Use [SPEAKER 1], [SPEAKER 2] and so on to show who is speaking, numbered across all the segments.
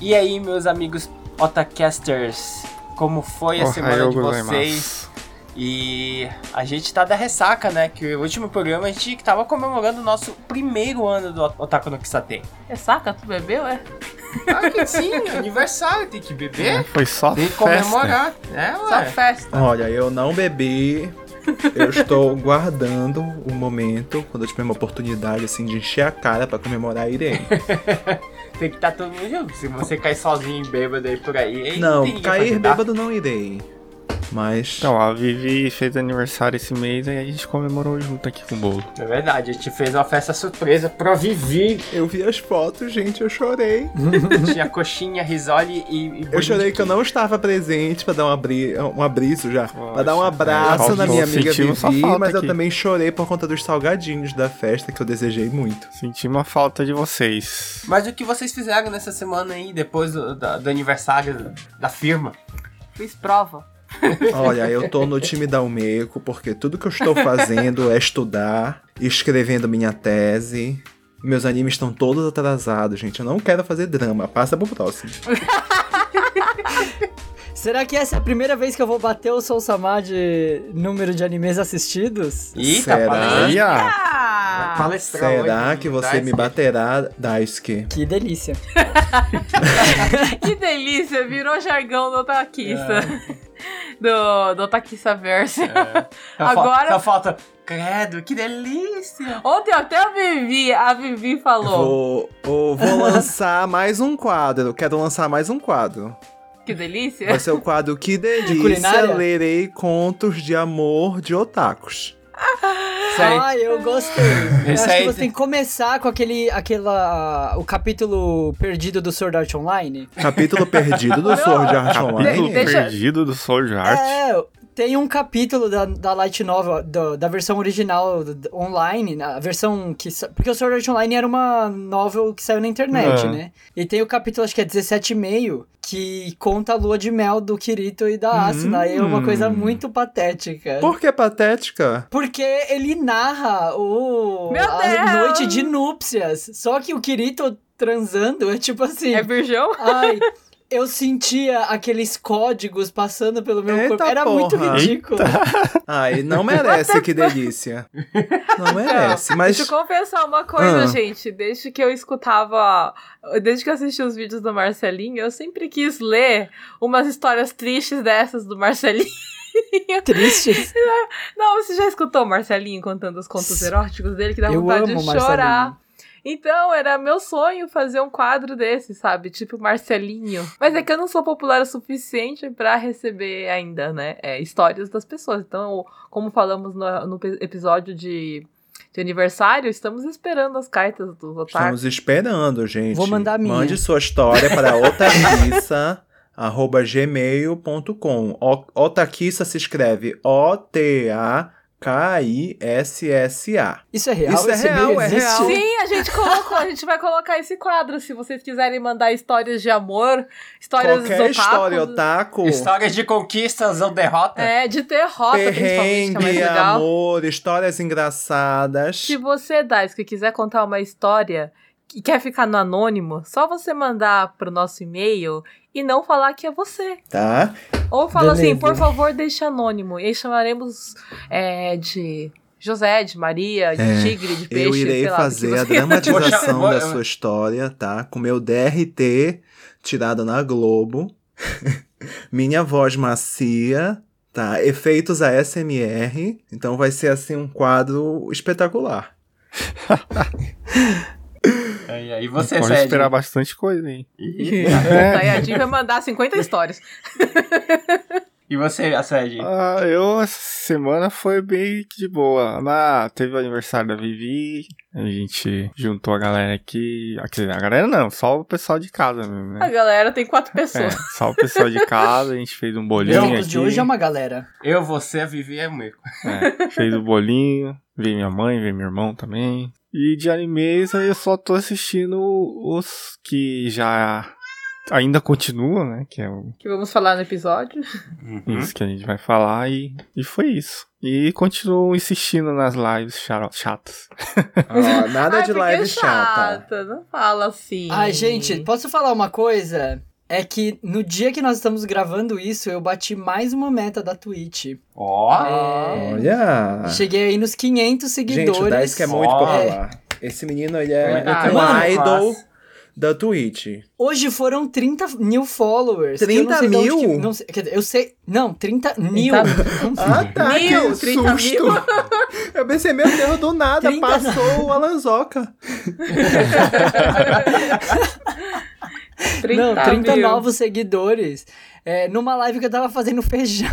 [SPEAKER 1] E aí, meus amigos Otacasters, como foi a
[SPEAKER 2] Oh,
[SPEAKER 1] semana
[SPEAKER 2] eu
[SPEAKER 1] de
[SPEAKER 2] gozei, mas-
[SPEAKER 1] vocês? E a gente tá da ressaca, né? Que o último programa a gente tava comemorando o nosso primeiro ano do Otaku no Kisaten.
[SPEAKER 3] É saca? Tu bebeu? É?
[SPEAKER 1] Ah, que sim, aniversário, tem que beber,
[SPEAKER 2] É, Foi só
[SPEAKER 1] É? tem que
[SPEAKER 2] festa.
[SPEAKER 1] comemorar. É,
[SPEAKER 3] Só
[SPEAKER 1] ué.
[SPEAKER 3] festa.
[SPEAKER 4] Olha, eu não bebi. Eu estou guardando o momento quando eu tiver uma oportunidade assim de encher a cara pra comemorar irei.
[SPEAKER 1] Tem que estar todo mundo junto. Se você cair sozinho e bêbado aí por aí, aí
[SPEAKER 4] Não,
[SPEAKER 1] tem ninguém pra
[SPEAKER 4] cair
[SPEAKER 1] ajudar.
[SPEAKER 4] bêbado não irei. Mas
[SPEAKER 2] Então, a Vivi fez aniversário esse mês e a gente comemorou junto aqui com o bolo.
[SPEAKER 1] É verdade, a gente fez uma festa surpresa pra Vivi.
[SPEAKER 4] eu vi as fotos, gente, eu chorei.
[SPEAKER 1] Tinha coxinha, risole e, e
[SPEAKER 4] Eu chorei que eu não estava presente pra dar um, abri... um abriço já, pra dar um
[SPEAKER 2] Nossa,
[SPEAKER 4] abraço
[SPEAKER 2] é,
[SPEAKER 4] na minha amiga
[SPEAKER 2] sentiu sua
[SPEAKER 4] Vivi,
[SPEAKER 2] falta
[SPEAKER 4] mas eu
[SPEAKER 2] aqui.
[SPEAKER 4] também chorei por conta dos salgadinhos da festa que eu desejei muito.
[SPEAKER 2] Senti uma falta de vocês.
[SPEAKER 1] Mas o que vocês fizeram nessa semana aí, depois do, da- do aniversário da firma?
[SPEAKER 3] Fiz prova.
[SPEAKER 4] Olha, eu tô no time da Umeco, porque tudo que eu estou fazendo é estudar, escrevendo minha tese. Meus animes estão todos atrasados, gente. Eu não quero fazer drama. Passa pro próximo.
[SPEAKER 5] Será que essa é a primeira vez que eu vou bater o Soul Sama de número de animes assistidos?
[SPEAKER 1] Eita,
[SPEAKER 4] Será?
[SPEAKER 1] palestra.
[SPEAKER 2] Ia!
[SPEAKER 3] Ah!
[SPEAKER 1] Palestra
[SPEAKER 4] Será
[SPEAKER 1] hoje,
[SPEAKER 4] que você
[SPEAKER 1] Daisuke.
[SPEAKER 4] me baterá, Daisuke?
[SPEAKER 5] Que delícia.
[SPEAKER 3] Que delícia! Virou jargão do Otakista. Do, do Otakista Verso.
[SPEAKER 1] Só fa-
[SPEAKER 3] Agora-
[SPEAKER 1] Só falta. Credo, que delícia!
[SPEAKER 3] Ontem até a Vivi, a Vivi falou.
[SPEAKER 4] Vou, oh, vou lançar mais um quadro. Quero lançar mais um quadro.
[SPEAKER 3] Que delícia.
[SPEAKER 4] Vai ser o quadro Que Delícia.
[SPEAKER 5] culinária?
[SPEAKER 4] Lerei contos de amor de otakus.
[SPEAKER 1] Isso aí.
[SPEAKER 5] Ah, eu gostei. Eu
[SPEAKER 1] Isso
[SPEAKER 5] acho
[SPEAKER 1] aí
[SPEAKER 5] que você
[SPEAKER 1] tem-
[SPEAKER 5] tem que começar com aquele, aquela, o capítulo perdido do Sword Art Online.
[SPEAKER 4] Capítulo perdido do
[SPEAKER 3] Meu-
[SPEAKER 4] Sword Art
[SPEAKER 2] Capítulo
[SPEAKER 4] Online.
[SPEAKER 3] Deixa-
[SPEAKER 2] tá perdido do Soldier Art.
[SPEAKER 5] É, tem um capítulo da, da Light Novel, do- da versão original do- do- online, a versão que... sa- Porque o Sword Art Online era uma novel que saiu na internet,
[SPEAKER 2] É.
[SPEAKER 5] né? E tem o capítulo, acho que é 17,5, que conta a lua de mel do Kirito e da Asuna. E é uma coisa muito patética.
[SPEAKER 4] Por que patética?
[SPEAKER 5] Porque ele narra o
[SPEAKER 3] Meu Deus!
[SPEAKER 5] a noite de núpcias. Só que o Kirito transando é tipo assim.
[SPEAKER 3] É virgão?
[SPEAKER 5] Ai, eu sentia aqueles códigos passando pelo meu
[SPEAKER 4] Eita
[SPEAKER 5] corpo. Era muito
[SPEAKER 4] porra!
[SPEAKER 5] ridículo.
[SPEAKER 4] Ai, não merece, que delícia. Não merece, mas...
[SPEAKER 3] Deixa eu confessar uma coisa,
[SPEAKER 4] Ah.
[SPEAKER 3] gente. Desde que eu escutava. Desde que eu assisti os vídeos do Marcelinho, eu sempre quis ler umas histórias tristes dessas do Marcelinho.
[SPEAKER 5] Tristes.
[SPEAKER 3] Não, você já escutou o Marcelinho contando os contos eróticos dele que dá
[SPEAKER 5] Eu
[SPEAKER 3] vontade
[SPEAKER 5] amo
[SPEAKER 3] de
[SPEAKER 5] o Marcelinho.
[SPEAKER 3] chorar. Então, era meu sonho fazer um quadro desse, sabe? Tipo Marcelinho. Mas é que eu não sou popular o suficiente pra receber ainda, né? é, histórias das pessoas. Então, como falamos no, no pe- episódio de, de aniversário, estamos esperando as cartas do Otaku.
[SPEAKER 4] Estamos esperando, gente.
[SPEAKER 5] Vou mandar a minha.
[SPEAKER 4] Mande sua história para otakissa, arroba gmail.com. O- Otakissa se escreve O-T-A-K-I-S-S-A.
[SPEAKER 5] Isso é real?
[SPEAKER 4] Isso é
[SPEAKER 5] Esse
[SPEAKER 4] real,
[SPEAKER 5] meio
[SPEAKER 4] é
[SPEAKER 5] existe?
[SPEAKER 4] real.
[SPEAKER 3] Sim, a gente colocou, a gente vai colocar esse quadro. Se vocês quiserem mandar histórias de amor, histórias
[SPEAKER 4] Qualquer
[SPEAKER 3] otakus,
[SPEAKER 4] história otaku,
[SPEAKER 1] Histórias de conquistas ou derrota?
[SPEAKER 3] É, de terror, principalmente, que é mais
[SPEAKER 4] perrengue,
[SPEAKER 3] legal.
[SPEAKER 4] amor, histórias engraçadas.
[SPEAKER 3] Se você, Dais, que quiser contar uma história e quer ficar no anônimo, só você mandar pro nosso e-mail e não falar que é você.
[SPEAKER 4] Tá?
[SPEAKER 3] Ou fala assim,
[SPEAKER 5] Beleza.
[SPEAKER 3] por favor, deixe anônimo. E aí chamaremos é, de José, de Maria, de
[SPEAKER 4] É,
[SPEAKER 3] tigre, de peixe,
[SPEAKER 4] Eu irei
[SPEAKER 3] sei lá, do que
[SPEAKER 4] fazer a
[SPEAKER 3] você-
[SPEAKER 4] dramatização
[SPEAKER 1] Vou chamar-
[SPEAKER 4] da sua história, tá? Com meu DRT tirado na Globo. Minha voz macia, tá? Efeitos ASMR. Então vai ser assim um quadro espetacular.
[SPEAKER 1] E aí você,
[SPEAKER 4] Então,
[SPEAKER 2] Pode
[SPEAKER 1] Sérgio?
[SPEAKER 2] esperar bastante coisa, hein? É.
[SPEAKER 1] Eita.
[SPEAKER 3] Daí a Diva vai mandar 50 histórias.
[SPEAKER 1] E você, Sérgio?
[SPEAKER 2] Ah, eu, essa semana foi bem que de boa. Na, teve o aniversário da Vivi, a gente juntou a galera aqui. Aqui, a galera não, só o pessoal de casa mesmo,
[SPEAKER 3] A
[SPEAKER 2] né?
[SPEAKER 3] galera tem quatro
[SPEAKER 2] É,
[SPEAKER 3] pessoas.
[SPEAKER 2] só o pessoal de casa, a gente fez um bolinho
[SPEAKER 5] Os
[SPEAKER 1] Eu-
[SPEAKER 2] aqui.
[SPEAKER 5] de hoje é uma galera.
[SPEAKER 1] Eu, você, a Vivi é o meu.
[SPEAKER 2] é, fez o bolinho, veio minha mãe, veio meu irmão também. E de animes aí eu só tô assistindo os que já ainda continua, né? Que é o,
[SPEAKER 3] Que vamos falar no episódio.
[SPEAKER 1] Uhum.
[SPEAKER 2] isso que a gente vai falar e, e foi isso. E continuam insistindo nas lives charo- chatas.
[SPEAKER 4] Ah. Ó, nada
[SPEAKER 3] Ai,
[SPEAKER 4] de
[SPEAKER 3] porque
[SPEAKER 4] live
[SPEAKER 3] é
[SPEAKER 4] chata.
[SPEAKER 3] Não fala assim.
[SPEAKER 5] Ai, gente, posso falar uma coisa? É que no dia que nós estamos gravando isso, eu bati mais uma meta da Twitch.
[SPEAKER 1] Ó,
[SPEAKER 5] É,
[SPEAKER 3] Ah.
[SPEAKER 4] Olha.
[SPEAKER 5] Cheguei aí nos 500
[SPEAKER 4] Gente, o
[SPEAKER 5] seguidores.
[SPEAKER 4] Daisuke é muito
[SPEAKER 1] Ó.
[SPEAKER 4] popular. Esse menino, ele é
[SPEAKER 3] Verdade.
[SPEAKER 4] um
[SPEAKER 1] Mano,
[SPEAKER 4] idol
[SPEAKER 1] classe.
[SPEAKER 4] da Twitch.
[SPEAKER 5] Hoje foram 30 mil followers. que eu
[SPEAKER 4] 30
[SPEAKER 5] não sei de onde
[SPEAKER 4] mil?
[SPEAKER 5] que- não sei- quer dizer, eu sei. Não, 30 mil.
[SPEAKER 4] Ah, tá.
[SPEAKER 3] Mil,
[SPEAKER 4] que
[SPEAKER 3] 30 mil.
[SPEAKER 4] susto. Eu pensei, meu Deus, do nada
[SPEAKER 5] 30
[SPEAKER 4] passou o Alanzoca.
[SPEAKER 3] 30
[SPEAKER 5] não, 30
[SPEAKER 3] mil.
[SPEAKER 5] novos seguidores. é, numa live que eu tava fazendo feijão.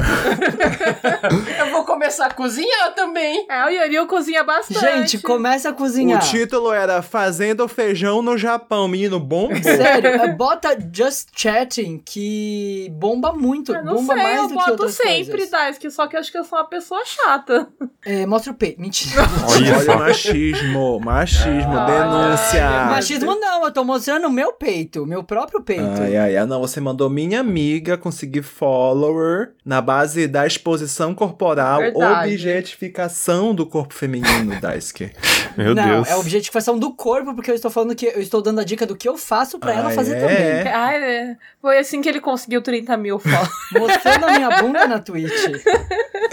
[SPEAKER 1] eu vou começar a cozinhar também.
[SPEAKER 3] É, o Yoril cozinha bastante.
[SPEAKER 5] Gente, começa a
[SPEAKER 4] O
[SPEAKER 5] cozinhar.
[SPEAKER 4] título era Fazendo Feijão no Japão. Menino bom.
[SPEAKER 5] Sério, é, bota Just Chatting que bomba muito.
[SPEAKER 3] Ah, não
[SPEAKER 5] bomba
[SPEAKER 3] sei,
[SPEAKER 5] mais
[SPEAKER 3] eu
[SPEAKER 5] do que
[SPEAKER 3] boto
[SPEAKER 5] outras
[SPEAKER 3] sempre, tá?
[SPEAKER 5] coisas.
[SPEAKER 3] Daisuke, só que eu acho que eu sou uma pessoa chata.
[SPEAKER 5] É, mostra o peito. Mentira.
[SPEAKER 2] Olha
[SPEAKER 4] Olha,
[SPEAKER 2] só.
[SPEAKER 4] machismo, machismo,
[SPEAKER 3] Ah,
[SPEAKER 4] denúncia.
[SPEAKER 3] Ah,
[SPEAKER 5] Machismo não, eu tô mostrando o meu peito, meu próprio peito.
[SPEAKER 4] é. Ai, ai, ai, não, você mandou minha amiga conseguir follower na base da exposição corporal,
[SPEAKER 3] Verdade.
[SPEAKER 4] objetificação do corpo feminino, Daisuke.
[SPEAKER 2] Meu
[SPEAKER 5] não,
[SPEAKER 2] Deus.
[SPEAKER 5] é a objetificação do corpo, porque eu estou falando que eu estou dando a dica do que eu faço pra ela
[SPEAKER 4] Ah,
[SPEAKER 5] fazer
[SPEAKER 4] é?
[SPEAKER 5] também.
[SPEAKER 3] Ai, é. Foi assim que ele conseguiu 30 mil fotos.
[SPEAKER 5] Mostrando a minha bunda na Twitch.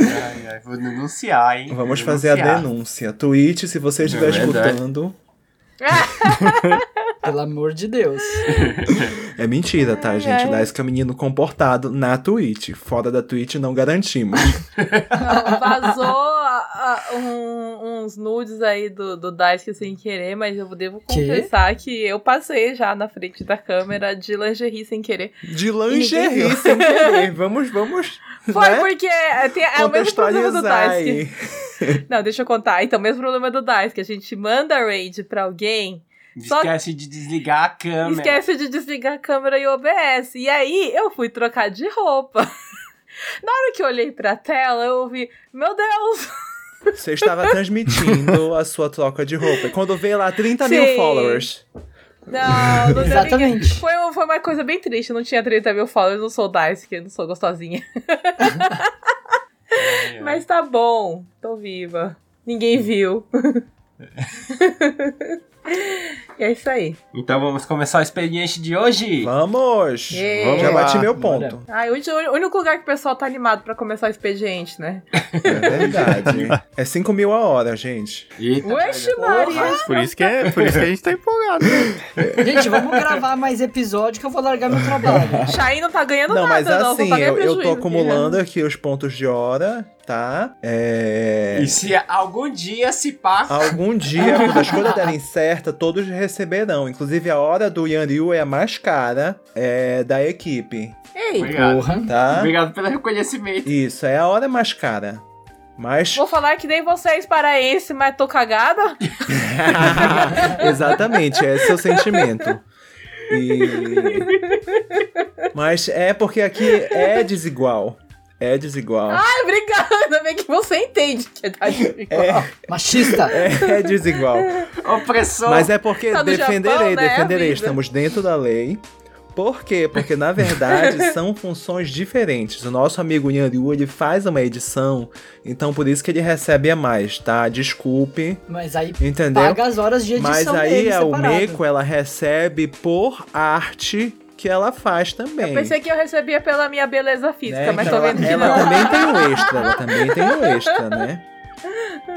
[SPEAKER 1] Ai, ai, vou denunciar, hein?
[SPEAKER 4] Vamos
[SPEAKER 1] Vou
[SPEAKER 4] fazer a
[SPEAKER 1] denunciar.
[SPEAKER 4] denúncia. Tweet, se você estiver
[SPEAKER 1] É verdade.
[SPEAKER 4] escutando.
[SPEAKER 5] Pelo amor de Deus.
[SPEAKER 4] É mentira, tá, gente?
[SPEAKER 3] ai.
[SPEAKER 4] Daisuke é um menino comportado na Twitch. Fora da Twitch não garantimos.
[SPEAKER 3] Não, Vazou a- a- um- uns nudes aí do, do Daisuke sem querer, mas eu devo
[SPEAKER 5] Quê?
[SPEAKER 3] confessar que eu passei já na frente da câmera de lingerie sem querer.
[SPEAKER 4] De
[SPEAKER 3] E
[SPEAKER 4] lingerie,
[SPEAKER 3] ninguém
[SPEAKER 4] sem querer. Vamos, vamos.
[SPEAKER 3] Foi
[SPEAKER 4] né?
[SPEAKER 3] porque é, tem- é o mesmo problema do
[SPEAKER 4] contextualizar
[SPEAKER 3] Daisuke.
[SPEAKER 4] aí.
[SPEAKER 3] Não, deixa eu contar. Então, mesmo problema do Dice, que a gente manda a raid pra alguém, Só-
[SPEAKER 1] Esquece de desligar a câmera.
[SPEAKER 3] esquece de desligar a câmera e o OBS. E aí, eu fui trocar de roupa. Na hora que eu olhei pra tela, eu ouvi, meu Deus!
[SPEAKER 4] Você estava transmitindo a sua troca de roupa. E Quando vê lá 30
[SPEAKER 3] Sim.
[SPEAKER 4] mil followers.
[SPEAKER 3] Não, não deu
[SPEAKER 5] Exatamente.
[SPEAKER 3] ninguém. Foi, um- foi uma coisa bem triste, não tinha 30 mil followers, não sou Dice, que eu não sou gostosinha.
[SPEAKER 1] Ai, ai.
[SPEAKER 3] Mas tá bom, tô viva. Ninguém viu. e é isso aí.
[SPEAKER 1] Então vamos começar o expediente de hoje?
[SPEAKER 4] Vamos!
[SPEAKER 3] Yay.
[SPEAKER 2] Vamos
[SPEAKER 4] Já
[SPEAKER 2] lá.
[SPEAKER 4] bati meu ponto.
[SPEAKER 3] Ai, hoje é o único lugar que o pessoal tá animado pra começar o expediente, né?
[SPEAKER 4] É verdade. É 5 mil a hora, gente.
[SPEAKER 1] Eita,
[SPEAKER 3] Oxe,
[SPEAKER 1] velho.
[SPEAKER 3] Maria!
[SPEAKER 2] Por isso, que é, por isso que a gente tá empolgado. né?
[SPEAKER 5] Gente, vamos gravar mais episódio que eu vou largar meu trabalho.
[SPEAKER 3] Shain não tá ganhando
[SPEAKER 4] Não,
[SPEAKER 3] nada,
[SPEAKER 4] mas
[SPEAKER 3] não.
[SPEAKER 4] assim,
[SPEAKER 3] não tá
[SPEAKER 4] eu,
[SPEAKER 3] ganhando
[SPEAKER 4] eu tô
[SPEAKER 3] prejuízo, né?
[SPEAKER 4] acumulando aqui os pontos de hora, tá? É.
[SPEAKER 1] E se algum dia se pá,
[SPEAKER 4] Algum dia, quando as coisas derem certa, todos receberão. Inclusive, a hora do Yanryu é a mais cara é, da equipe,
[SPEAKER 3] filha. Ei,
[SPEAKER 1] Obrigado.
[SPEAKER 5] Porra.
[SPEAKER 4] tá?
[SPEAKER 1] Obrigado pelo reconhecimento.
[SPEAKER 4] Isso, é a hora mais cara. Mas.
[SPEAKER 3] vou falar que nem vocês paraense, mas tô cagada.
[SPEAKER 4] Exatamente, esse é o sentimento. E... Mas é porque aqui é desigual. É desigual.
[SPEAKER 3] Ai, Ah, obrigada. Ainda bem que você entende que é da gente.
[SPEAKER 4] É,
[SPEAKER 5] Machista.
[SPEAKER 4] é desigual.
[SPEAKER 1] Opressor.
[SPEAKER 4] Mas é porque
[SPEAKER 3] Tá no
[SPEAKER 4] defenderei,
[SPEAKER 3] Japão, né? É a
[SPEAKER 4] defenderei.
[SPEAKER 3] vida.
[SPEAKER 4] Estamos dentro da lei. Por quê? Porque na verdade são funções diferentes. O nosso amigo Nyanryu, ele faz uma edição, então por isso que ele recebe a mais, tá? Desculpe,
[SPEAKER 5] Mas aí
[SPEAKER 4] entendeu?
[SPEAKER 5] paga as horas de edição
[SPEAKER 4] Mas aí
[SPEAKER 5] dele
[SPEAKER 4] a
[SPEAKER 5] separado.
[SPEAKER 4] Umeko, ela recebe por arte que ela faz também.
[SPEAKER 3] Eu pensei que eu recebia pela minha beleza física,
[SPEAKER 4] né?
[SPEAKER 3] mas
[SPEAKER 4] Então
[SPEAKER 3] tô vendo
[SPEAKER 4] ela,
[SPEAKER 3] que
[SPEAKER 4] ela
[SPEAKER 3] não.
[SPEAKER 4] também tem o extra, ela também tem o extra, né?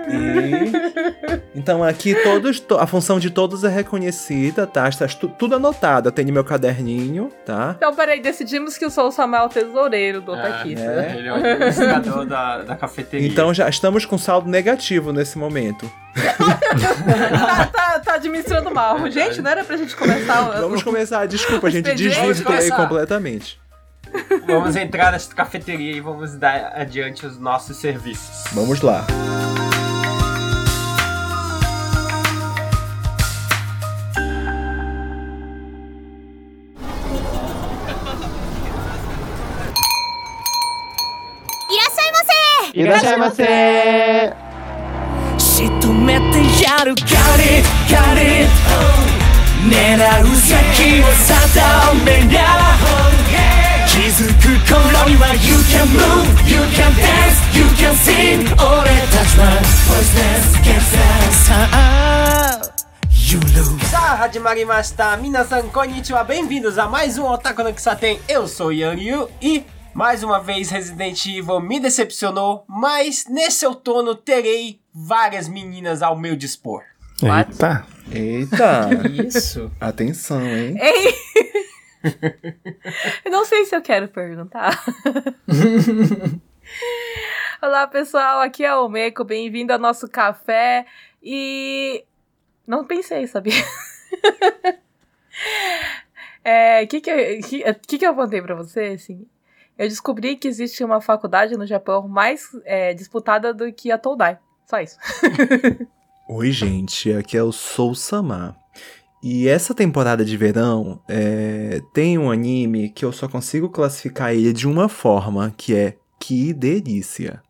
[SPEAKER 4] E- Então aqui todos, to- a função de todos é reconhecida, tá? Está tu- tudo anotado. Eu tenho meu caderninho, tá?
[SPEAKER 3] Então, peraí, decidimos que eu sou o Samuel Tesoureiro do Otakista.
[SPEAKER 4] é.
[SPEAKER 1] Ele é o administrador da, da cafeteria.
[SPEAKER 4] Então já estamos com saldo negativo nesse momento.
[SPEAKER 3] tá, tá- tá administrando mal. Gente, não era pra gente começar o-
[SPEAKER 4] Vamos começar, desculpa, gente,
[SPEAKER 3] Expediente.
[SPEAKER 4] desvirtuei
[SPEAKER 1] Vamos começar.
[SPEAKER 4] completamente.
[SPEAKER 1] Vamos entrar nessa cafeteria e vamos dar adiante os nossos serviços.
[SPEAKER 4] Vamos lá.
[SPEAKER 6] 狙う先を定めりゃ気づく頃には You can move, you can dance, you can sing 俺たちは Poisonous Kansas さあ You lose
[SPEAKER 1] さあ始まりました皆さんこんにちはbem-vindos a mais um Otaku no Kisaten eu sou Yan Yu e mais uma vez Resident Evil me decepcionou mas nesse outono terei várias meninas ao meu dispor
[SPEAKER 3] What?
[SPEAKER 2] Eita.
[SPEAKER 4] Eita!
[SPEAKER 5] Isso.
[SPEAKER 4] Atenção, hein?
[SPEAKER 3] Ei! eu não sei se eu quero perguntar. Olá, pessoal. Aqui é o Meco. Bem-vindo ao nosso café. E. Não pensei, sabia? É. O que, que, eu- que, que que eu contei pra você, assim? Eu descobri que existe uma faculdade no Japão mais é, disputada do que a Todai. Só isso.
[SPEAKER 4] Oi, gente, aqui é o Sou Sama. E essa temporada de verão é, tem um anime que eu só consigo classificar ele de uma forma, que é Que Delícia.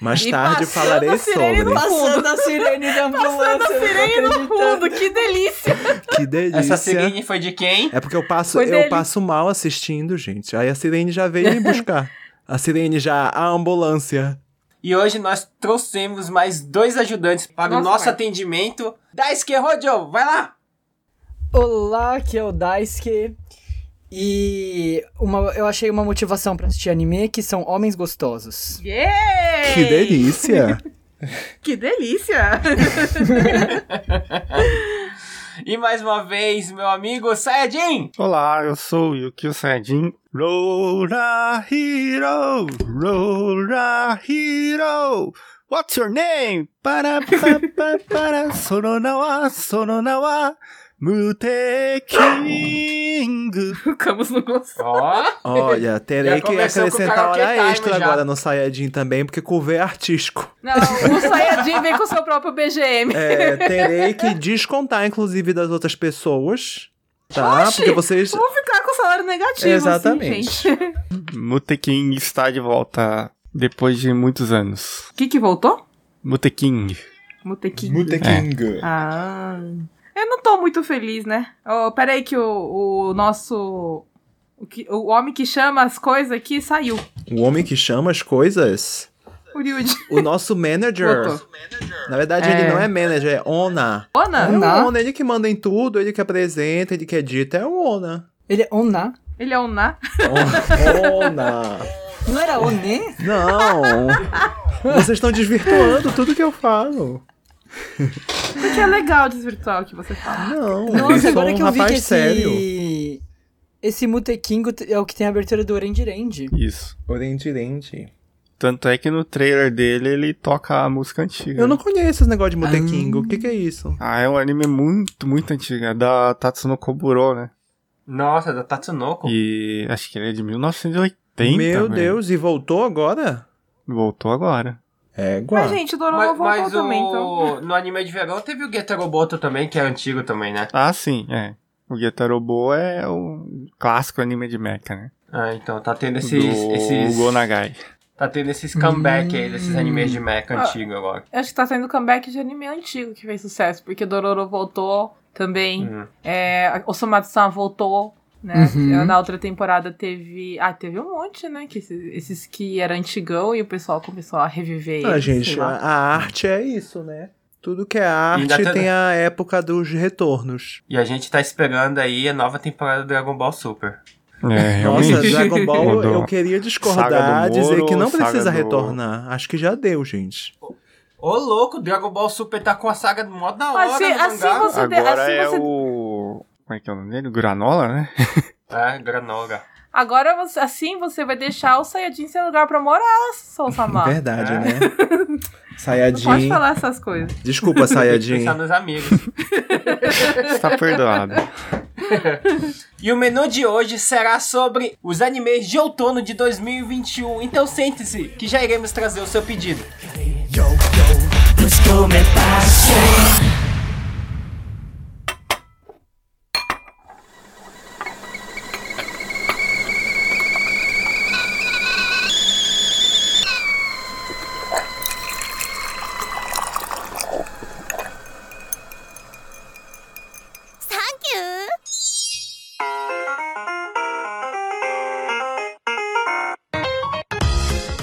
[SPEAKER 4] Mais
[SPEAKER 3] E
[SPEAKER 4] tarde
[SPEAKER 3] passando
[SPEAKER 4] falarei
[SPEAKER 3] a sirene
[SPEAKER 4] sobre.
[SPEAKER 3] no
[SPEAKER 5] Passando a sirene da ambulância.
[SPEAKER 3] Passando a sirene
[SPEAKER 5] eu não tô
[SPEAKER 3] no
[SPEAKER 5] acreditando.
[SPEAKER 3] fundo, que delícia!
[SPEAKER 4] Que delícia.
[SPEAKER 1] essa sirene foi de quem?
[SPEAKER 4] É porque eu passo,
[SPEAKER 3] Foi
[SPEAKER 4] eu
[SPEAKER 3] dele.
[SPEAKER 4] passo mal assistindo, gente. Aí a Sirene já veio me buscar. A Sirene já, a ambulância.
[SPEAKER 1] E hoje nós trouxemos mais dois ajudantes para o
[SPEAKER 3] Nossa,
[SPEAKER 1] nosso
[SPEAKER 3] mãe.
[SPEAKER 1] atendimento. Daisuke Rojo, vai lá!
[SPEAKER 5] Olá, aqui é o Daisuke. E uma, eu achei uma motivação pra assistir anime que são homens gostosos.
[SPEAKER 3] Yeah!
[SPEAKER 4] Que delícia.
[SPEAKER 3] Que delícia!
[SPEAKER 1] E mais uma vez, meu amigo Sayajin!
[SPEAKER 2] Olá, eu sou o Yukio Saiyajin. Rora Hero, Rora Hero. What's your name? Para pa pa para sono na wa sono na wa Muteking.
[SPEAKER 3] O Camus não gostou.
[SPEAKER 1] Ó,
[SPEAKER 4] Olha, terei
[SPEAKER 1] Já
[SPEAKER 4] que
[SPEAKER 1] começou com o
[SPEAKER 4] acrescentar
[SPEAKER 1] karaokê
[SPEAKER 4] hora
[SPEAKER 1] time
[SPEAKER 4] extra
[SPEAKER 1] já.
[SPEAKER 4] agora no Saiyajin também, porque o V é artístico.
[SPEAKER 3] Não, o Sayajin vem com seu próprio BGM.
[SPEAKER 4] É, terei que descontar, inclusive, das outras pessoas. Tá?
[SPEAKER 3] Oxi!
[SPEAKER 4] Porque vocês.
[SPEAKER 3] Vou ficar com salário é negativo,
[SPEAKER 4] Exatamente.
[SPEAKER 3] Assim, gente.
[SPEAKER 2] Muteking está de volta depois de muitos anos.
[SPEAKER 3] O que que voltou?
[SPEAKER 2] Muteking.
[SPEAKER 3] Mutequim.
[SPEAKER 4] Muteking.
[SPEAKER 3] Ah... Eu não tô muito feliz, né? Oh, peraí que o, o nosso... O, que- o homem que chama as coisas aqui saiu.
[SPEAKER 4] É. O homem que chama as coisas.
[SPEAKER 3] O Ryuji.
[SPEAKER 4] O nosso manager.
[SPEAKER 3] Voltou.
[SPEAKER 4] Na verdade,
[SPEAKER 3] É.
[SPEAKER 4] ele não é manager, é Ona. É
[SPEAKER 3] Ona?
[SPEAKER 4] o
[SPEAKER 5] Ona?
[SPEAKER 4] Ona, ele que manda em tudo, ele que apresenta, ele que edita, é o Ona.
[SPEAKER 5] Ele é Ona?
[SPEAKER 3] Ele é Ona?
[SPEAKER 4] On- Ona.
[SPEAKER 5] Não era One?
[SPEAKER 4] Não. Vocês estão desvirtuando tudo que eu falo.
[SPEAKER 3] Porque é legal desvirtual que você fala.
[SPEAKER 4] Não, eu
[SPEAKER 5] Nossa,
[SPEAKER 4] sou
[SPEAKER 5] agora
[SPEAKER 4] um
[SPEAKER 5] que É. eu vi
[SPEAKER 4] rapaz
[SPEAKER 5] que esse...
[SPEAKER 4] sério.
[SPEAKER 5] Esse Mutekingo é o que tem a abertura do Orendirende.
[SPEAKER 2] Isso.
[SPEAKER 4] Orendirente.
[SPEAKER 2] Tanto é que no trailer dele ele toca a música antiga. né?
[SPEAKER 4] Eu não conheço esse negócio de Mutekingo. O que, que é isso?
[SPEAKER 2] Ah, é um anime muito, muito antigo. É da Tatsuno Koburo, né?
[SPEAKER 1] Nossa, da Tatsunoko.
[SPEAKER 2] E acho que ele é de 1980. velho.
[SPEAKER 4] Meu Deus, e voltou agora?
[SPEAKER 2] Voltou agora.
[SPEAKER 4] É,
[SPEAKER 3] Mas,
[SPEAKER 4] guarda.
[SPEAKER 3] gente, o Dororo voltou também, então...
[SPEAKER 1] no anime de verão teve o Getaroboto também, que é antigo também, né?
[SPEAKER 2] Ah, sim, é. O Getarobo é o clássico anime de mecha, né?
[SPEAKER 1] Ah, então tá tendo esses...
[SPEAKER 2] Do
[SPEAKER 1] esses
[SPEAKER 2] Go Nagai.
[SPEAKER 1] tá tendo esses comeback aí, desses animes de mecha
[SPEAKER 3] Ah.
[SPEAKER 1] antigo agora.
[SPEAKER 3] Acho que tá saindo comeback de anime antigo que fez sucesso, porque Dororo voltou também.
[SPEAKER 1] Hum.
[SPEAKER 3] É, Osomatsu-san voltou, né?
[SPEAKER 5] Uhum.
[SPEAKER 3] Na outra temporada teve. Ah, teve um monte, né? Que esses, esses que era antigão e o pessoal começou a reviver.
[SPEAKER 4] Ah,
[SPEAKER 3] eles,
[SPEAKER 4] gente,
[SPEAKER 3] sei
[SPEAKER 4] a,
[SPEAKER 3] lá.
[SPEAKER 4] a arte é isso, né? Tudo que é arte
[SPEAKER 1] Ainda tá-
[SPEAKER 4] tem a época dos retornos.
[SPEAKER 1] E a gente tá esperando aí a nova temporada do Dragon Ball Super.
[SPEAKER 2] É,
[SPEAKER 4] Nossa,
[SPEAKER 2] realmente.
[SPEAKER 4] Dragon Ball,
[SPEAKER 2] Mudou.
[SPEAKER 4] eu queria
[SPEAKER 2] Saga
[SPEAKER 4] discordar,
[SPEAKER 2] do
[SPEAKER 4] dizer
[SPEAKER 2] Moro,
[SPEAKER 4] que não
[SPEAKER 2] saga
[SPEAKER 4] precisa
[SPEAKER 2] do-
[SPEAKER 4] retornar. Acho que já deu, gente.
[SPEAKER 1] Ô louco, Dragon Ball Super tá com a saga do modo da hora
[SPEAKER 3] Assim-
[SPEAKER 1] no mangá.
[SPEAKER 3] assim você-
[SPEAKER 2] Agora
[SPEAKER 4] ah,
[SPEAKER 3] assim
[SPEAKER 2] é
[SPEAKER 3] você-
[SPEAKER 2] o... Como é que é o nome dele? Granola, né?
[SPEAKER 1] É, Granoga.
[SPEAKER 3] Agora você- assim você vai deixar o Saiyajin sem lugar pra morar, Sou Samar.
[SPEAKER 4] Verdade,
[SPEAKER 1] É.
[SPEAKER 4] né?
[SPEAKER 3] Não pode
[SPEAKER 4] Sayajin.
[SPEAKER 3] falar essas coisas.
[SPEAKER 4] Desculpa, Sayajin.
[SPEAKER 1] Pensar nos amigos.
[SPEAKER 2] Está tá perdoado.
[SPEAKER 1] E o menu de hoje será sobre os animes de outono de 2021. Então sente-se, que já iremos trazer o seu pedido.
[SPEAKER 6] Yo, yo, let's go me passe
[SPEAKER 7] 3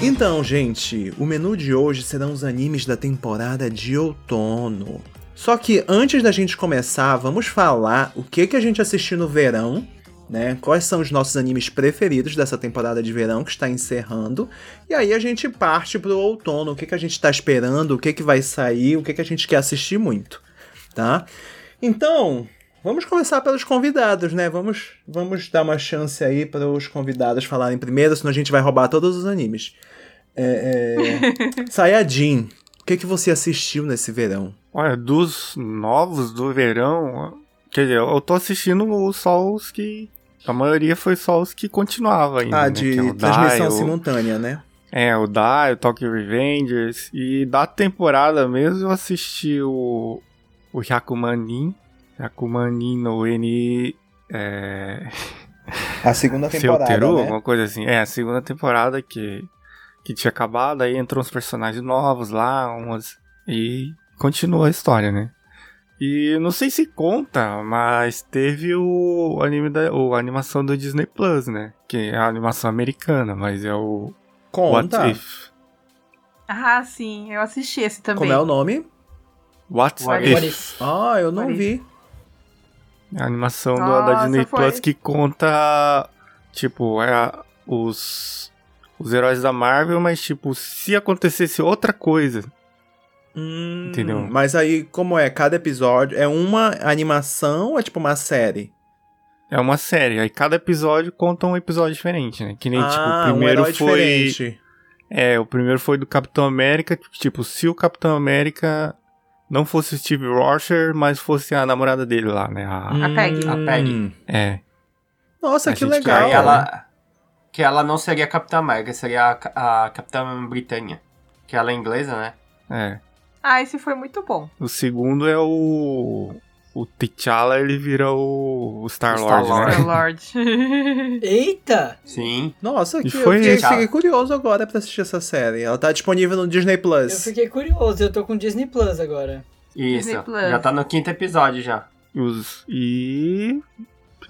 [SPEAKER 4] Então, gente, o menu de hoje serão os animes da temporada de outono. Só que antes da gente começar, vamos falar o que, que a gente assistiu no verão, né? Quais são os nossos animes preferidos dessa temporada de verão que está encerrando. E aí a gente parte pro outono, o que, que a gente está esperando, o que, que vai sair, o que, que a gente quer assistir muito, tá? Então, Vamos começar pelos convidados, né? Vamos, vamos dar uma chance aí para os convidados falarem primeiro, senão a gente vai roubar todos os animes. É, é... Sayajin, o que, que você assistiu nesse verão?
[SPEAKER 2] Olha, dos novos do verão, quer dizer, eu tô assistindo só os que. A maioria foi só os que continuava ainda.
[SPEAKER 4] Ah,
[SPEAKER 2] né?
[SPEAKER 4] de
[SPEAKER 2] Que é o
[SPEAKER 4] transmissão
[SPEAKER 2] Dai, o-
[SPEAKER 4] simultânea, né?
[SPEAKER 2] É, o Dai, o Tokyo Revengers. E da temporada mesmo eu assisti o. O Yakumanin. Yakumanin no N. É,
[SPEAKER 4] A segunda temporada,
[SPEAKER 2] Seoteru,
[SPEAKER 4] né?
[SPEAKER 2] alguma coisa assim. É, a segunda temporada que, que tinha acabado, aí entrou uns personagens novos lá, umas. E continua a história, né? E não sei se conta, mas teve o anime da o, a animação do Disney Plus, né? Que é a animação americana, mas é o
[SPEAKER 4] Conta.
[SPEAKER 2] What If.
[SPEAKER 3] Ah, sim, eu assisti esse também.
[SPEAKER 4] Como é o nome?
[SPEAKER 2] What,
[SPEAKER 3] What
[SPEAKER 2] If.
[SPEAKER 5] What if?
[SPEAKER 4] Ah, eu não
[SPEAKER 3] What
[SPEAKER 4] vi.
[SPEAKER 2] A animação do- da
[SPEAKER 3] Nossa,
[SPEAKER 2] Disney
[SPEAKER 3] foi.
[SPEAKER 2] Plus que conta, tipo, é a- os, os heróis da Marvel, mas, tipo, se acontecesse outra coisa.
[SPEAKER 4] Hum,
[SPEAKER 2] Entendeu?
[SPEAKER 4] Mas aí, como é? Cada episódio é uma animação ou é tipo uma série?
[SPEAKER 2] É uma série, aí cada episódio conta um episódio diferente, né? Que nem, tipo,
[SPEAKER 4] ah,
[SPEAKER 2] o primeiro
[SPEAKER 4] um herói
[SPEAKER 2] foi.
[SPEAKER 4] diferente.
[SPEAKER 2] É, o primeiro foi do Capitão América, tipo, se o Capitão América não fosse o Steve Rosher, mas fosse a namorada dele lá, né?
[SPEAKER 4] Hum.
[SPEAKER 2] A-
[SPEAKER 3] A Peggy.
[SPEAKER 1] A Peggy.
[SPEAKER 2] É.
[SPEAKER 4] Nossa,
[SPEAKER 2] A
[SPEAKER 4] que
[SPEAKER 2] gente
[SPEAKER 4] legal.
[SPEAKER 2] tá
[SPEAKER 1] Aí ela. Que ela não seria a Capitã América, seria a, ca- a Capitã Britânia. Que ela é inglesa, né?
[SPEAKER 2] É.
[SPEAKER 3] Ah, esse foi muito bom.
[SPEAKER 2] O segundo é o. O T'Challa, ele vira o, o Star-Lord,
[SPEAKER 1] Star-Lord.
[SPEAKER 2] né?
[SPEAKER 3] Meu Lord.
[SPEAKER 5] Eita!
[SPEAKER 1] Sim.
[SPEAKER 4] Nossa,
[SPEAKER 2] E
[SPEAKER 4] que
[SPEAKER 2] foi
[SPEAKER 4] eu fiquei,
[SPEAKER 1] isso.
[SPEAKER 4] fiquei curioso agora pra assistir essa série. Ela tá disponível no Disney
[SPEAKER 5] Eu
[SPEAKER 4] Plus.
[SPEAKER 5] fiquei curioso, eu tô com Disney Plus agora.
[SPEAKER 1] Isso.
[SPEAKER 3] Disney Plus.
[SPEAKER 1] Já tá no quinto episódio já.
[SPEAKER 2] Os- e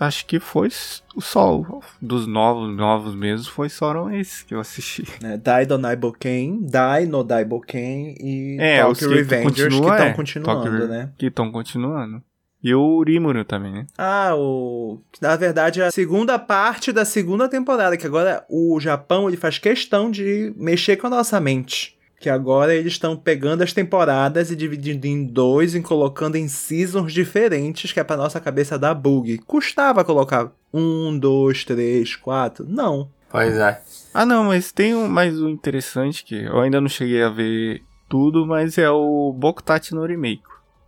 [SPEAKER 2] acho que foi s- só o- dos novos, novos mesmo, foi só eram esses que eu assisti.
[SPEAKER 4] Né? Dai Donai Boken, Dai no Dai Boken e
[SPEAKER 2] É, os
[SPEAKER 4] Tokyo
[SPEAKER 2] que
[SPEAKER 4] Revengers que
[SPEAKER 2] continua,
[SPEAKER 4] estão
[SPEAKER 2] é.
[SPEAKER 4] continuando,
[SPEAKER 2] Tokyo Re-
[SPEAKER 4] né?
[SPEAKER 2] Que estão continuando. E o Urimuro também, né?
[SPEAKER 4] Ah, o. Na verdade, é a segunda parte da segunda temporada, que agora o Japão ele faz questão de mexer com a nossa mente. Que agora eles estão pegando as temporadas e dividindo em dois e colocando em seasons diferentes, que é pra nossa cabeça dar bug. Custava colocar um, dois, três, quatro? Não.
[SPEAKER 1] Pois é.
[SPEAKER 2] Ah não, mas tem um, mais um interessante que eu ainda não cheguei a ver tudo, mas é o Bokutachi no Remake.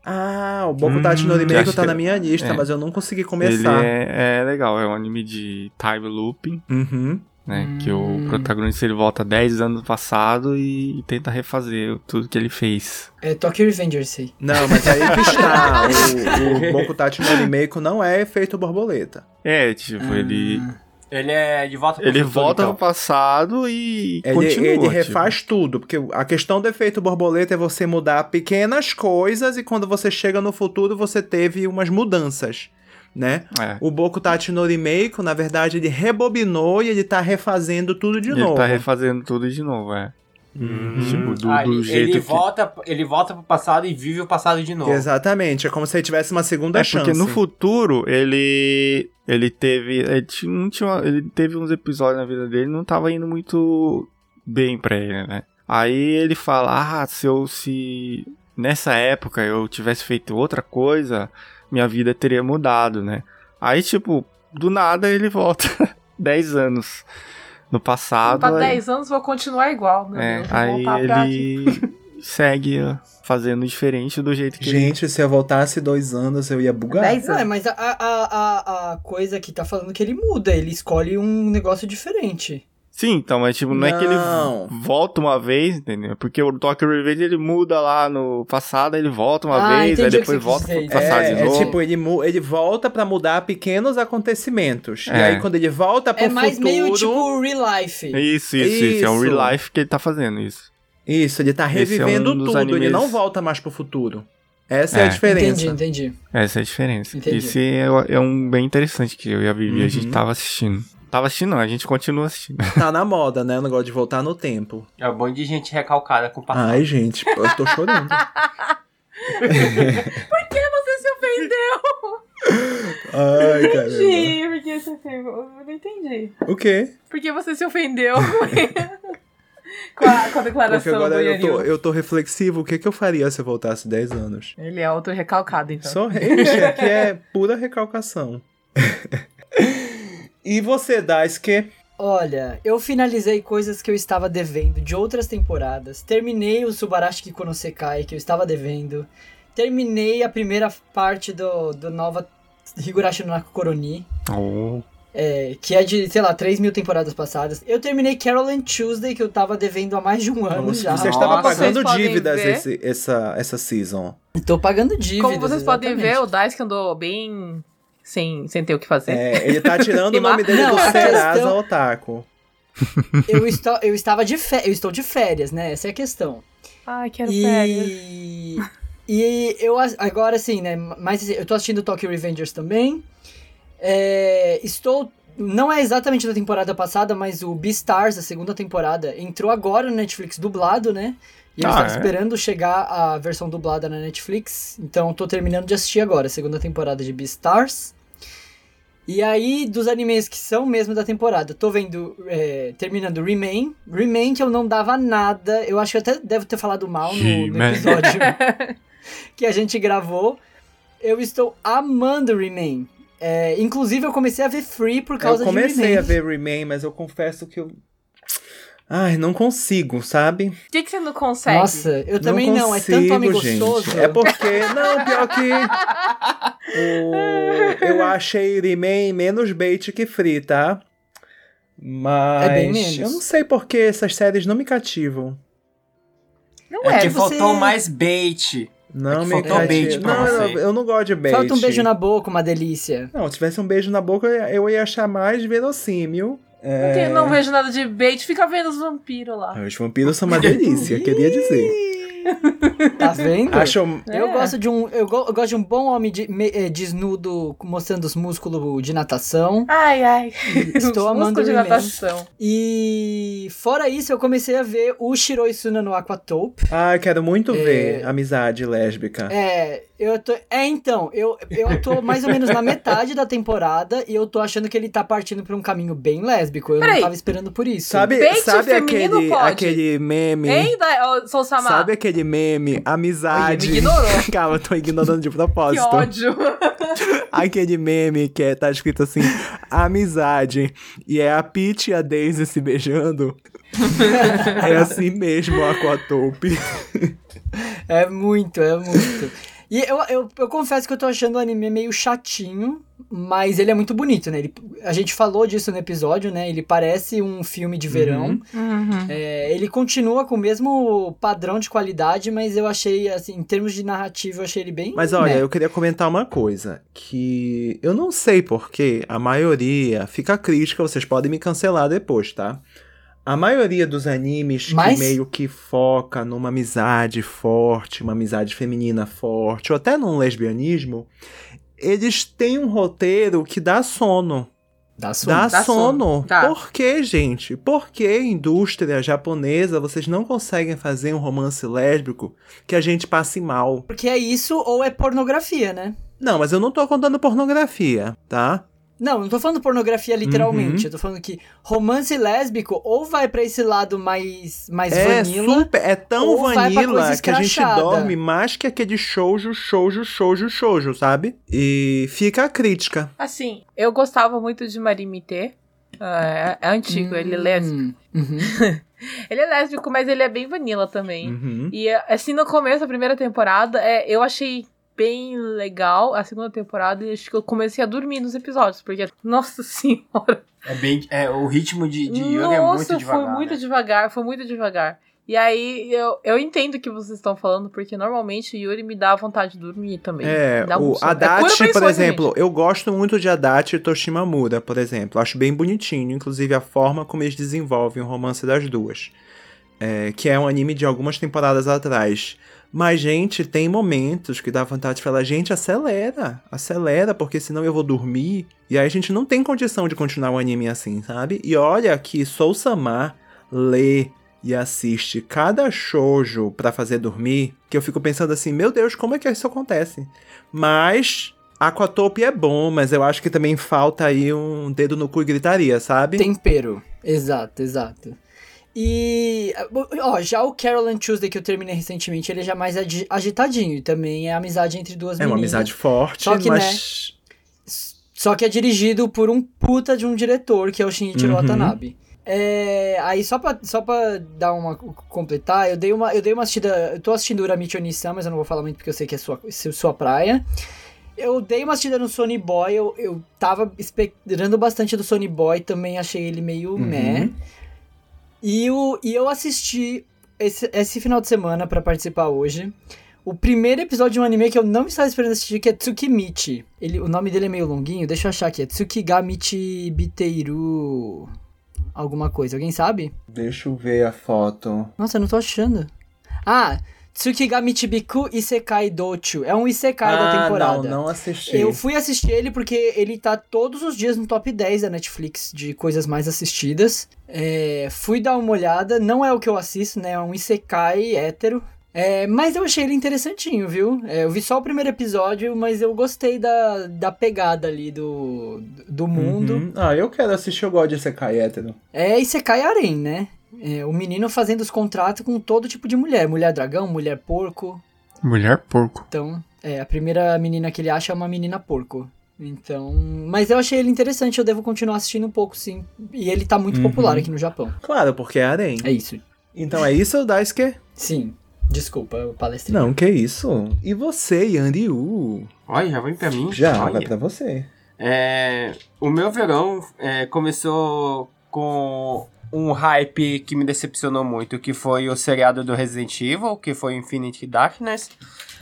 [SPEAKER 4] Ah, o Bokutachi no
[SPEAKER 2] Hum,
[SPEAKER 4] Remake
[SPEAKER 2] acho
[SPEAKER 4] tá
[SPEAKER 2] que-
[SPEAKER 4] na minha lista,
[SPEAKER 2] é.
[SPEAKER 4] mas eu não consegui
[SPEAKER 2] Ele
[SPEAKER 4] começar.
[SPEAKER 2] é, é legal, é um anime de time looping,
[SPEAKER 4] Uhum.
[SPEAKER 2] né? Que o protagonista ele volta 10 anos no passado e, e tenta refazer tudo que ele fez.
[SPEAKER 5] É Tokyo Revengers, sei.
[SPEAKER 4] Não, mas aí que
[SPEAKER 2] Ah,
[SPEAKER 4] está. o, o Bokutachi no Remake não é efeito borboleta.
[SPEAKER 2] É, tipo, ele
[SPEAKER 1] Ele é de
[SPEAKER 4] Tá
[SPEAKER 1] volta pro
[SPEAKER 2] Ele
[SPEAKER 1] futuro,
[SPEAKER 2] volta
[SPEAKER 1] então.
[SPEAKER 2] no passado e
[SPEAKER 4] Ele,
[SPEAKER 2] continua.
[SPEAKER 4] ele
[SPEAKER 2] tipo.
[SPEAKER 4] refaz tudo, porque a questão do efeito borboleta é você mudar pequenas coisas e quando você chega no futuro você teve umas mudanças, né?
[SPEAKER 2] É.
[SPEAKER 4] O Bokutachi no Remake, na verdade, ele rebobinou e ele tá refazendo tudo de
[SPEAKER 2] ele
[SPEAKER 4] novo.
[SPEAKER 2] tá refazendo tudo de novo, é.
[SPEAKER 1] Hum.
[SPEAKER 2] Tipo, do,
[SPEAKER 1] Aí
[SPEAKER 2] do jeito
[SPEAKER 1] Ah, ele
[SPEAKER 2] que...
[SPEAKER 1] volta, ele volta pro passado e vive o passado de novo.
[SPEAKER 4] Exatamente, é como se ele tivesse uma segunda
[SPEAKER 2] É
[SPEAKER 4] chance.
[SPEAKER 2] porque no futuro ele ele teve ele ti- não tinha ele teve uns episódios na vida dele não tava indo muito bem pra ele, né? Aí ele fala: "Ah, se eu se nessa época eu tivesse feito outra coisa, minha vida teria mudado, né?" Aí tipo, do nada ele volta 10 anos no passado.
[SPEAKER 3] Pra
[SPEAKER 2] aí-
[SPEAKER 3] 10 anos vou continuar igual, meu
[SPEAKER 2] É,
[SPEAKER 3] Deus. Vou
[SPEAKER 2] aí
[SPEAKER 3] né? voltar pra tipo aqui.
[SPEAKER 2] ele segue ó, fazendo diferente do jeito que ele...
[SPEAKER 4] Gente, se eu voltasse dois anos, eu ia bugar.
[SPEAKER 3] Dez
[SPEAKER 5] Ué, é, mas a, a, a, a coisa que tá falando que ele muda, ele escolhe um negócio diferente.
[SPEAKER 2] Sim, então, mas tipo, não, é que
[SPEAKER 4] Não.
[SPEAKER 2] ele volta uma vez, entendeu? Porque o Tokyo Revenge ele muda lá no passado, ele volta uma
[SPEAKER 5] Ah,
[SPEAKER 2] vez,
[SPEAKER 5] entendi
[SPEAKER 2] aí
[SPEAKER 5] o que
[SPEAKER 2] depois
[SPEAKER 5] você
[SPEAKER 2] volta
[SPEAKER 5] quis
[SPEAKER 2] pro
[SPEAKER 5] dizer.
[SPEAKER 2] passado
[SPEAKER 4] é,
[SPEAKER 2] de
[SPEAKER 4] é
[SPEAKER 2] novo.
[SPEAKER 4] tipo, ele, mu- ele volta pra mudar pequenos acontecimentos. E
[SPEAKER 2] É.
[SPEAKER 4] aí, quando ele volta pro
[SPEAKER 5] É mais
[SPEAKER 4] futuro...
[SPEAKER 5] meio tipo real life.
[SPEAKER 2] Isso, isso, isso, É um
[SPEAKER 4] Isso.
[SPEAKER 2] real life que ele tá fazendo isso.
[SPEAKER 4] Isso, ele tá
[SPEAKER 2] Esse é um
[SPEAKER 4] revivendo
[SPEAKER 2] dos
[SPEAKER 4] tudo. Ele
[SPEAKER 2] animes-
[SPEAKER 4] não volta mais pro futuro. Essa é, a
[SPEAKER 2] É.
[SPEAKER 4] diferença.
[SPEAKER 5] Entendi, entendi.
[SPEAKER 2] Essa é a diferença.
[SPEAKER 5] Entendi.
[SPEAKER 2] Esse é, é um bem interessante que eu e a Vivi, a gente
[SPEAKER 4] Uhum.
[SPEAKER 2] tava assistindo. tava assistindo, não. A gente continua assistindo.
[SPEAKER 4] Tá na moda, né? O negócio de voltar no tempo.
[SPEAKER 1] É um monte de gente recalcada com o passado.
[SPEAKER 4] Ai, gente, eu tô chorando.
[SPEAKER 3] Por que você se ofendeu?
[SPEAKER 4] Ai, caramba.
[SPEAKER 3] Entendi, por que você se ofendeu? Eu não entendi.
[SPEAKER 4] O quê?
[SPEAKER 3] Por que você se ofendeu com, a, com a
[SPEAKER 4] Porque
[SPEAKER 3] declaração do
[SPEAKER 4] agora eu tô,
[SPEAKER 3] Yanil?
[SPEAKER 4] eu tô reflexivo. O que, que eu faria se eu voltasse 10 anos?
[SPEAKER 3] Ele é outro recalcado, então.
[SPEAKER 4] Só isso aqui é pura recalcação. e você, Daisuke?
[SPEAKER 5] Olha, eu finalizei coisas que eu estava devendo de outras temporadas. Terminei o Subarashi Kikonosekai, que eu estava devendo. Terminei a primeira parte do, do nova Higurashi no Naku Koroni,
[SPEAKER 2] Oh,
[SPEAKER 5] é, que é de, sei lá, 3 mil temporadas passadas. Eu terminei Carol and Tuesday, que eu estava devendo há mais de um ano
[SPEAKER 4] Nossa,
[SPEAKER 5] já.
[SPEAKER 4] Você estava
[SPEAKER 1] Nossa,
[SPEAKER 4] pagando
[SPEAKER 3] vocês podem
[SPEAKER 4] dívidas
[SPEAKER 3] ver.
[SPEAKER 4] esse- essa, essa season.
[SPEAKER 5] Tô pagando dívidas.
[SPEAKER 3] Como vocês podem ver,
[SPEAKER 5] exatamente.
[SPEAKER 3] o Dice que andou bem sem, sem ter o que fazer.
[SPEAKER 4] É, ele tá tirando o
[SPEAKER 3] E lá-
[SPEAKER 4] nome dele
[SPEAKER 5] Não,
[SPEAKER 4] do
[SPEAKER 5] a
[SPEAKER 4] Serasa
[SPEAKER 5] questão-
[SPEAKER 4] Otaku.
[SPEAKER 5] eu, estou, eu estava de fe- eu estou de férias, né? Essa é a questão.
[SPEAKER 3] Ai, quero férias.
[SPEAKER 5] E, e eu as- agora sim, né? Mas assim, eu tô assistindo Tokyo Revengers também. É, estou. Não é exatamente da temporada passada, mas o Beastars, a segunda temporada, entrou agora no Netflix dublado, né? E eu
[SPEAKER 2] Ah,
[SPEAKER 5] estava
[SPEAKER 2] é?
[SPEAKER 5] esperando chegar a versão dublada na Netflix. Então tô terminando de assistir agora, a segunda temporada de Beastars. E aí, dos animes que são mesmo da temporada, tô vendo, é, terminando Remain. Remain que eu não dava nada, eu acho que eu até devo ter falado mal no, no
[SPEAKER 2] He-Man.
[SPEAKER 5] episódio que a gente gravou. Eu estou amando Remain. É, inclusive, eu comecei a ver Free por
[SPEAKER 4] Eu
[SPEAKER 5] causa de
[SPEAKER 4] comecei
[SPEAKER 5] Remain.
[SPEAKER 4] a ver Remain, mas eu confesso que eu. Ai, não consigo, sabe?
[SPEAKER 3] O que, que você não consegue?
[SPEAKER 5] Nossa, eu também não, é tanto
[SPEAKER 4] consigo,
[SPEAKER 5] homem gostoso.
[SPEAKER 4] É porque. Não, pior que. o- Eu achei Remain menos bait que Free, tá? Mas.
[SPEAKER 5] É bem menos.
[SPEAKER 4] Eu não sei por que essas séries não me cativam.
[SPEAKER 3] Não
[SPEAKER 1] É
[SPEAKER 3] é.
[SPEAKER 1] que
[SPEAKER 5] você-
[SPEAKER 1] faltou mais bait.
[SPEAKER 4] Não
[SPEAKER 1] É que
[SPEAKER 4] me
[SPEAKER 1] faltou
[SPEAKER 4] cativam.
[SPEAKER 1] bait pra
[SPEAKER 4] não, eu,
[SPEAKER 1] você.
[SPEAKER 4] eu não gosto de bait.
[SPEAKER 5] Falta um beijo na boca, uma delícia.
[SPEAKER 4] Não, se tivesse um beijo na boca, eu ia- eu ia achar mais verossímil.
[SPEAKER 3] Não,
[SPEAKER 4] É...
[SPEAKER 3] tem- não vejo nada de bait, fica vendo os vampiros lá.
[SPEAKER 4] Ah, Os vampiros são uma delícia, queria dizer.
[SPEAKER 5] Tá vendo?
[SPEAKER 4] Acho.
[SPEAKER 5] Eu
[SPEAKER 3] É.
[SPEAKER 5] gosto de um, eu, go- eu gosto de um bom homem de, me- eh, desnudo mostrando os músculos de natação.
[SPEAKER 3] Ai, ai.
[SPEAKER 5] Estou amando
[SPEAKER 3] Músculo de
[SPEAKER 5] o Remain.
[SPEAKER 3] natação.
[SPEAKER 5] E fora isso, eu comecei a ver o Shiroi Suna no Aquatope.
[SPEAKER 4] Ah, eu quero muito
[SPEAKER 5] É.
[SPEAKER 4] ver Amizade Lésbica.
[SPEAKER 5] É, eu tô. É, então, eu, eu tô mais ou menos na metade da temporada e eu tô achando que ele tá partindo pra um caminho bem lésbico. Eu não
[SPEAKER 3] Peraí.
[SPEAKER 5] tava esperando por isso.
[SPEAKER 4] Sabe,
[SPEAKER 3] Bait
[SPEAKER 4] sabe
[SPEAKER 3] feminino
[SPEAKER 4] aquele,
[SPEAKER 3] pode?
[SPEAKER 4] aquele meme?
[SPEAKER 3] Hein, da... oh, Sou Samar?
[SPEAKER 4] Sabe aquele meme? Amizade.
[SPEAKER 3] Oi, me ignorou.
[SPEAKER 4] Calma, eu tô ignorando de
[SPEAKER 3] que
[SPEAKER 4] propósito.
[SPEAKER 3] ódio.
[SPEAKER 4] Aquele meme que é, tá escrito assim, amizade. E é a Peach e a Daisy se beijando. é assim mesmo a Aquatope.
[SPEAKER 5] É muito, é muito. E eu, eu, eu confesso que eu tô achando o anime meio chatinho, mas ele é muito bonito, né? Ele, a gente falou disso no episódio, né? Ele parece um filme de verão.
[SPEAKER 4] Uhum.
[SPEAKER 3] Uhum.
[SPEAKER 5] É, ele continua com o mesmo padrão de qualidade, mas eu achei, assim, em termos de narrativa, eu achei ele bem.
[SPEAKER 4] Mas olha,
[SPEAKER 5] né?
[SPEAKER 4] eu queria comentar uma coisa, que eu não sei porque a maioria, fica a crítica, vocês podem me cancelar depois, tá? A maioria dos animes
[SPEAKER 5] Mas-
[SPEAKER 4] que meio que foca numa amizade forte, uma amizade feminina forte, ou até num lesbianismo, eles têm um roteiro que dá sono.
[SPEAKER 5] Dá sono.
[SPEAKER 4] Dá,
[SPEAKER 3] dá
[SPEAKER 4] sono.
[SPEAKER 3] sono, tá.
[SPEAKER 4] Por que, gente? Por que indústria japonesa vocês não conseguem fazer um romance lésbico que a gente passe mal?
[SPEAKER 5] Porque é isso ou é pornografia, né?
[SPEAKER 4] Não, mas eu não tô contando pornografia, tá?
[SPEAKER 5] Não, não tô falando pornografia literalmente.
[SPEAKER 4] Uhum.
[SPEAKER 5] Eu tô falando que romance lésbico ou vai pra esse lado mais, mais
[SPEAKER 4] É
[SPEAKER 5] vanilla.
[SPEAKER 4] super, é tão
[SPEAKER 5] ou vai pra
[SPEAKER 4] vanilla
[SPEAKER 5] coisa
[SPEAKER 4] que a gente
[SPEAKER 5] escrachada.
[SPEAKER 4] dorme mais que aquele shoujo, shoujo, shoujo, shoujo, sabe? E fica a crítica.
[SPEAKER 3] Assim, eu gostava muito de Marimite. É, é antigo, ele é lésbico.
[SPEAKER 5] Hum, uhum.
[SPEAKER 3] Ele é lésbico, mas ele é bem vanilla também.
[SPEAKER 4] Uhum.
[SPEAKER 3] E assim, no começo da primeira temporada, é, eu achei bem legal a segunda temporada e acho que eu comecei a dormir nos episódios, porque, nossa senhora.
[SPEAKER 1] É bem. É, o ritmo de, de Yoga é
[SPEAKER 3] nossa,
[SPEAKER 1] muito devagar.
[SPEAKER 3] foi muito
[SPEAKER 1] né?
[SPEAKER 3] devagar, foi muito devagar. E aí, eu, eu entendo o que vocês estão falando, porque normalmente Yuri me dá vontade de dormir também.
[SPEAKER 4] É,
[SPEAKER 3] Me dá um
[SPEAKER 4] o
[SPEAKER 3] sono. É pura
[SPEAKER 4] Adachi, por
[SPEAKER 3] preguiçosa,
[SPEAKER 4] exemplo,
[SPEAKER 3] gente.
[SPEAKER 4] eu gosto muito de Adachi e Toshimamura, por exemplo. Acho bem bonitinho, inclusive a forma como eles desenvolvem o romance das duas. É, que é um anime de algumas temporadas atrás. Mas, gente, tem momentos que dá vontade de falar, gente, acelera, acelera, porque senão eu vou dormir. E aí a gente não tem condição de continuar o anime assim, sabe? E olha que Sou Samar lê e assiste cada shoujo pra fazer dormir, que eu fico pensando assim, meu Deus, como é que isso acontece? Mas Aquatopia é bom, mas eu acho que também falta aí um dedo no cu e gritaria, sabe?
[SPEAKER 5] Tempero. Exato, exato. E, ó, já o Carolyn Tuesday que eu terminei recentemente, ele é já mais agi- agitadinho. e Também é amizade entre duas
[SPEAKER 4] É uma
[SPEAKER 5] meninas.
[SPEAKER 4] amizade forte,
[SPEAKER 5] Só que, né?
[SPEAKER 4] mas
[SPEAKER 5] Só que é dirigido por um puta de um diretor, que é o Shinichiro
[SPEAKER 4] Uhum.
[SPEAKER 5] Watanabe. É, aí só pra, só pra dar uma completar, eu dei uma, eu dei uma assistida, eu tô assistindo Uramichi Onisan, mas eu não vou falar muito porque eu sei que é sua, seu- sua praia. Eu dei uma assistida no Sony Boy, eu, eu tava esperando bastante do Sony Boy, também achei ele meio
[SPEAKER 4] Uhum.
[SPEAKER 5] meh. E, o, e eu assisti esse, esse final de semana pra participar hoje. O primeiro episódio de um anime que eu não estava esperando assistir, que é Tsukimichi. Ele, o nome dele é meio longuinho, deixa eu achar aqui. É Tsukigamichi Biteiru. Alguma coisa, alguém sabe?
[SPEAKER 4] deixa eu ver a foto.
[SPEAKER 5] Nossa, eu não tô achando. Ah, Tsukigamichi Biku Isekai Dochu. É um Isekai da temporada.
[SPEAKER 4] Ah, Não, não assisti.
[SPEAKER 5] Eu fui assistir ele porque ele tá todos os dias no top 10 da Netflix de coisas mais assistidas. É, fui dar uma olhada, não é o que eu assisto, né? É um Isekai hétero. É, mas eu achei ele interessantinho, viu? É, eu vi só o primeiro episódio, mas eu gostei da, da pegada ali do, do mundo.
[SPEAKER 4] Uhum. Ah, eu quero assistir, eu gosto de Sekai hétero.
[SPEAKER 5] É Isekai Arém, né? É, o menino fazendo os contratos com todo tipo de mulher. Mulher dragão, mulher porco,
[SPEAKER 2] Mulher porco.
[SPEAKER 5] Então, é, a primeira menina que ele acha é uma menina porco. Então. Mas eu achei ele interessante, eu devo continuar assistindo um pouco, sim. E ele tá muito
[SPEAKER 4] Uhum.
[SPEAKER 5] popular aqui no Japão.
[SPEAKER 4] Claro, porque é harem.
[SPEAKER 5] É isso.
[SPEAKER 4] Então é isso, Daisuke?
[SPEAKER 5] Sim. Desculpa, eu palestrei.
[SPEAKER 4] Não, que isso. E você, Yanryu?
[SPEAKER 1] Olha, já vem pra mim.
[SPEAKER 4] Já, tá.
[SPEAKER 1] Olha.
[SPEAKER 4] vai pra você.
[SPEAKER 1] É, o meu verão é, começou com um hype que me decepcionou muito, que foi o seriado do Resident Evil, que foi Infinity Darkness.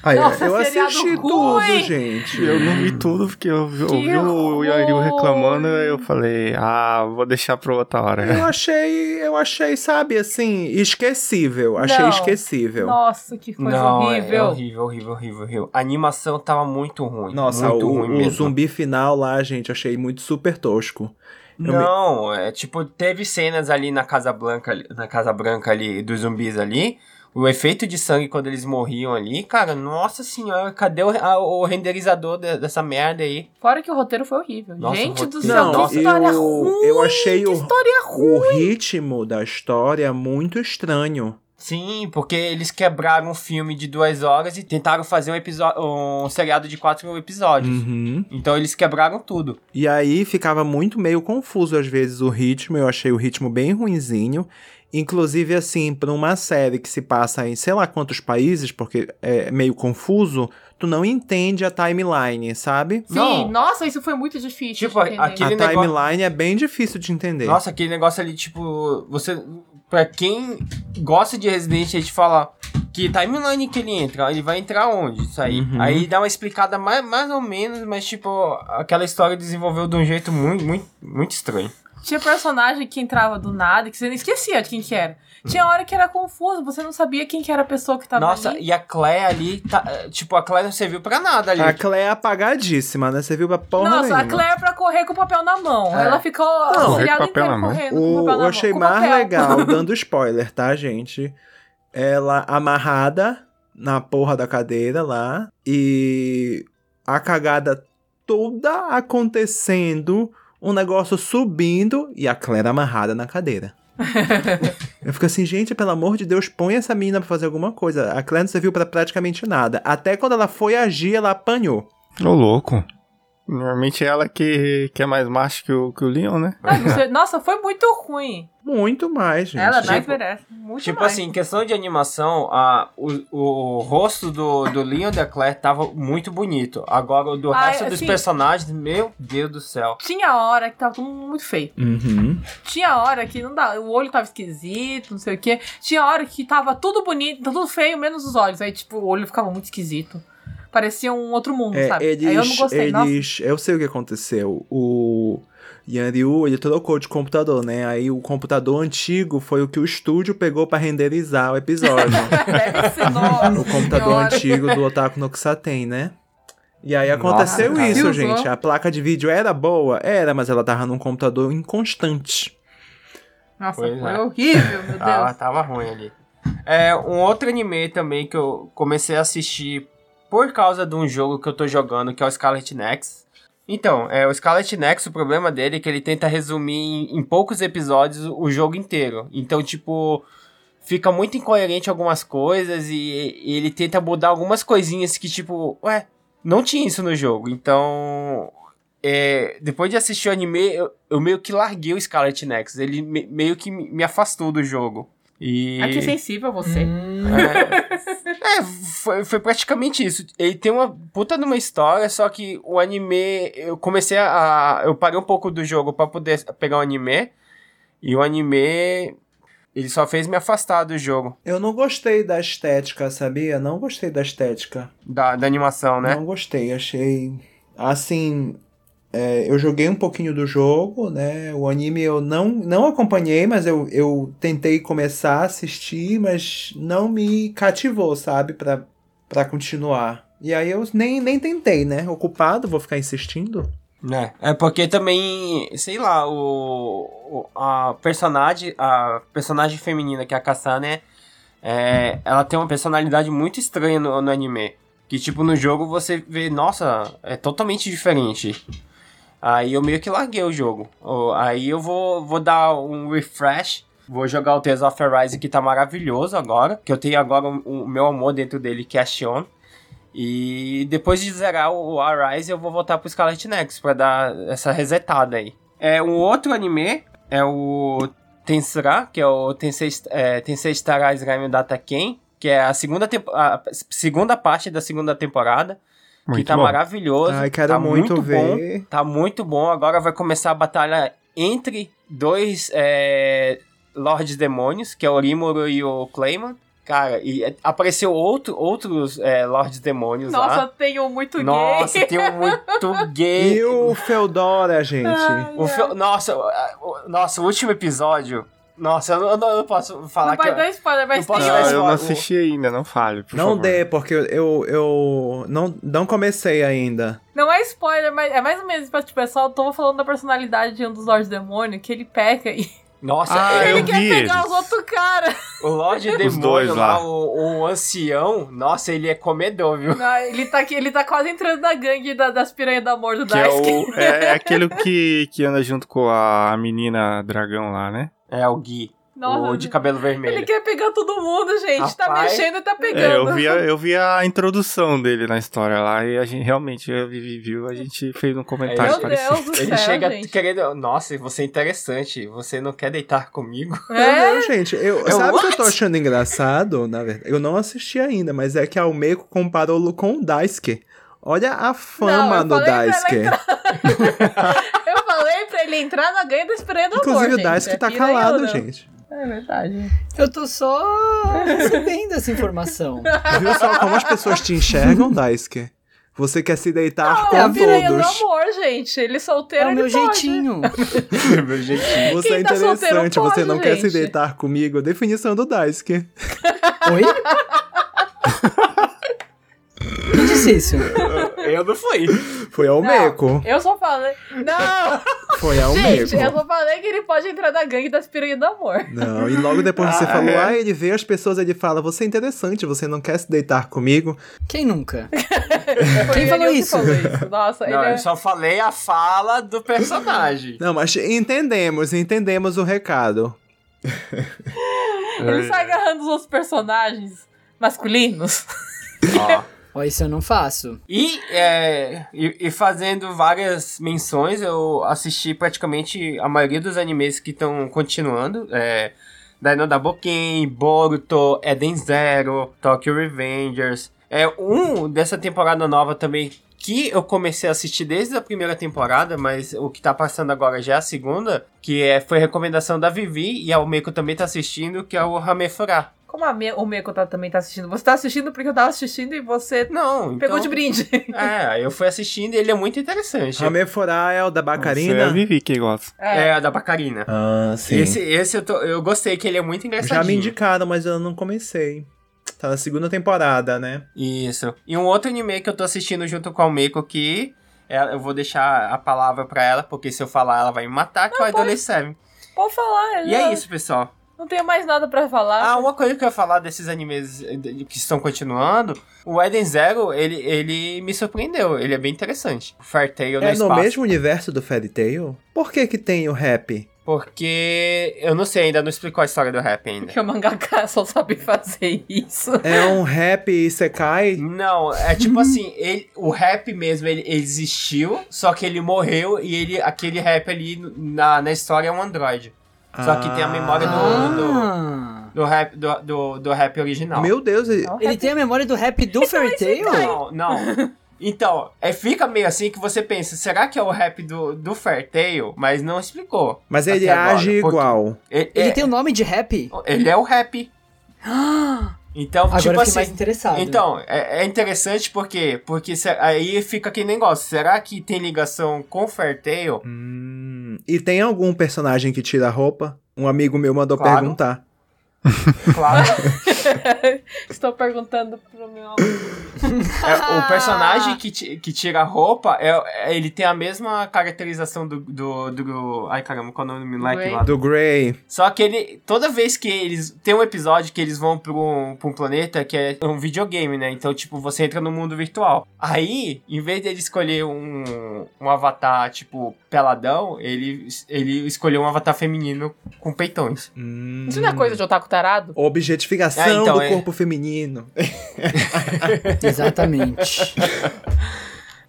[SPEAKER 4] Ah, é,
[SPEAKER 3] Nossa,
[SPEAKER 4] eu
[SPEAKER 3] seriado
[SPEAKER 4] assisti
[SPEAKER 3] ruim.
[SPEAKER 4] tudo, gente.
[SPEAKER 2] Eu não vi tudo porque eu vi- ouvi o
[SPEAKER 3] horror!
[SPEAKER 2] Yoriu reclamando e eu falei, ah, vou deixar pra outra hora.
[SPEAKER 4] Eu achei, eu achei, sabe, assim, esquecível. Achei
[SPEAKER 3] Não.
[SPEAKER 4] esquecível.
[SPEAKER 3] Nossa, que coisa
[SPEAKER 1] Não, é-
[SPEAKER 3] horrível.
[SPEAKER 1] é horrível, horrível, horrível, horrível. A animação tava muito ruim.
[SPEAKER 4] Nossa,
[SPEAKER 1] muito
[SPEAKER 4] o,
[SPEAKER 1] ruim
[SPEAKER 4] o
[SPEAKER 1] mesmo.
[SPEAKER 4] zumbi final lá, gente, achei muito super tosco. Eu me-
[SPEAKER 1] Não, é tipo, teve cenas ali na Casa Branca, ali- na Casa Branca ali, dos zumbis ali. O efeito de sangue quando eles morriam ali, cara, nossa senhora, cadê o, a- o renderizador de- dessa merda aí?
[SPEAKER 3] Fora que o roteiro foi horrível.
[SPEAKER 1] Nossa,
[SPEAKER 3] Gente
[SPEAKER 1] o
[SPEAKER 3] do
[SPEAKER 1] roteiro-
[SPEAKER 3] céu,
[SPEAKER 4] Não,
[SPEAKER 1] Nossa,
[SPEAKER 3] que história
[SPEAKER 4] eu,
[SPEAKER 3] ruim!
[SPEAKER 4] eu achei
[SPEAKER 3] que
[SPEAKER 4] o,
[SPEAKER 3] história ruim!
[SPEAKER 4] o ritmo da história muito estranho.
[SPEAKER 1] Sim, porque eles quebraram um filme de duas horas e tentaram fazer um, episódio, um seriado de quatro episódios.
[SPEAKER 4] Uhum.
[SPEAKER 1] Então eles quebraram tudo.
[SPEAKER 4] E aí ficava muito meio confuso às vezes o ritmo, eu achei o ritmo bem ruinzinho. Inclusive, assim, pra uma série que se passa em sei lá quantos países, porque é meio confuso, tu não entende a timeline, sabe?
[SPEAKER 3] Sim,
[SPEAKER 1] Não.
[SPEAKER 3] nossa, isso foi muito difícil.
[SPEAKER 1] Tipo,
[SPEAKER 3] de entender.
[SPEAKER 1] aquele-
[SPEAKER 4] a
[SPEAKER 1] negócio-
[SPEAKER 4] timeline é bem difícil de entender.
[SPEAKER 1] Nossa, aquele negócio ali, tipo, você. Pra quem gosta de Resident, a gente fala que timeline que ele entra, ele vai entrar onde? Isso aí.
[SPEAKER 4] Uhum.
[SPEAKER 1] Aí dá uma explicada mais, mais ou menos, mas, tipo, aquela história desenvolveu de um jeito muito, muito, muito estranho.
[SPEAKER 3] Tinha personagem que entrava do nada, que você nem esquecia de quem que era. Tinha hora que era confuso, você não sabia quem que era a pessoa que tava
[SPEAKER 1] Nossa,
[SPEAKER 3] ali.
[SPEAKER 1] e a Claire ali, tá, eh, tipo, a Claire não serviu pra nada ali.
[SPEAKER 4] A Claire é apagadíssima, né? Você viu pra porra
[SPEAKER 3] Nossa,
[SPEAKER 4] nenhuma.
[SPEAKER 3] a Claire pra correr com o papel na mão.
[SPEAKER 1] É.
[SPEAKER 3] Ela ficou
[SPEAKER 2] Correr
[SPEAKER 3] o seriado
[SPEAKER 2] com papel
[SPEAKER 3] inteiro
[SPEAKER 2] na mão.
[SPEAKER 3] correndo com o
[SPEAKER 4] O,
[SPEAKER 3] papel na
[SPEAKER 4] eu
[SPEAKER 3] mão.
[SPEAKER 4] achei
[SPEAKER 3] Com
[SPEAKER 4] mais
[SPEAKER 3] papel.
[SPEAKER 4] legal, dando spoiler, tá, gente? Ela amarrada na porra da cadeira lá e a cagada toda acontecendo, um negócio subindo e a Claire amarrada na cadeira. Eu fico assim, gente, pelo amor de Deus, põe essa menina pra fazer alguma coisa. A Claire não serviu pra praticamente nada. Até quando ela foi agir, ela apanhou.
[SPEAKER 2] Ô, louco. Normalmente é ela que, que é mais macho que o, que o Leon, né?
[SPEAKER 3] Ai, você- Nossa, foi muito ruim.
[SPEAKER 4] Muito mais, gente.
[SPEAKER 3] Ela né?
[SPEAKER 1] tipo-
[SPEAKER 3] mais merece. Muito
[SPEAKER 1] Tipo
[SPEAKER 3] mais.
[SPEAKER 1] assim, em questão de animação, a, o, o rosto do, do Leon e da Claire tava muito bonito. Agora, o do
[SPEAKER 3] Ah,
[SPEAKER 1] resto dos
[SPEAKER 3] assim-
[SPEAKER 1] personagens, meu Deus do céu.
[SPEAKER 3] Tinha hora que tava tudo muito feio.
[SPEAKER 4] Uhum.
[SPEAKER 3] Tinha hora que não dá, o olho tava esquisito, não sei o quê. Tinha hora que tava tudo bonito, tá tudo feio, menos os olhos. Aí, tipo, o olho ficava muito esquisito. Parecia um outro mundo,
[SPEAKER 4] É,
[SPEAKER 3] sabe?
[SPEAKER 4] Eles,
[SPEAKER 3] Aí eu não gostei. Nossa,
[SPEAKER 4] eles, eu sei o que aconteceu. O, Yanryu, ele trocou de computador, né? Aí o computador antigo foi o que o estúdio pegou pra renderizar o episódio.
[SPEAKER 3] Deve ser, nossa
[SPEAKER 4] o computador
[SPEAKER 3] senhora.
[SPEAKER 4] antigo do Otaku no Kisaten, né? E aí aconteceu
[SPEAKER 3] cara.
[SPEAKER 4] isso,
[SPEAKER 3] Usou.
[SPEAKER 4] gente. A placa de vídeo era boa? Era, mas ela tava num computador inconstante.
[SPEAKER 3] Nossa,
[SPEAKER 1] Pois
[SPEAKER 3] foi
[SPEAKER 1] é.
[SPEAKER 3] horrível, meu
[SPEAKER 1] Tava,
[SPEAKER 3] Deus.
[SPEAKER 1] Ah, tava ruim ali. É, um outro anime também que eu comecei a assistir por causa de um jogo que eu tô jogando, que é o Scarlet Nexus. Então, é, o Scarlet Nexus, o problema dele é que ele tenta resumir em, em poucos episódios o jogo inteiro. Então, tipo, fica muito incoerente algumas coisas e, e ele tenta mudar algumas coisinhas que, tipo, ué, não tinha isso no jogo. Então, é, depois de assistir o anime, eu, eu meio que larguei o Scarlet Nexus. Ele me- meio que me me afastou do jogo. E...
[SPEAKER 3] Ah, que sensível você.
[SPEAKER 5] Hum,
[SPEAKER 1] É, é, foi, foi praticamente isso. Ele tem uma puta de uma história, só que o anime. Eu comecei a. Eu parei um pouco do jogo pra poder pegar o anime. E o anime. Ele só fez me afastar do jogo,
[SPEAKER 4] Eu não gostei da estética, sabia? Não gostei da estética.
[SPEAKER 1] da, da animação, né?
[SPEAKER 4] Não gostei, achei. Assim, é, eu joguei um pouquinho do jogo, né? O anime eu não, não acompanhei, mas eu, eu tentei começar a assistir, mas não me cativou, sabe? Pra, pra continuar. E aí eu nem, nem tentei, né? Ocupado, vou ficar insistindo.
[SPEAKER 1] né É porque também, sei lá, o, o- a personagem, a personagem feminina que é a Kasane, é, ela tem uma personalidade muito estranha no, no anime, que tipo no jogo você vê, nossa, é totalmente diferente. Aí eu meio que larguei o jogo. Ó, Aí eu vou, vou dar um refresh. Vou jogar o Tales of Arise que tá maravilhoso agora. Que eu tenho agora o o meu amor dentro dele, que é a Shion. E depois de zerar o Arise, eu vou voltar pro Scarlet Nexus pra dar essa resetada aí. É um outro anime, é o Tensura, que é o Tensei, é, Tensei Star Rise Game Data Ken, que é a segunda, tempo- a segunda parte da segunda temporada, que
[SPEAKER 2] Muito
[SPEAKER 1] tá
[SPEAKER 2] bom.
[SPEAKER 1] maravilhoso.
[SPEAKER 4] Ai, quero
[SPEAKER 1] tá
[SPEAKER 4] muito,
[SPEAKER 1] bom.
[SPEAKER 4] ver.
[SPEAKER 1] Tá muito bom. Agora vai começar a batalha entre dois é, Lordes Demônios, que é o Rimuru e o Clayman. Cara, e é, apareceu outro, outros é, Lordes Demônios
[SPEAKER 3] Nossa,
[SPEAKER 1] lá.
[SPEAKER 3] tenho muito
[SPEAKER 1] Nossa,
[SPEAKER 3] gay.
[SPEAKER 1] tem um muito gay.
[SPEAKER 4] E o Feodora, gente.
[SPEAKER 3] Ai,
[SPEAKER 1] O fi- Nossa, a- o- nossa, o último episódio. Nossa, eu não, eu não- eu não posso falar
[SPEAKER 3] Não vai
[SPEAKER 1] que.
[SPEAKER 3] dar spoiler, mas
[SPEAKER 1] Não posso
[SPEAKER 3] tem
[SPEAKER 2] Não,
[SPEAKER 1] dar
[SPEAKER 2] Ah,
[SPEAKER 3] um.
[SPEAKER 2] eu
[SPEAKER 1] spoiler.
[SPEAKER 2] não assisti ainda, não fale, por
[SPEAKER 4] não
[SPEAKER 2] favor.
[SPEAKER 4] dê, porque eu, eu, eu não, não comecei ainda.
[SPEAKER 3] Não é spoiler, mas é mais ou menos pra tipo, é só eu tô falando da personalidade de um dos Lords Demônio, que ele peca e
[SPEAKER 1] Nossa,
[SPEAKER 2] Ah,
[SPEAKER 1] é-
[SPEAKER 3] ele
[SPEAKER 2] eu
[SPEAKER 3] quer
[SPEAKER 2] vi
[SPEAKER 3] pegar
[SPEAKER 2] eles.
[SPEAKER 3] os outros caras.
[SPEAKER 1] o Lorde Demônio
[SPEAKER 2] dois
[SPEAKER 1] lá,
[SPEAKER 2] lá.
[SPEAKER 1] O, o ancião, nossa, ele é comedor, viu?
[SPEAKER 3] Não, Ele tá, aqui- ele tá quase entrando na gangue da- das piranhas da amor do
[SPEAKER 2] Que é,
[SPEAKER 3] Daisuke.
[SPEAKER 2] o, é, é aquele que, que anda junto com a menina dragão lá, né?
[SPEAKER 1] É o Gui, o
[SPEAKER 3] Nossa,
[SPEAKER 1] de cabelo vermelho.
[SPEAKER 3] ele quer pegar todo mundo, gente. Tá
[SPEAKER 1] Rapaz.
[SPEAKER 3] mexendo e tá
[SPEAKER 2] É,
[SPEAKER 3] pegando.
[SPEAKER 2] eu vi, a, eu vi a introdução dele na história lá e a gente realmente eu vi- vi- viu, a gente fez um comentário
[SPEAKER 1] Meu
[SPEAKER 3] Meu
[SPEAKER 2] parecido.
[SPEAKER 3] Deus do
[SPEAKER 1] Ele chega
[SPEAKER 3] céu, gente.
[SPEAKER 1] querendo. Nossa, você é interessante. Você não quer deitar comigo?
[SPEAKER 3] É,
[SPEAKER 4] Não, não, gente. Eu,
[SPEAKER 1] É
[SPEAKER 4] sabe o que eu tô
[SPEAKER 1] what?
[SPEAKER 4] achando engraçado? Na verdade, eu não assisti ainda, mas é que a Almeco comparou com o Daisuke. Olha a fama
[SPEAKER 3] eu
[SPEAKER 4] no
[SPEAKER 3] falei pra ela
[SPEAKER 4] Daisuke.
[SPEAKER 3] eu falei pra ele entrar na gangue das piranhas do amor,
[SPEAKER 4] Inclusive, o
[SPEAKER 3] gente.
[SPEAKER 4] Daisuke
[SPEAKER 3] É
[SPEAKER 4] tá
[SPEAKER 3] piranha ou
[SPEAKER 4] calado,
[SPEAKER 3] não?
[SPEAKER 4] gente.
[SPEAKER 3] É verdade.
[SPEAKER 5] eu tô só recebendo essa informação.
[SPEAKER 4] Viu só como as pessoas te enxergam, Daisuke? Você quer se deitar
[SPEAKER 3] é a
[SPEAKER 4] com
[SPEAKER 3] piranha do
[SPEAKER 4] todos.
[SPEAKER 3] amor, gente. Ele solteiro,
[SPEAKER 5] É o
[SPEAKER 3] ele
[SPEAKER 5] meu
[SPEAKER 3] pode.
[SPEAKER 5] jeitinho.
[SPEAKER 1] Meu jeitinho.
[SPEAKER 4] Você é
[SPEAKER 3] Quem tá solteiro
[SPEAKER 4] interessante, você
[SPEAKER 3] pode,
[SPEAKER 4] não quer se
[SPEAKER 3] gente.
[SPEAKER 4] deitar comigo. Definição do Daisuke.
[SPEAKER 5] Oi? Quem disse isso?
[SPEAKER 1] Eu não fui.
[SPEAKER 4] Foi a Almeco.
[SPEAKER 3] Eu só falei. Não!
[SPEAKER 4] Foi a
[SPEAKER 3] gente, eu
[SPEAKER 4] Almeco.
[SPEAKER 3] só falei que ele pode entrar na gangue das piranhas do amor.
[SPEAKER 4] Não, e logo depois você
[SPEAKER 2] Ah,
[SPEAKER 4] falou,
[SPEAKER 2] é?
[SPEAKER 4] ah, ele vê as pessoas, ele fala, você é interessante, você não quer se deitar comigo.
[SPEAKER 5] Quem nunca?
[SPEAKER 3] Foi
[SPEAKER 5] Quem
[SPEAKER 3] ele
[SPEAKER 5] falou
[SPEAKER 3] que
[SPEAKER 5] isso?
[SPEAKER 3] falou isso. Nossa,
[SPEAKER 1] Não,
[SPEAKER 3] ele é-
[SPEAKER 1] eu só falei a fala do personagem.
[SPEAKER 4] Não, mas entendemos, entendemos o recado.
[SPEAKER 3] Ele sai agarrando os outros personagens masculinos.
[SPEAKER 1] Ó.
[SPEAKER 5] Ó, isso eu não faço.
[SPEAKER 1] E, é, e, e fazendo várias menções, eu assisti praticamente a maioria dos animes que estão continuando. É, Dainon da Boken, Boruto, Eden Zero, Tokyo Revengers. É um dessa temporada nova também que eu comecei a assistir desde a primeira temporada, mas o que tá passando agora já é a segunda, que é, foi recomendação da Vivi e a Almeco também tá assistindo, que é o Hamefura.
[SPEAKER 3] Como a Me- o Meco tá, também tá assistindo. Você tá assistindo porque eu tava assistindo e você
[SPEAKER 1] Não,
[SPEAKER 3] pegou
[SPEAKER 1] então-
[SPEAKER 3] de brinde.
[SPEAKER 1] É, aí eu fui assistindo e ele é muito interessante.
[SPEAKER 4] Rameforá é o
[SPEAKER 2] Isso é
[SPEAKER 4] da
[SPEAKER 2] a
[SPEAKER 4] Bacarina?
[SPEAKER 2] Vivi que gosta.
[SPEAKER 1] É, a da Bacarina.
[SPEAKER 4] Ah, sim.
[SPEAKER 1] Esse, esse eu, tô- eu gostei, que ele é muito engraçadinho.
[SPEAKER 4] Já me indicaram, mas eu não comecei. Tá na segunda temporada, né?
[SPEAKER 1] Isso. E um outro anime que eu tô assistindo junto com a Meiko que é- eu vou deixar a palavra pra ela, porque se eu falar ela vai me matar, que é o Idol Seven.
[SPEAKER 3] Pode falar. eu
[SPEAKER 1] E
[SPEAKER 3] já
[SPEAKER 1] é isso, pessoal.
[SPEAKER 3] Não tenho mais nada pra falar.
[SPEAKER 1] Ah, uma coisa que eu ia falar desses animes eh, de- que estão continuando, o Eden Zero, ele, ele me surpreendeu, ele é bem interessante. O Fairy Tail no
[SPEAKER 4] é no
[SPEAKER 1] espaço.
[SPEAKER 4] mesmo universo do Fairy Tail? Por que que tem o rap?
[SPEAKER 1] Porque eu não sei, ainda não explicou a história do rap ainda.
[SPEAKER 3] Porque o mangaka só sabe fazer isso.
[SPEAKER 4] É um rap e Isekai?
[SPEAKER 1] Não, é tipo assim, ele, o rap mesmo, ele, ele existiu, só que ele morreu e ele, aquele rap ali na, na história é um androide. Só que tem a memória do-
[SPEAKER 5] Ah.
[SPEAKER 1] Do rap, do, do, do rap original.
[SPEAKER 4] Meu Deus, e-
[SPEAKER 5] Ele tem a memória do rap do Fairy Tail?
[SPEAKER 1] Não, não. Então, é, fica meio assim que você pensa, será que é o rap do, do Fairtail? Mas não explicou.
[SPEAKER 4] mas ele
[SPEAKER 1] até agora,
[SPEAKER 4] age
[SPEAKER 1] porque-
[SPEAKER 4] igual.
[SPEAKER 1] Ele,
[SPEAKER 5] Ele
[SPEAKER 1] é,
[SPEAKER 5] tem o nome de rap?
[SPEAKER 1] ele é o rap. Então,
[SPEAKER 5] Agora eu
[SPEAKER 1] tipo
[SPEAKER 5] fiquei
[SPEAKER 1] assim.
[SPEAKER 5] mais interessado.
[SPEAKER 1] Então, é, é interessante porque porque se- aí fica aquele negócio. Será que tem ligação com o Fairtail?
[SPEAKER 4] Hum, e tem algum personagem que tira a roupa? Um amigo meu mandou
[SPEAKER 1] Claro.
[SPEAKER 4] perguntar.
[SPEAKER 1] Claro.
[SPEAKER 3] Estou perguntando pro meu amigo.
[SPEAKER 1] É, o personagem que, ti- que tira a roupa, é, é- ele tem a mesma caracterização do. do, do- ai caramba, qual é o nome do moleque
[SPEAKER 3] Grey.
[SPEAKER 1] lá?
[SPEAKER 4] Do Grey.
[SPEAKER 1] Só que ele. Toda vez que eles. Tem um episódio que eles vão pra um, pra um planeta que é um videogame, né? Então, tipo, você entra no mundo virtual. Aí, em vez dele escolher um, um avatar, tipo, peladão, ele, ele escolheu um avatar feminino com peitões.
[SPEAKER 4] Hum.
[SPEAKER 3] Isso não é coisa de otaku tarado?
[SPEAKER 4] Objetificação
[SPEAKER 1] É, então,
[SPEAKER 4] do
[SPEAKER 1] é.
[SPEAKER 4] corpo feminino.
[SPEAKER 5] Exatamente.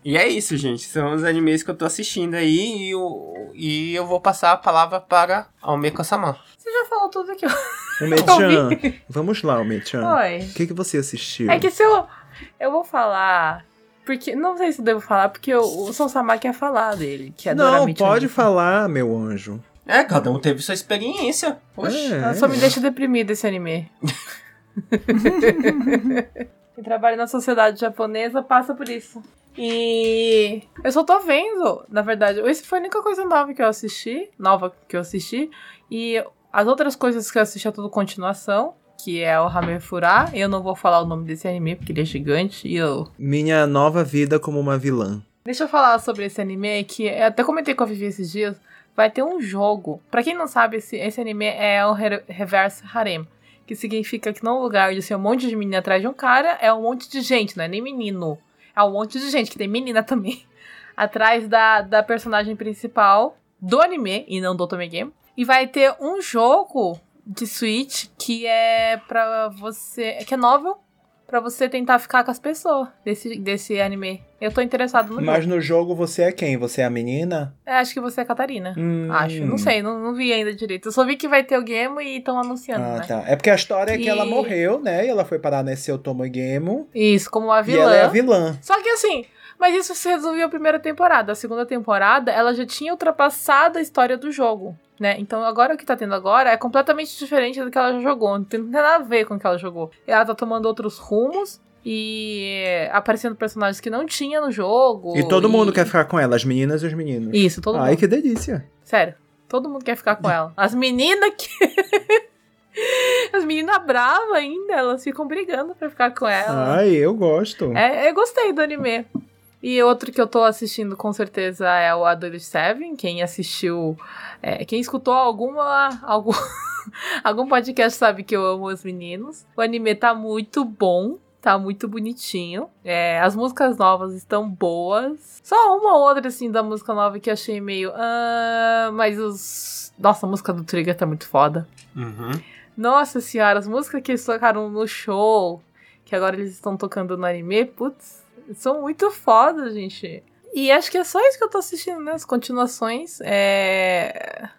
[SPEAKER 1] E é isso, gente. São os animes que eu tô assistindo aí. E, o, e eu vou passar a palavra para Almeco Samar.
[SPEAKER 3] Você já falou tudo que eu...
[SPEAKER 4] O Mechan. Vamos lá, o
[SPEAKER 1] Ah.
[SPEAKER 4] Mechan.
[SPEAKER 3] Tá Oi.
[SPEAKER 4] O que, que você assistiu?
[SPEAKER 3] É que se eu. Eu vou falar. Porque. Não sei se eu devo falar, porque o, o Son Sama quer falar dele. Que é Dora
[SPEAKER 4] Não,
[SPEAKER 3] Michonne.
[SPEAKER 4] pode falar, meu anjo.
[SPEAKER 1] É, cada um teve sua experiência. Oxe.
[SPEAKER 3] Ela só me deixa deprimida esse anime. Quem trabalha na sociedade japonesa passa por isso. E eu só tô vendo, na verdade. Esse foi a única coisa nova que eu assisti. Nova que eu assisti. E as outras coisas que eu assisti é tudo continuação. Que é o Hamefura. Eu não vou falar o nome desse anime, porque ele é gigante. E eu
[SPEAKER 4] Minha nova vida como uma vilã.
[SPEAKER 3] Deixa eu falar sobre esse anime que eu até comentei com a Vivi esses dias. Vai ter um jogo. Pra quem não sabe, esse, esse anime é o Re- Reverse Harem. Que significa que no lugar de ser um monte de menina atrás de um cara, é um monte de gente, não é nem menino. É um monte de gente, que tem menina também. Atrás da, da personagem principal do anime, e não do Otome Game. E vai ter um jogo de Switch que é pra você. que é novel. Pra você tentar ficar com as pessoas desse, desse anime. Eu tô interessado no jogo.
[SPEAKER 4] Mas no jogo você é quem? Você é a menina?
[SPEAKER 3] É, acho que você é a Catarina.
[SPEAKER 4] Hum.
[SPEAKER 3] Acho. Não sei, não, não vi ainda direito. Eu só vi que vai ter o game e estão anunciando,
[SPEAKER 4] Ah,
[SPEAKER 3] né?
[SPEAKER 4] tá. É porque a história é que
[SPEAKER 3] E-
[SPEAKER 4] ela morreu, né? E ela foi parar nesse Otomo Game.
[SPEAKER 3] Isso, como a
[SPEAKER 4] E
[SPEAKER 3] vilã.
[SPEAKER 4] ela é a vilã.
[SPEAKER 3] Só que assim, mas isso se resolveu a primeira temporada. A segunda temporada, ela já tinha ultrapassado a história do jogo, né? Então agora o que tá tendo agora é completamente diferente do que ela já jogou. Não tem nada a ver com o que ela jogou. Ela tá tomando outros rumos e aparecendo personagens que não tinha no jogo.
[SPEAKER 4] E todo mundo quer ficar com ela, as meninas e os meninos.
[SPEAKER 3] Isso, todo mundo.
[SPEAKER 4] Ai, que delícia.
[SPEAKER 3] Sério, todo mundo quer ficar com ela. As meninas que. As meninas bravas ainda, elas ficam brigando pra ficar com ela.
[SPEAKER 4] Ai, eu gosto.
[SPEAKER 3] É, eu gostei do anime. E outro que eu tô assistindo com certeza é o Adult Seven. Quem assistiu. é, quem escutou alguma. Algum, algum podcast sabe que eu amo os meninos. O anime tá muito bom. Tá muito bonitinho. É, as músicas novas estão boas. Só uma ou outra, assim, da música nova que eu achei meio. "Ah", mas os. Nossa, a música do Trigger tá muito foda. Nossa senhora, as músicas que eles tocaram no show, que agora eles estão tocando no anime, putz, são muito foda, gente. E acho que é só isso que eu tô assistindo, né? As continuações. É.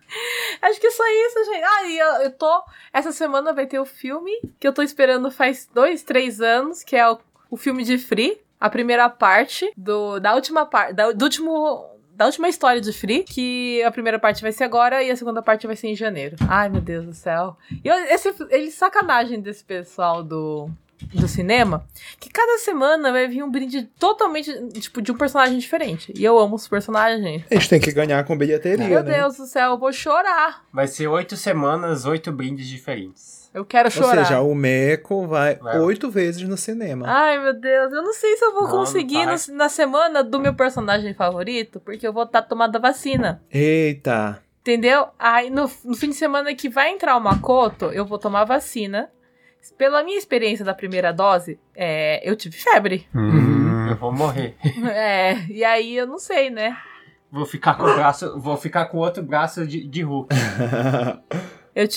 [SPEAKER 3] Acho que é só isso, gente. Ah, e eu, eu tô. Essa semana vai ter o filme que eu tô esperando faz dois, três anos, que é o, o filme de Free, a primeira parte do, da última parte. Do último. da última história de Free, que a primeira parte vai ser agora e a segunda parte vai ser em janeiro. Ai, meu Deus do céu. E eu- esse, ele sacanagem desse pessoal do do cinema, que cada semana vai vir um brinde totalmente, tipo, de um personagem diferente. E eu amo os personagens, gente.
[SPEAKER 4] A gente tem que ganhar com bilheteria,
[SPEAKER 3] Meu
[SPEAKER 4] né?
[SPEAKER 3] Deus do céu, eu vou chorar.
[SPEAKER 1] Vai ser oito semanas, oito brindes diferentes.
[SPEAKER 3] Eu quero
[SPEAKER 4] Ou
[SPEAKER 3] chorar. Ah.
[SPEAKER 4] seja, o Meco vai
[SPEAKER 1] Vai.
[SPEAKER 4] oito vezes no cinema.
[SPEAKER 3] Ai, meu Deus, eu não sei se eu vou
[SPEAKER 1] Não, não
[SPEAKER 3] conseguir
[SPEAKER 1] faz.
[SPEAKER 3] no- na semana do meu personagem favorito, porque eu vou estar tomada vacina.
[SPEAKER 4] Eita!
[SPEAKER 3] Entendeu? Aí no, no fim de semana que vai entrar o Makoto, eu vou tomar vacina. Pela minha experiência da primeira dose, é, eu tive febre.
[SPEAKER 1] Eu vou morrer.
[SPEAKER 3] É, e aí eu não sei, né?
[SPEAKER 1] Vou ficar com o braço, vou ficar com o outro braço de, de Hulk.
[SPEAKER 3] Eu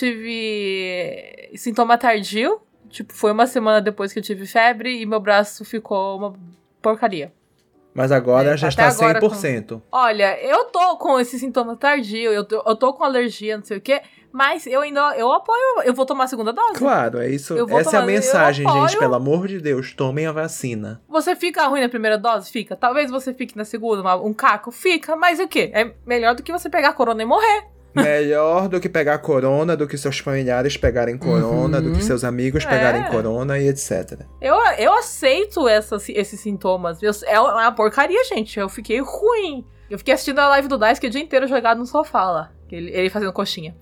[SPEAKER 3] tive sintoma tardio. Tipo, foi uma semana depois que eu tive febre e meu braço ficou uma porcaria.
[SPEAKER 4] Mas agora
[SPEAKER 3] É,
[SPEAKER 4] já
[SPEAKER 3] até
[SPEAKER 4] está
[SPEAKER 3] agora
[SPEAKER 4] 100%.
[SPEAKER 3] Olha, eu tô com esse sintoma tardio, eu tô, eu tô com alergia, não sei o quê, mas eu ainda eu apoio, eu vou tomar a segunda dose.
[SPEAKER 4] Claro, é isso.
[SPEAKER 3] Eu vou
[SPEAKER 4] Essa é a
[SPEAKER 3] tomar- eu
[SPEAKER 4] mensagem, gente.
[SPEAKER 3] apoio.
[SPEAKER 4] Pelo amor de Deus, tomem a vacina.
[SPEAKER 3] Você fica ruim na primeira dose? Fica. Talvez você fique na segunda, uma- um caco? Fica. Mas o quê? É melhor do que você pegar a corona e morrer.
[SPEAKER 4] Melhor do que pegar corona, do que seus familiares pegarem corona, do que seus amigos
[SPEAKER 3] É.
[SPEAKER 4] pegarem corona e etc.
[SPEAKER 3] Eu, eu aceito essas, esses sintomas. Eu- é uma porcaria, gente. Eu fiquei ruim. Eu fiquei assistindo a live do Dice que o dia inteiro jogado no sofá lá. Ele, ele fazendo coxinha.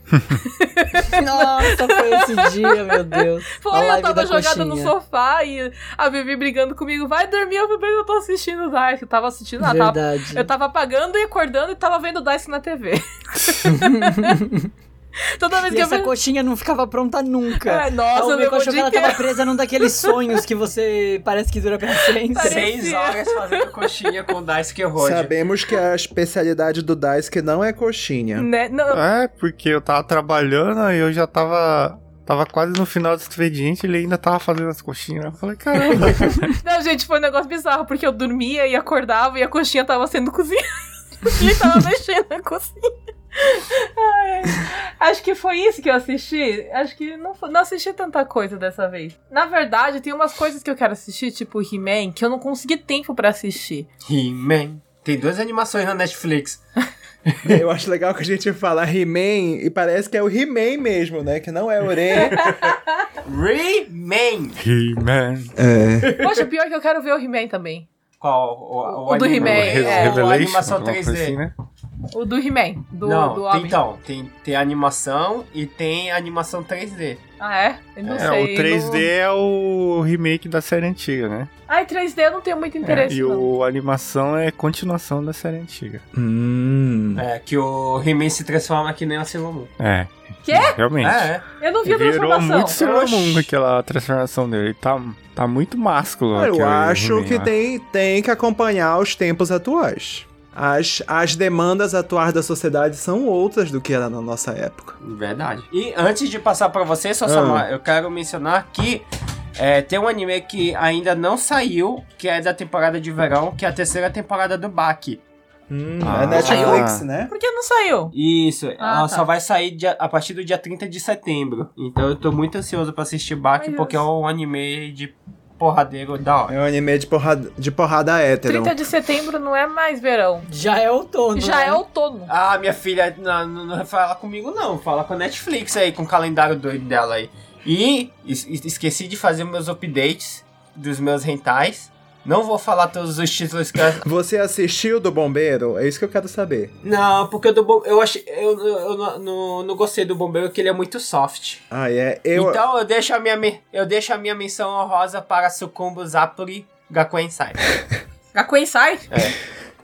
[SPEAKER 5] Nossa, foi esse dia, meu Deus. A
[SPEAKER 3] Foi, eu
[SPEAKER 5] live
[SPEAKER 3] tava
[SPEAKER 5] da
[SPEAKER 3] jogada no
[SPEAKER 5] coxinha.
[SPEAKER 3] sofá e a Vivi brigando comigo. Vai dormir, eu falei, eu tô assistindo o Dice. Eu tava assistindo, ela tava
[SPEAKER 5] Verdade.
[SPEAKER 3] Ah, tá. Eu tava apagando e acordando e tava vendo o Dice na TV. Toda vez
[SPEAKER 5] E
[SPEAKER 3] que eu
[SPEAKER 5] essa
[SPEAKER 3] vejo.
[SPEAKER 5] coxinha não ficava pronta nunca.
[SPEAKER 3] Ai, É, nossa,
[SPEAKER 5] eu
[SPEAKER 3] eu lembro
[SPEAKER 5] achou que
[SPEAKER 3] de
[SPEAKER 5] ela
[SPEAKER 3] que-
[SPEAKER 5] tava presa num daqueles sonhos que você parece que dura pra sempre.
[SPEAKER 3] Parece-
[SPEAKER 1] Seis horas fazendo coxinha com o Dice que é Roger.
[SPEAKER 4] Sabemos que a especialidade do Dice que não é coxinha.
[SPEAKER 3] Né? Não,
[SPEAKER 2] É, porque eu tava trabalhando e eu já tava. Tava quase no final do expediente ele ainda tava fazendo as coxinhas. Eu falei, caramba.
[SPEAKER 3] não, gente, foi um negócio bizarro, porque eu dormia e acordava e a coxinha tava sendo cozinhada. e tava mexendo na cozinha. Ai, acho que foi isso que eu assisti. Acho que não, foi- não assisti tanta coisa dessa vez. Na verdade, tem umas coisas que eu quero assistir, tipo He-Man, que eu não consegui tempo pra assistir.
[SPEAKER 1] He-Man. Tem duas animações na Netflix.
[SPEAKER 4] Eu acho legal que a gente fala He-Man e parece que é o He-Man mesmo, né? Que não é o Ren.
[SPEAKER 1] He-Man.
[SPEAKER 2] He-Man.
[SPEAKER 4] é.
[SPEAKER 3] Poxa, pior que eu quero ver o He-Man também.
[SPEAKER 1] Qual? O,
[SPEAKER 3] O do
[SPEAKER 1] anime-
[SPEAKER 3] He-Man, é.
[SPEAKER 1] a
[SPEAKER 2] Revelation.
[SPEAKER 1] animação
[SPEAKER 2] alguma coisa
[SPEAKER 1] 3D.
[SPEAKER 2] assim, né?
[SPEAKER 3] O do He-Man, do,
[SPEAKER 1] não,
[SPEAKER 3] do
[SPEAKER 1] tem-
[SPEAKER 3] homem.
[SPEAKER 1] então, tem, tem animação e tem animação 3D.
[SPEAKER 3] Ah, é? Eu não
[SPEAKER 2] É,
[SPEAKER 3] sei.
[SPEAKER 2] o 3D
[SPEAKER 3] não-
[SPEAKER 2] é o remake da série antiga, né?
[SPEAKER 3] Ai, 3D eu não tenho muito interesse.
[SPEAKER 2] É, e
[SPEAKER 3] não.
[SPEAKER 2] o a animação é continuação da série antiga.
[SPEAKER 4] Hum.
[SPEAKER 1] É, que o He-Man se transforma que nem a Sailor Moon.
[SPEAKER 2] É.
[SPEAKER 3] Quê?
[SPEAKER 2] Realmente.
[SPEAKER 1] É, é.
[SPEAKER 3] Eu não vi a
[SPEAKER 2] Virou um
[SPEAKER 3] transformação.
[SPEAKER 2] muito Sailor
[SPEAKER 1] Oxi.
[SPEAKER 2] Moon aquela transformação dele. Ele tá, tá muito másculo.
[SPEAKER 4] Ah, Eu
[SPEAKER 2] aquele
[SPEAKER 4] acho
[SPEAKER 2] He-Man
[SPEAKER 4] que
[SPEAKER 2] lá.
[SPEAKER 4] tem, tem que acompanhar os tempos atuais. As, as demandas atuais da sociedade são outras do que era na nossa época.
[SPEAKER 1] Verdade. E antes de passar pra você, só
[SPEAKER 4] Ah.
[SPEAKER 1] eu quero mencionar que é, tem um anime que ainda não saiu, que é da temporada de verão, que é a terceira temporada do Baki.
[SPEAKER 4] Hum,
[SPEAKER 2] Ah.
[SPEAKER 4] é Netflix, né?
[SPEAKER 3] Por que não saiu?
[SPEAKER 1] Isso,
[SPEAKER 3] Ah,
[SPEAKER 1] ela
[SPEAKER 3] tá.
[SPEAKER 1] só vai sair dia- a partir do dia 30 de setembro. Então eu tô muito ansioso pra assistir Baki,
[SPEAKER 3] Mas-
[SPEAKER 1] porque é um anime de porradeiro da hora.
[SPEAKER 4] É um anime de porrada, de porrada hétero.
[SPEAKER 3] 30 de setembro não é mais verão.
[SPEAKER 5] Já é outono.
[SPEAKER 3] Já
[SPEAKER 5] né?
[SPEAKER 3] é outono.
[SPEAKER 1] Ah, minha filha, não, não, não fala comigo não, fala com a Netflix aí, com o calendário doido dela aí. E es- es- esqueci de fazer meus updates dos meus rentais. Não vou falar todos os títulos que eu
[SPEAKER 4] Você assistiu do Bombeiro? É isso que eu quero saber.
[SPEAKER 1] Não, porque o do bom, eu achei, eu, eu, não- não, não gostei do bombeiro que ele é muito soft.
[SPEAKER 4] Ah, é. Eu,
[SPEAKER 1] Então eu deixo a minha men- eu deixo a minha menção honrosa para Sucumbo Zapuri Gakuen Sai.
[SPEAKER 3] Gakuen Sai?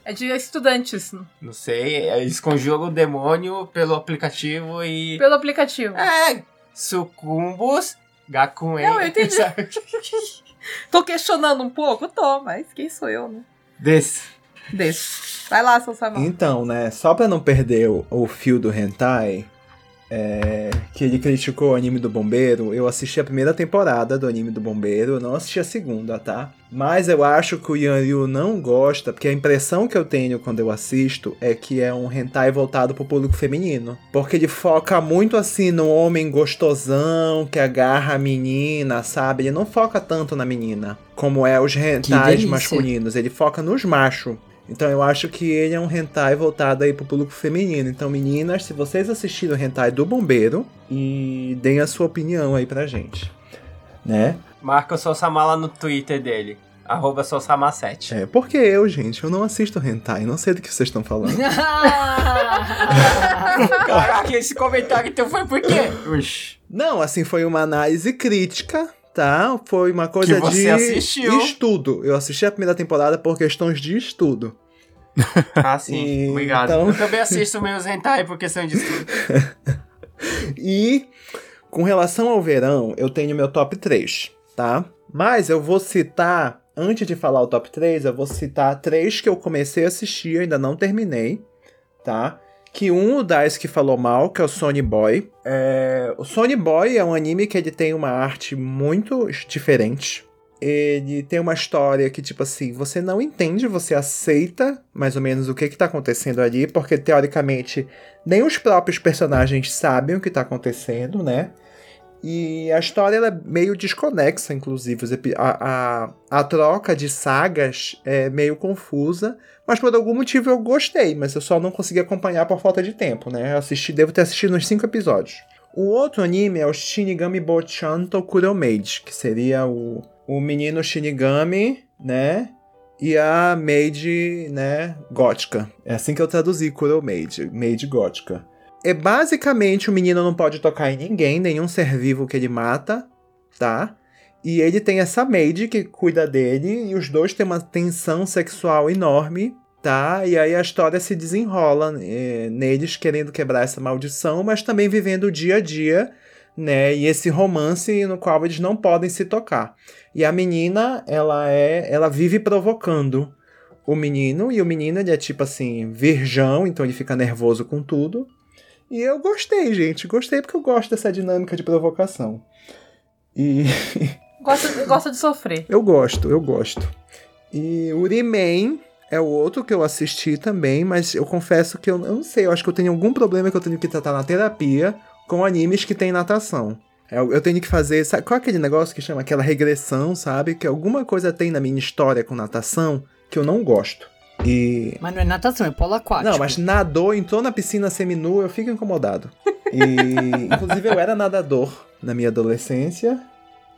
[SPEAKER 3] É. de estudantes.
[SPEAKER 1] Não sei, eles conjugam o demônio pelo aplicativo e
[SPEAKER 3] Pelo aplicativo.
[SPEAKER 1] é Sucumbos Gakuen.
[SPEAKER 3] Não, eu entendi.
[SPEAKER 1] Sai.
[SPEAKER 3] Tô questionando um pouco? Tô, mas quem sou eu, né?
[SPEAKER 1] Desse.
[SPEAKER 3] Desse. Vai lá, seu Samuel.
[SPEAKER 4] Então, né, só pra não perder o, o fio do hentai, é, que ele criticou o anime do bombeiro, eu assisti a primeira temporada do anime do bombeiro, eu não assisti a segunda, tá? Mas eu acho que o Yanryu não gosta, porque a impressão que eu tenho quando eu assisto é que é um hentai voltado pro público feminino. Porque ele foca muito assim no homem gostosão que agarra a menina, sabe? Ele não foca tanto na menina, como é os hentais
[SPEAKER 5] delícia.
[SPEAKER 4] masculinos, ele foca nos machos. Então eu acho que ele é um hentai voltado aí pro público feminino. Então, meninas, se vocês assistiram o hentai do Bombeiro, e deem a sua opinião aí pra gente. Né?
[SPEAKER 1] Marca o Sossama lá no Twitter dele. Arroba Sossama7.
[SPEAKER 4] É, porque eu, gente, eu não assisto hentai, não sei do que vocês estão falando.
[SPEAKER 1] Caraca, esse comentário então foi por quê?
[SPEAKER 4] Não, assim, foi uma análise crítica, tá? Foi uma coisa
[SPEAKER 1] Que você
[SPEAKER 4] de
[SPEAKER 1] assistiu.
[SPEAKER 4] estudo. Eu assisti a primeira temporada por questões de estudo.
[SPEAKER 1] Ah, sim.
[SPEAKER 4] E-
[SPEAKER 1] Obrigado.
[SPEAKER 4] então-
[SPEAKER 1] Eu também assisto meus hentai por questão de estudo.
[SPEAKER 4] E com relação ao verão, eu tenho meu top 3, tá? Mas eu vou citar, antes de falar o top 3, eu vou citar três que eu comecei a assistir, ainda não terminei, tá? Que um o Dice que falou mal, que é o Sony Boy. É, O Sony Boy é um anime que ele tem uma arte muito diferente. Ele tem uma história que, tipo assim, você não entende, você aceita mais ou menos o que, que tá acontecendo ali, porque teoricamente nem os próprios personagens sabem o que tá acontecendo, né? E a história ela é meio desconexa, inclusive. os epi- A, a, a troca de sagas é meio confusa, mas por algum motivo eu gostei, mas eu só não consegui acompanhar por falta de tempo, né? Eu assisti, devo ter assistido uns cinco episódios. O outro anime é o Shinigami Bochan Tokuro Maid, que seria o, o menino Shinigami, né? e a Maid, né, gótica. É assim que eu traduzi Coral Maid, Maid gótica. É basicamente o menino não pode tocar em ninguém, nenhum ser vivo que ele mata, tá? E ele tem essa maid que cuida dele e os dois têm uma tensão sexual enorme, tá? E aí a história se desenrola é, neles querendo quebrar essa maldição, mas também vivendo o dia a dia, né? E esse romance no qual eles não podem se tocar. E a menina, ela é, ela vive provocando o menino e o menino ele é tipo assim, virgão, então ele fica nervoso com tudo. E eu gostei, gente, gostei porque eu gosto dessa dinâmica de provocação. E
[SPEAKER 3] Gosta, gosta de sofrer.
[SPEAKER 4] eu gosto, eu gosto. E Urimen é o outro que eu assisti também, mas eu confesso que eu, eu não sei, eu acho que eu tenho algum problema que eu tenho que tratar na terapia com animes que tem natação. É, Eu, eu tenho que fazer, sabe, qual é aquele negócio que chama aquela regressão, sabe? Que alguma coisa tem na minha história com natação que eu não gosto. E.
[SPEAKER 5] Mas não é natação, é polo aquático.
[SPEAKER 4] Não, mas nadou, entrou na piscina seminua, eu fico incomodado. E, inclusive, eu era nadador na minha adolescência,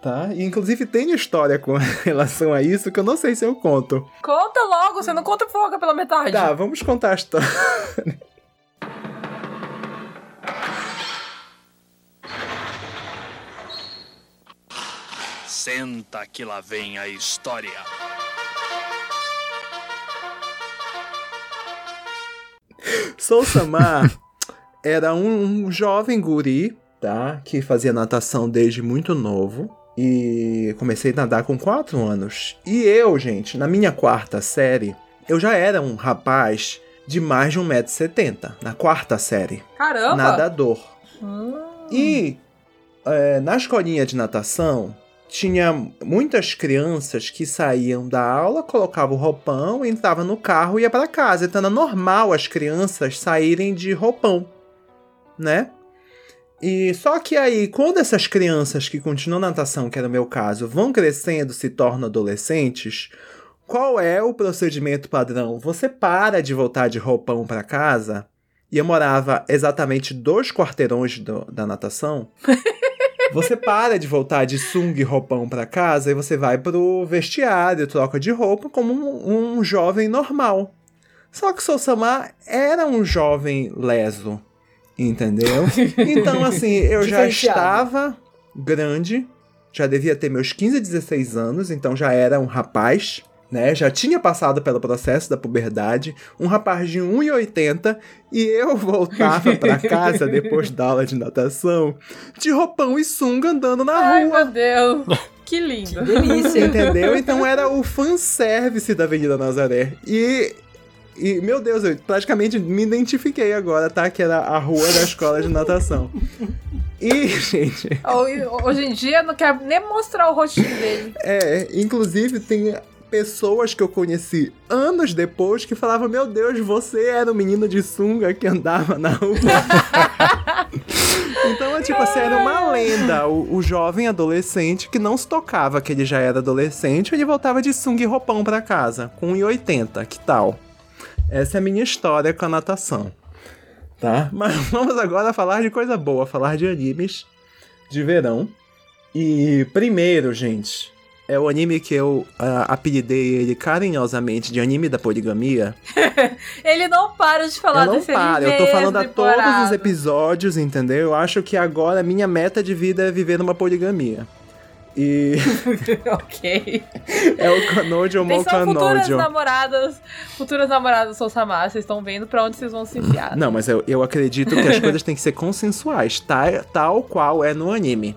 [SPEAKER 4] tá? E, inclusive, tenho história com relação a isso que eu não sei se eu conto.
[SPEAKER 3] Conta logo, você não conta foca pela metade.
[SPEAKER 4] Tá, vamos contar a história.
[SPEAKER 7] Senta que lá vem a história.
[SPEAKER 4] Sou Samar era um, um jovem guri, tá? Que fazia natação desde muito novo. E comecei a nadar com 4 anos. E eu, gente, na minha quarta série, eu já era um rapaz de mais de 1,70m. Na quarta série.
[SPEAKER 3] Caramba!
[SPEAKER 4] Nadador.
[SPEAKER 3] Hum.
[SPEAKER 4] E é, na escolinha de natação tinha muitas crianças que saíam da aula, colocavam o roupão, entrava no carro e ia para casa. Então era normal as crianças saírem de roupão, né? E só que aí, quando essas crianças que continuam na natação, que era o meu caso, vão crescendo, se tornam adolescentes, qual é o procedimento padrão? Você para de voltar de roupão para casa? E eu morava exatamente dois quarteirões do- da natação. Você para de voltar de sunga e roupão para casa e você vai pro vestiário, troca de roupa como um, um jovem normal. Só que o Sousama era um jovem leso, entendeu? Então, assim, eu já
[SPEAKER 5] Diferenciado.
[SPEAKER 4] estava grande, já devia ter meus 15, 16 anos, então já era um rapaz, né? Já tinha passado pelo processo da puberdade, um rapaz de 1,80 e eu voltava para casa depois da aula de natação de roupão e sunga andando na
[SPEAKER 3] Ai,
[SPEAKER 4] rua.
[SPEAKER 3] meu Deus. Que lindo.
[SPEAKER 5] Delícia.
[SPEAKER 4] Entendeu? Então era o fanservice da Avenida Nazaré. E. E, meu Deus, eu praticamente me identifiquei agora, tá? Que era a rua da escola de natação. E, gente,
[SPEAKER 3] Hoje hoje em dia não quer nem mostrar o rostinho dele.
[SPEAKER 4] É, inclusive tem pessoas que eu conheci anos depois que falavam: Meu Deus, você era o menino de sunga que andava na rua. então, é tipo assim, era uma lenda. O, o jovem adolescente que não se tocava, um que ele já era adolescente, ele voltava de sunga e roupão pra casa, com 1,80, que tal? Essa é a minha história com a natação. Tá? Mas vamos agora falar de coisa boa, falar de animes de verão. E primeiro, gente, é o anime que eu ah, apelidei ele carinhosamente de anime da poligamia.
[SPEAKER 3] Ele não para de falar
[SPEAKER 4] eu não
[SPEAKER 3] desse
[SPEAKER 4] paro,
[SPEAKER 3] anime
[SPEAKER 4] eu tô falando a
[SPEAKER 3] desde temporada.
[SPEAKER 4] todos os episódios, entendeu? Eu acho que agora a minha meta de vida é viver numa poligamia. E
[SPEAKER 3] ok.
[SPEAKER 4] é o Canojo
[SPEAKER 3] Tem
[SPEAKER 4] Mon
[SPEAKER 3] só futuras
[SPEAKER 4] Canojo.
[SPEAKER 3] namoradas, futuras namoradas do Sousama, vocês estão vendo pra onde vocês vão se enfiar.
[SPEAKER 4] Não, mas eu, eu acredito que as coisas têm que ser consensuais, ta- tal qual é no anime.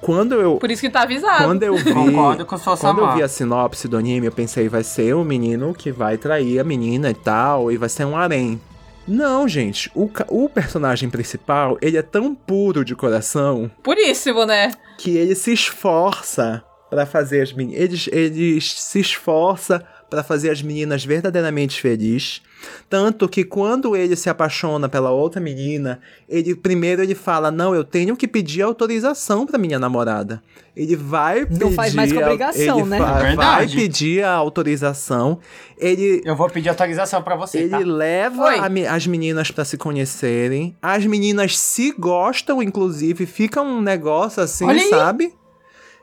[SPEAKER 4] Quando eu,
[SPEAKER 3] Por isso que tá avisado.
[SPEAKER 4] quando eu vi.
[SPEAKER 1] Concordo com o Sousama.
[SPEAKER 4] Quando eu vi a sinopse do anime, eu pensei, vai ser um menino que vai trair a menina e tal, e vai ser um harém. Não, gente, o, ca- o personagem principal, ele é tão puro de coração
[SPEAKER 3] Puríssimo, né?
[SPEAKER 4] que ele se esforça pra fazer as meninas. Ele, ele se esforça pra fazer as meninas verdadeiramente felizes. Tanto que quando ele se apaixona pela outra menina, ele primeiro ele fala: "Não, eu tenho que pedir autorização pra minha namorada". Ele vai pedir
[SPEAKER 5] Não faz mais que
[SPEAKER 4] a-
[SPEAKER 5] obrigação,
[SPEAKER 4] ele
[SPEAKER 5] né?
[SPEAKER 4] fa-
[SPEAKER 1] É
[SPEAKER 4] vai
[SPEAKER 1] verdade.
[SPEAKER 4] pedir a autorização. Ele
[SPEAKER 1] Eu vou pedir autorização pra você, tá?
[SPEAKER 4] ele
[SPEAKER 3] Oi.
[SPEAKER 4] leva a me- as meninas pra se conhecerem. As meninas se gostam, inclusive, fica um negócio assim,
[SPEAKER 1] Olha aí.
[SPEAKER 4] sabe?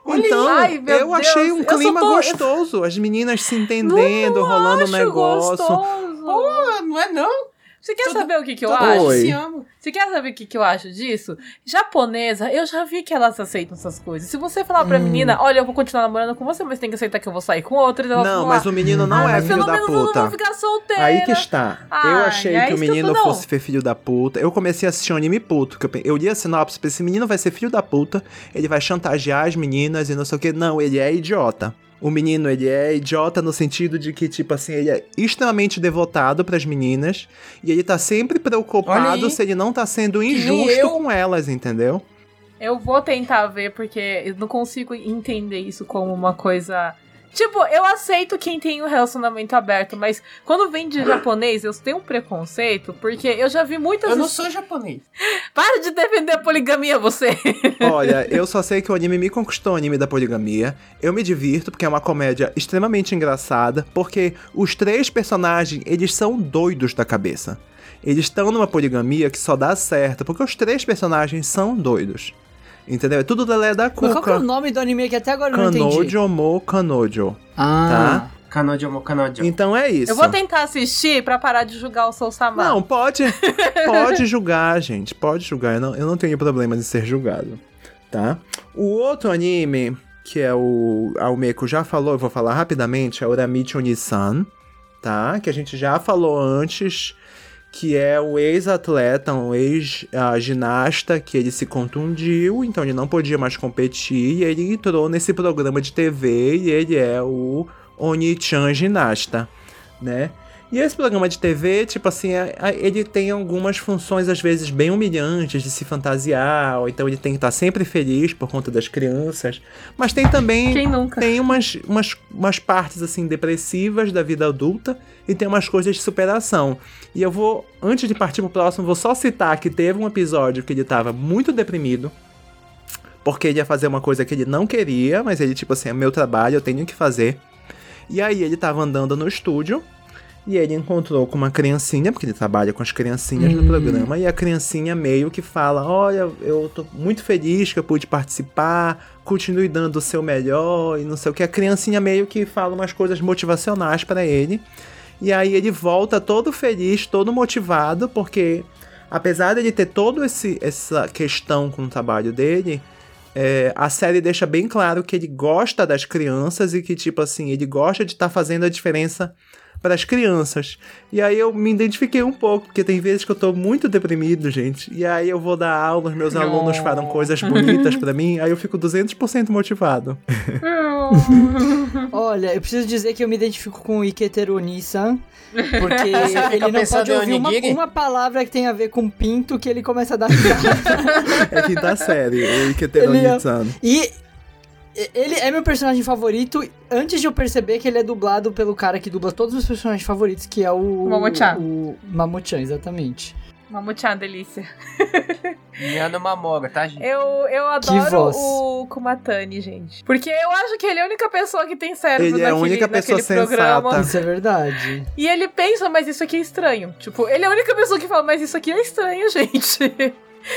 [SPEAKER 1] Olha aí.
[SPEAKER 4] Então,
[SPEAKER 3] Ai, meu
[SPEAKER 4] eu achei
[SPEAKER 3] Deus,
[SPEAKER 4] um
[SPEAKER 3] eu sou
[SPEAKER 4] clima
[SPEAKER 3] tão-
[SPEAKER 4] gostoso. As meninas se entendendo, rolando um
[SPEAKER 3] Acho
[SPEAKER 4] negócio.
[SPEAKER 3] gostoso.
[SPEAKER 1] Ah, não é não?
[SPEAKER 3] Você quer
[SPEAKER 1] Tudo-
[SPEAKER 3] saber o que, que eu
[SPEAKER 4] tudo
[SPEAKER 3] acho?
[SPEAKER 4] bom. Oi.
[SPEAKER 1] Se amo.
[SPEAKER 3] Você quer saber o que, que eu acho disso? Japonesa, eu já vi que elas aceitam essas coisas. Se você falar
[SPEAKER 4] Hum.
[SPEAKER 3] pra menina, olha, eu vou continuar namorando com você, mas tem que aceitar que eu vou sair com outras, elas
[SPEAKER 4] Não,
[SPEAKER 3] vão
[SPEAKER 4] mas
[SPEAKER 3] lá,
[SPEAKER 4] o menino não
[SPEAKER 3] "Ah,
[SPEAKER 4] é
[SPEAKER 3] mas
[SPEAKER 4] filho
[SPEAKER 3] pelo
[SPEAKER 4] da
[SPEAKER 3] menos eu não vou
[SPEAKER 4] puta.
[SPEAKER 3] ficar solteira.
[SPEAKER 4] Aí que está. eu
[SPEAKER 3] Ai,
[SPEAKER 4] achei
[SPEAKER 3] é
[SPEAKER 4] que
[SPEAKER 3] isso
[SPEAKER 4] o
[SPEAKER 3] que eu tô
[SPEAKER 4] menino
[SPEAKER 3] não.
[SPEAKER 4] fosse ser filho da puta. Eu comecei a assistir um anime puto. Que eu, pe- eu li a sinopse, pensei, esse menino vai ser filho da puta, ele vai chantagear as meninas e não sei o que. Não, ele é idiota. O menino, ele é idiota no sentido de que, tipo assim, ele é extremamente devotado pras meninas. E ele tá sempre
[SPEAKER 1] Olha
[SPEAKER 4] preocupado
[SPEAKER 1] aí.
[SPEAKER 4] se ele não tá sendo
[SPEAKER 1] nem
[SPEAKER 4] injusto
[SPEAKER 1] eu.
[SPEAKER 4] com elas, entendeu?
[SPEAKER 3] Eu vou tentar ver, porque eu não consigo entender isso como uma coisa. Tipo, eu aceito quem tem um relacionamento aberto, mas quando vem de japonês, eu tenho um preconceito, porque eu já vi muitas.
[SPEAKER 1] Eu não sou japonês.
[SPEAKER 3] Para de defender a poligamia, você!
[SPEAKER 4] Olha, eu só sei que o anime me conquistou o anime da poligamia. Eu me divirto porque é uma comédia extremamente engraçada, porque os três personagens, eles são doidos da cabeça. Eles estão numa poligamia que só dá certo, porque os três personagens são doidos. Entendeu? É tudo Lelé da
[SPEAKER 5] Mas qual que é o
[SPEAKER 4] Cuca.
[SPEAKER 5] nome do anime que até agora eu não entendi?
[SPEAKER 4] Canojo mo Canojo.
[SPEAKER 5] Ah,
[SPEAKER 4] Tá.
[SPEAKER 1] Canojo, mo canojo.
[SPEAKER 4] Então é isso.
[SPEAKER 3] Eu vou tentar assistir pra parar de julgar o Soul Samar.
[SPEAKER 4] Não, pode, pode julgar, gente. Pode julgar. Eu não, eu não tenho problemas em ser julgado, tá? O outro anime, que é o a Almeco já falou, eu vou falar rapidamente, é Uramichi Onisan, tá? Que a gente já falou antes, que é o ex-atleta, um ex-ginasta, que ele se contundiu, então ele não podia mais competir, e ele entrou nesse programa de TV, e ele é o Oni-chan ginasta, né? E esse programa de TV, tipo assim, é- é- ele tem algumas funções às vezes bem humilhantes de se fantasiar, ou então ele tem que estar sempre feliz por conta das crianças, mas tem também
[SPEAKER 3] Quem nunca?
[SPEAKER 4] tem umas, umas, umas partes assim depressivas da vida adulta e tem umas coisas de superação. E eu vou, antes de partir pro próximo, vou só citar que teve um episódio que ele tava muito deprimido. Porque ele ia fazer uma coisa que ele não queria, mas ele, tipo assim, é meu trabalho, eu tenho que fazer. E aí ele tava andando no estúdio e ele encontrou com uma criancinha, porque ele trabalha com as criancinhas no programa, e a criancinha meio que fala: Olha, eu tô muito feliz que eu pude participar, continue dando o seu melhor e não sei o que. A criancinha meio que fala umas coisas motivacionais pra ele. E aí ele volta todo feliz, todo motivado, porque apesar dele ter todo esse essa questão com o trabalho dele, é, a série deixa bem claro que ele gosta das crianças e que tipo assim ele gosta de estar fazendo a diferença para as crianças. E aí eu me identifiquei um pouco, porque tem vezes que eu tô muito deprimido, gente. E aí eu vou dar aula, os meus alunos falam coisas bonitas pra mim, aí eu fico 200% motivado.
[SPEAKER 3] Hum.
[SPEAKER 5] olha, eu preciso dizer que eu me identifico com o Iketeru Nissan, porque ele não
[SPEAKER 1] Então, pensando
[SPEAKER 5] pode
[SPEAKER 1] em
[SPEAKER 5] ouvir uma,
[SPEAKER 1] onigiri?
[SPEAKER 5] uma palavra que tem a ver com pinto que ele começa a dar risada.
[SPEAKER 4] É quinta série, o
[SPEAKER 5] Ele é-
[SPEAKER 4] Iketeronitsan.
[SPEAKER 5] E e- ele é meu personagem favorito antes de eu perceber que ele é dublado pelo cara que dubla todos os meus personagens favoritos, que é o...
[SPEAKER 3] Momo-chan.
[SPEAKER 5] O Mamochan, exatamente.
[SPEAKER 3] Mamute é uma delícia.
[SPEAKER 1] Miana Mamora, tá,
[SPEAKER 5] É
[SPEAKER 1] gente?
[SPEAKER 3] Eu, eu
[SPEAKER 5] Que
[SPEAKER 3] adoro
[SPEAKER 5] voz.
[SPEAKER 3] o Kumatani, gente. Porque eu acho que ele é a única pessoa que tem cérebro
[SPEAKER 4] Ele é a
[SPEAKER 3] naquele,
[SPEAKER 4] única pessoa
[SPEAKER 3] naquele programa.
[SPEAKER 4] sensata.
[SPEAKER 5] Isso é verdade.
[SPEAKER 3] E ele pensa, mas isso aqui é estranho. Tipo, ele é a única pessoa que fala, mas isso aqui é estranho, gente.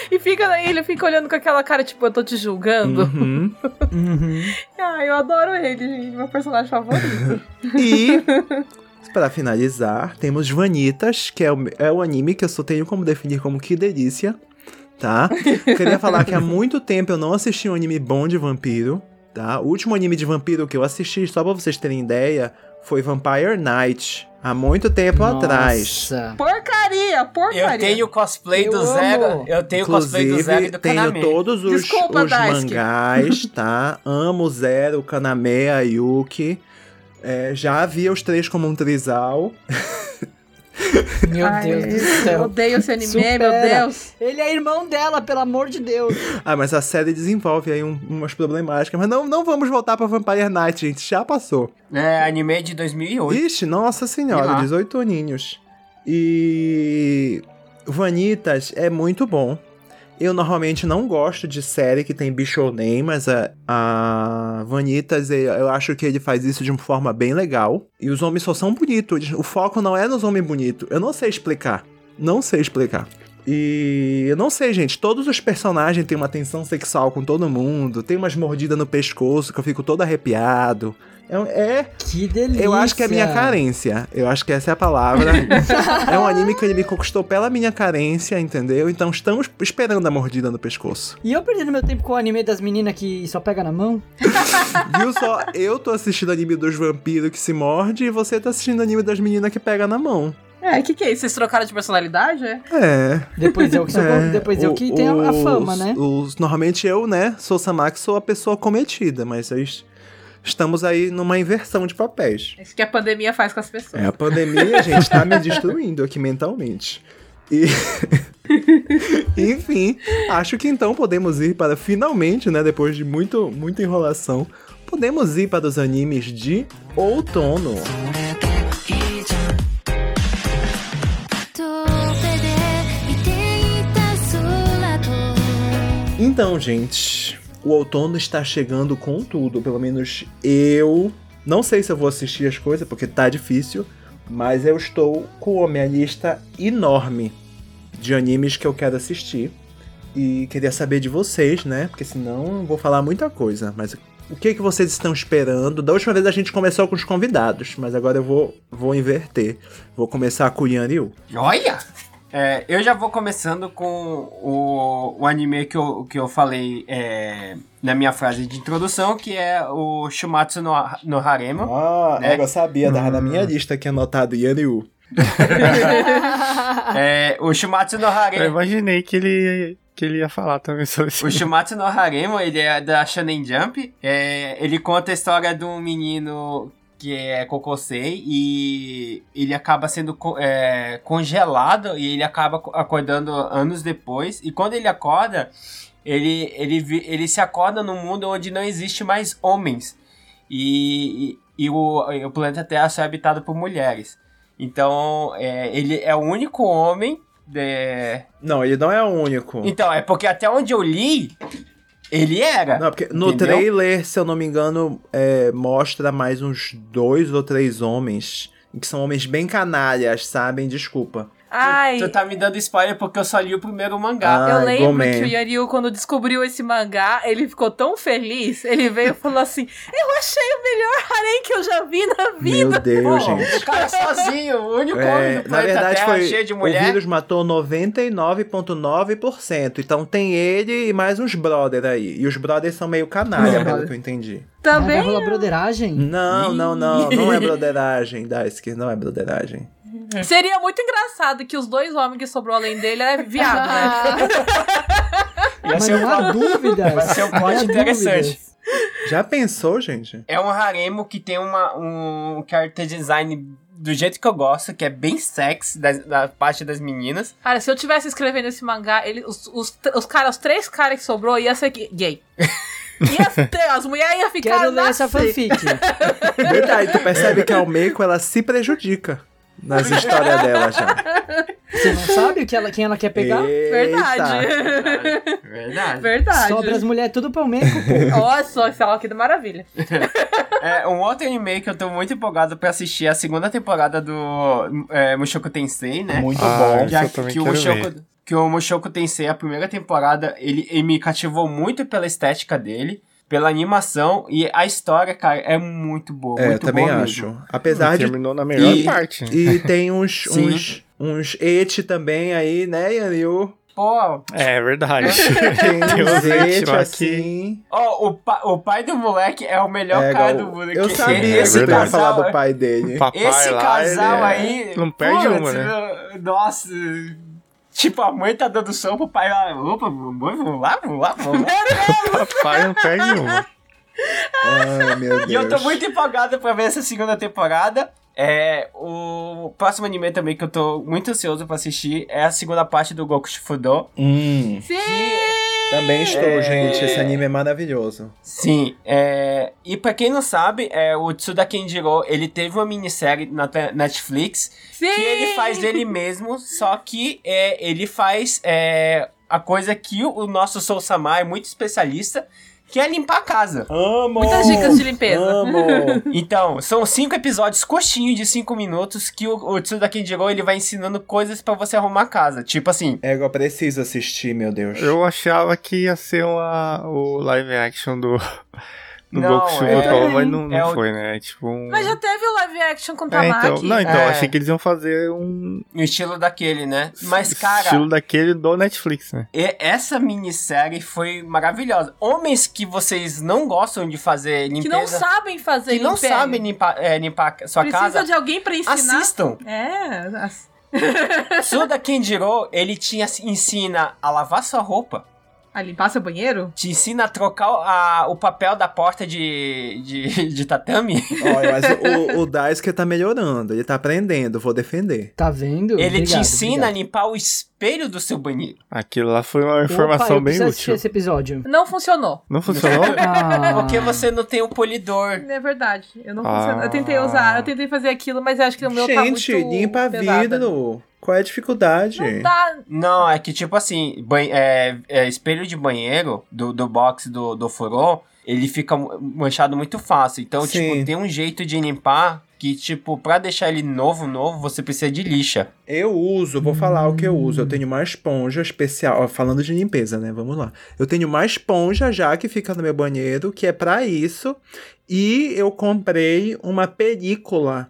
[SPEAKER 3] E fica daí, ele fica olhando com aquela cara, tipo, eu tô te julgando.
[SPEAKER 4] Uhum.
[SPEAKER 5] Uhum.
[SPEAKER 3] Ah, eu adoro ele, gente. Meu personagem favorito.
[SPEAKER 4] E, pra finalizar, temos Vanitas, que é o, é o anime que eu só tenho como definir como que delícia, tá? Queria falar que há muito tempo eu não assisti um anime bom de vampiro, tá? O último anime de vampiro que eu assisti, só pra vocês terem ideia, foi Vampire Knight, há muito tempo atrás.
[SPEAKER 5] Nossa.
[SPEAKER 3] porcaria,
[SPEAKER 1] Eu
[SPEAKER 3] porcaria.
[SPEAKER 1] tenho cosplay
[SPEAKER 5] Eu
[SPEAKER 1] do Zero.
[SPEAKER 5] amo.
[SPEAKER 1] Eu tenho cosplay do Zero e
[SPEAKER 4] Inclusive,
[SPEAKER 1] do
[SPEAKER 4] tenho
[SPEAKER 1] Kaname.
[SPEAKER 4] todos os,
[SPEAKER 3] Desculpa,
[SPEAKER 4] os
[SPEAKER 3] Daisuke.
[SPEAKER 4] mangás, tá? Amo Zero, Kaname, Ayuki. É, já havia os três como um trisal.
[SPEAKER 5] Meu
[SPEAKER 3] Ai,
[SPEAKER 5] Deus do
[SPEAKER 3] Eu
[SPEAKER 5] céu.
[SPEAKER 3] odeio esse anime, meu
[SPEAKER 5] Supera.
[SPEAKER 3] Deus.
[SPEAKER 5] Ele é irmão dela, pelo amor de Deus.
[SPEAKER 4] Ah, mas a série desenvolve aí um- umas problemáticas. Mas não, não vamos voltar pra Vampire Night, gente. Já passou.
[SPEAKER 1] É, anime de 2008.
[SPEAKER 4] Ixi, nossa senhora,
[SPEAKER 1] Ah.
[SPEAKER 4] 18 aninhos. E. Vanitas é muito bom. Eu normalmente não gosto de série que tem bichonem, mas a, a Vanitas, eu- eu acho que ele faz isso de uma forma bem legal. E os homens só são bonitos. O foco não é nos homens bonitos. Eu não sei explicar. Não sei explicar. E eu não sei, gente. Todos os personagens têm uma tensão sexual com todo mundo. Tem umas mordidas no pescoço que eu fico todo arrepiado. É, um- é-
[SPEAKER 5] Que delícia.
[SPEAKER 4] eu acho que é a minha carência. Eu acho que essa é a palavra. é um anime que ele me conquistou pela minha carência, entendeu? Então estamos esperando a mordida no pescoço.
[SPEAKER 5] E eu perdendo meu tempo com o anime das meninas que só pega na mão?
[SPEAKER 4] Viu só? Eu tô assistindo anime dos vampiros que se morde e você tá assistindo anime das meninas que pega na mão.
[SPEAKER 3] É, o que, que é isso? Vocês trocaram de personalidade? é?
[SPEAKER 4] É.
[SPEAKER 5] Depois eu que, sou, depois eu que tenho a fama,
[SPEAKER 4] os-
[SPEAKER 5] né?
[SPEAKER 4] os- normalmente eu, né, sou Samax, sou a pessoa cometida, mas es- estamos aí numa inversão de papéis.
[SPEAKER 3] Isso que a pandemia faz com as pessoas.
[SPEAKER 4] É, a pandemia, gente, tá me destruindo aqui mentalmente. E... Enfim, acho que então podemos ir para, finalmente, né, depois de muito, muita enrolação, podemos ir para os animes de outono.
[SPEAKER 8] 遠くで見ていた空と
[SPEAKER 4] Então, gente, o outono está chegando com tudo. Pelo menos eu. Não sei se eu vou assistir as coisas, porque tá difícil. Mas eu estou com a minha lista enorme de animes que eu quero assistir. E queria saber de vocês, né? Porque senão eu vou falar muita coisa. Mas o que, que vocês estão esperando? Da última vez a gente começou com os convidados, mas agora eu vou, vou inverter. Vou começar com o Yan Ryu.
[SPEAKER 1] Olha! É, eu já vou começando com o, o anime que eu, que eu falei é, na minha frase de introdução, que é o Shumatsu no, no Harem.
[SPEAKER 4] Ah,
[SPEAKER 1] Né?
[SPEAKER 4] eu sabia, tava na minha lista aqui anotado Yan Ryu.
[SPEAKER 1] É, o Shumatsu no
[SPEAKER 2] Eu
[SPEAKER 1] Harem.
[SPEAKER 2] imaginei que ele, que ele ia falar também sobre isso.
[SPEAKER 1] O Shumatsu no Harem, ele é da Shonen Jump. É, ele conta a história de um menino que é Kokosei e ele acaba sendo co- é, congelado e ele acaba co- acordando anos depois. E quando ele acorda, ele, ele, vi- ele se acorda num mundo onde não existe mais homens. E, e, e o, e o planeta Terra só é habitado por mulheres. Então, é, ele é o único homem é,
[SPEAKER 4] Não, ele não é o único.
[SPEAKER 1] então, é porque até onde eu li, ele era.
[SPEAKER 4] Não, porque no
[SPEAKER 1] Entendeu?
[SPEAKER 4] trailer, se eu não me engano, é, mostra mais uns dois ou três homens. Que são homens bem canalhas, sabem? Desculpa.
[SPEAKER 3] Ai,
[SPEAKER 1] Tu tá me dando spoiler porque eu só li o primeiro mangá.
[SPEAKER 4] Ah.
[SPEAKER 3] eu
[SPEAKER 4] Ai,
[SPEAKER 3] lembro
[SPEAKER 4] Gomen.
[SPEAKER 3] que o Yariu, quando descobriu esse mangá, ele ficou tão feliz. Ele veio e falou assim: Eu achei o melhor harém que eu já vi na vida.
[SPEAKER 4] Meu Deus,
[SPEAKER 1] Pô,
[SPEAKER 4] gente.
[SPEAKER 1] O cara sozinho, o único homem
[SPEAKER 4] É,
[SPEAKER 1] do
[SPEAKER 4] na
[SPEAKER 1] planeta
[SPEAKER 4] verdade,
[SPEAKER 1] Terra
[SPEAKER 4] foi,
[SPEAKER 1] cheio de
[SPEAKER 4] o
[SPEAKER 1] mulher.
[SPEAKER 4] vírus matou 99,9%. Então tem ele e mais uns brother aí. E os brothers são meio canalha, pelo que eu entendi.
[SPEAKER 5] Ah, vai
[SPEAKER 3] Também.
[SPEAKER 5] rolar
[SPEAKER 1] Hum,
[SPEAKER 5] broderagem?
[SPEAKER 4] Não, não, não. Não é broderagem, Daisuke. Não é broderagem.
[SPEAKER 3] Seria muito engraçado que os dois homens que sobrou além dele eram viado, né?
[SPEAKER 1] Ia
[SPEAKER 5] Mas
[SPEAKER 1] ser um
[SPEAKER 5] não há
[SPEAKER 1] plot-
[SPEAKER 5] dúvidas.
[SPEAKER 1] Vai ser um
[SPEAKER 5] Não há
[SPEAKER 1] plot interessante.
[SPEAKER 5] dúvidas.
[SPEAKER 4] Já pensou, gente?
[SPEAKER 1] É um haremo que tem uma, um character design do jeito que eu gosto, que é bem sexy da, da parte das meninas.
[SPEAKER 3] Cara, se eu tivesse escrevendo esse mangá, ele, os, os, os caras, os três caras que sobrou, ia ser gay. gay. Ia ter, as mulheres iam ficar
[SPEAKER 5] Quero ler
[SPEAKER 3] na
[SPEAKER 5] essa fanfic.
[SPEAKER 4] Verdade, tu percebe que a Almeco, ela se prejudica. nas histórias dela já.
[SPEAKER 5] Você não sabe o que ela, quem ela quer pegar?
[SPEAKER 4] Eita.
[SPEAKER 3] Verdade.
[SPEAKER 1] Verdade.
[SPEAKER 3] Verdade.
[SPEAKER 5] Sobra as mulheres tudo palmeco, pô.
[SPEAKER 3] Nossa, esse aqui do maravilha.
[SPEAKER 1] É, um outro anime que eu tô muito empolgado pra assistir é a segunda temporada do é, Mushoku Tensei, né?
[SPEAKER 2] Muito
[SPEAKER 4] Ah,
[SPEAKER 2] bom.
[SPEAKER 1] Já
[SPEAKER 2] eu também
[SPEAKER 1] que o
[SPEAKER 2] quero ver.
[SPEAKER 1] Mushoku, que o Mushoku Tensei, a primeira temporada, ele, ele me cativou muito pela estética dele, pela animação e a história, cara, é muito boa.
[SPEAKER 4] É, eu
[SPEAKER 1] muito
[SPEAKER 4] também
[SPEAKER 1] boa
[SPEAKER 4] acho.
[SPEAKER 1] mesmo.
[SPEAKER 4] Apesar de
[SPEAKER 2] Terminou na melhor
[SPEAKER 4] E-
[SPEAKER 2] parte.
[SPEAKER 4] E tem uns,
[SPEAKER 1] Sim.
[SPEAKER 4] uns, uns et também aí, né, Yanil?
[SPEAKER 1] Pô,
[SPEAKER 2] É verdade.
[SPEAKER 4] Tem
[SPEAKER 2] Tem
[SPEAKER 4] uns
[SPEAKER 2] uns et aqui.
[SPEAKER 4] et assim.
[SPEAKER 1] ó, o, pa- o pai do moleque é o melhor
[SPEAKER 4] É,
[SPEAKER 1] cara
[SPEAKER 4] igual-
[SPEAKER 1] do mundo.
[SPEAKER 4] eu
[SPEAKER 1] que-
[SPEAKER 4] sabia
[SPEAKER 2] é
[SPEAKER 1] esse
[SPEAKER 4] que tu ia
[SPEAKER 2] verdade.
[SPEAKER 4] falar
[SPEAKER 1] casal,
[SPEAKER 4] do pai dele.
[SPEAKER 2] Papai
[SPEAKER 1] Esse
[SPEAKER 2] lá,
[SPEAKER 1] casal
[SPEAKER 2] ele é-
[SPEAKER 1] aí.
[SPEAKER 2] Não perde
[SPEAKER 1] putz,
[SPEAKER 2] uma, né?
[SPEAKER 1] Nossa. Tipo, a mãe tá dando som pro pai lá. Opa, vamos vamos lá, vamos lá, vamos lá.
[SPEAKER 2] Papai não perde uma.
[SPEAKER 4] Ai, meu Deus.
[SPEAKER 1] E eu tô muito empolgado pra ver essa segunda temporada. É, o próximo anime também que eu tô muito ansioso pra assistir é a segunda parte do Goku Shifudo.
[SPEAKER 4] Hum,
[SPEAKER 3] Sim!
[SPEAKER 4] também estou,
[SPEAKER 1] É.
[SPEAKER 4] gente. Esse anime é maravilhoso.
[SPEAKER 1] Sim, é, e pra quem não sabe, é, o Tsuda Kenjiro, ele teve uma minissérie na te- Netflix
[SPEAKER 3] Sim!
[SPEAKER 1] que ele faz ele mesmo, só que é, ele faz é, a coisa que o, o nosso Soul Samar é muito especialista, que é limpar a casa.
[SPEAKER 4] Amo!
[SPEAKER 3] Muitas dicas de limpeza.
[SPEAKER 4] Amo!
[SPEAKER 1] Então, são cinco episódios curtinhos de cinco minutos que o, o Tsuda Kenjiro ele vai ensinando coisas pra você arrumar a casa. Tipo assim,
[SPEAKER 4] É, eu preciso assistir, meu Deus.
[SPEAKER 2] Eu achava que ia ser uma, o live action do, do
[SPEAKER 1] Não,
[SPEAKER 2] Goku
[SPEAKER 1] é-
[SPEAKER 2] Shibutol, mas não, não
[SPEAKER 1] é o-
[SPEAKER 2] foi, né? É tipo um...
[SPEAKER 3] Mas já tá teve o live action com o
[SPEAKER 2] É,
[SPEAKER 3] Tamaki.
[SPEAKER 2] então, não, então,
[SPEAKER 1] É.
[SPEAKER 2] achei que eles iam fazer um
[SPEAKER 1] no estilo daquele, né? Mas, cara,
[SPEAKER 2] estilo daquele do Netflix, né?
[SPEAKER 1] e- essa minissérie foi maravilhosa. Homens que vocês não gostam de fazer
[SPEAKER 3] que
[SPEAKER 1] limpeza,
[SPEAKER 3] não sabem fazer
[SPEAKER 1] que não
[SPEAKER 3] limpeza.
[SPEAKER 1] sabem limpar, é, limpar a sua
[SPEAKER 3] Precisa
[SPEAKER 1] casa,
[SPEAKER 3] de alguém pra ensinar.
[SPEAKER 1] assistam.
[SPEAKER 3] É, as-
[SPEAKER 1] Tsuda Kenjiro, ele te ensina a lavar sua roupa,
[SPEAKER 3] a limpar seu banheiro?
[SPEAKER 1] te ensina a trocar a- o papel da porta de, de, de tatame.
[SPEAKER 4] Olha, mas o, o Daisuke tá melhorando. Ele tá aprendendo. Vou defender.
[SPEAKER 5] Tá vendo?
[SPEAKER 1] Ele te
[SPEAKER 5] Obrigado,
[SPEAKER 1] ensina a
[SPEAKER 5] obrigado.
[SPEAKER 1] limpar o espelho do seu banheiro.
[SPEAKER 2] Aquilo lá foi uma
[SPEAKER 5] Opa,
[SPEAKER 2] informação bem
[SPEAKER 5] eu preciso assistir
[SPEAKER 2] útil.
[SPEAKER 5] esse episódio.
[SPEAKER 3] Não funcionou.
[SPEAKER 2] Não funcionou?
[SPEAKER 5] Ah.
[SPEAKER 1] Porque você não tem o polidor.
[SPEAKER 3] É verdade. Eu não
[SPEAKER 2] Ah.
[SPEAKER 3] funcionou. Eu tentei usar, eu tentei fazer aquilo, mas acho que o meu tá muito
[SPEAKER 4] gente, limpa
[SPEAKER 3] pesado.
[SPEAKER 4] vidro. Qual é a dificuldade?
[SPEAKER 3] Não dá.
[SPEAKER 1] Não, é que tipo assim, ban- é, é, espelho de banheiro do, do box do, do Furon, ele fica mu- manchado muito fácil. Então,
[SPEAKER 4] Sim.
[SPEAKER 1] tipo, tem um jeito de limpar que, tipo, pra deixar ele novo, novo, você precisa de lixa.
[SPEAKER 4] Eu uso, vou falar o que eu uso. Eu tenho uma esponja especial. ó, falando de limpeza, né? Vamos lá. Eu tenho uma esponja já que fica no meu banheiro, que é pra isso. E eu comprei uma película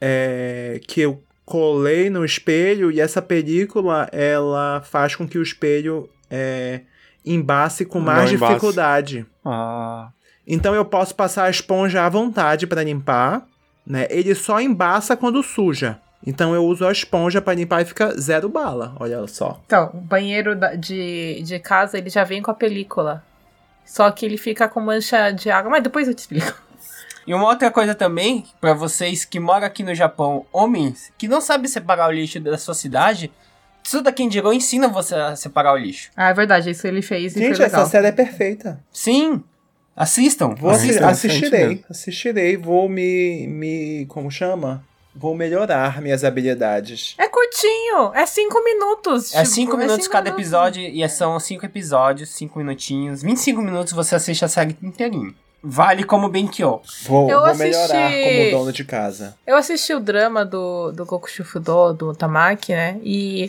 [SPEAKER 4] é, que eu colei no espelho. E essa película, ela faz com que o espelho é, embace com
[SPEAKER 2] Não
[SPEAKER 4] mais
[SPEAKER 2] embace.
[SPEAKER 4] dificuldade.
[SPEAKER 2] Ah,
[SPEAKER 4] Então eu posso passar a esponja à vontade para limpar, né? Ele só embaça quando suja. Então eu uso a esponja para limpar e fica zero bala. Olha só.
[SPEAKER 3] Então, o banheiro da- de, de casa, ele já vem com a película. Só que ele fica com mancha de água. Mas depois eu te explico.
[SPEAKER 1] E uma outra coisa também, pra vocês que moram aqui no Japão, homens que não sabem separar o lixo da sua cidade, Tsuda Kenjiro ensina você a separar o lixo.
[SPEAKER 3] Ah, é verdade. Isso ele fez e
[SPEAKER 4] Gente,
[SPEAKER 3] foi legal.
[SPEAKER 4] essa série é perfeita.
[SPEAKER 1] Sim, assistam.
[SPEAKER 4] Vou
[SPEAKER 2] Nossa,
[SPEAKER 4] assi-
[SPEAKER 2] interessante
[SPEAKER 4] assistirei,
[SPEAKER 2] mesmo.
[SPEAKER 4] assistirei, vou me, me, como chama? Vou melhorar minhas habilidades.
[SPEAKER 3] É curtinho, é cinco minutos.
[SPEAKER 1] É
[SPEAKER 3] tipo,
[SPEAKER 1] cinco minutos
[SPEAKER 3] cinco
[SPEAKER 1] cada
[SPEAKER 3] minutos.
[SPEAKER 1] episódio, e é são cinco episódios, cinco minutinhos. 25 minutos você assiste a série inteirinha. Vale como Benkyo.
[SPEAKER 4] Vou,
[SPEAKER 3] Eu
[SPEAKER 4] vou melhorar
[SPEAKER 3] assisti-
[SPEAKER 4] como dono de casa.
[SPEAKER 3] Eu assisti o drama do, do Goku Shufudo, do Tamaki, né? E,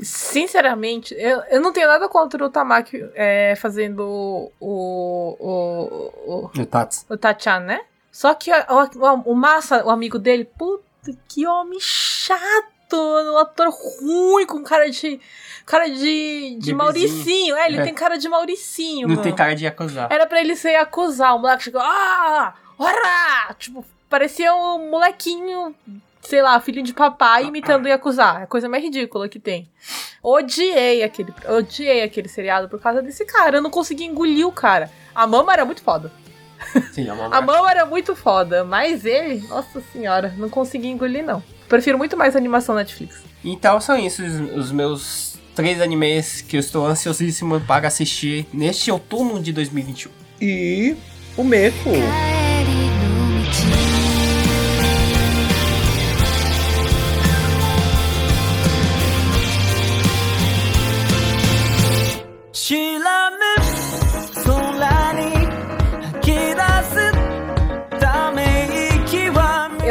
[SPEAKER 3] sinceramente, eu, eu não tenho nada contra o Tamaki é, fazendo o, o, o,
[SPEAKER 1] Tats.
[SPEAKER 3] o Tachan, né? Só que a- o, o Massa, o amigo dele, puta, que homem chato! Um ator ruim, com cara de. cara de. de
[SPEAKER 1] Bebezinho.
[SPEAKER 3] Mauricinho. É, ele
[SPEAKER 1] É.
[SPEAKER 3] tem cara de Mauricinho,
[SPEAKER 1] Não
[SPEAKER 3] mano.
[SPEAKER 1] tem cara de acusar.
[SPEAKER 3] Era pra ele ser acusar. O moleque chegou. Ah! Ora! Tipo, parecia um molequinho, sei lá, filho de papai imitando e acusar. É a coisa mais ridícula que tem. Odiei aquele, odiei aquele seriado por causa desse cara. Eu não consegui engolir o cara. A mama era muito foda.
[SPEAKER 1] Sim, é uma
[SPEAKER 3] A mama era muito foda, mas ele, nossa senhora, não consegui engolir, não. Prefiro muito mais a animação Netflix.
[SPEAKER 1] Então são isso os, os meus três animes que eu estou ansiosíssimo para assistir neste outono de 2021.
[SPEAKER 4] E o Meco.
[SPEAKER 8] 帰りの道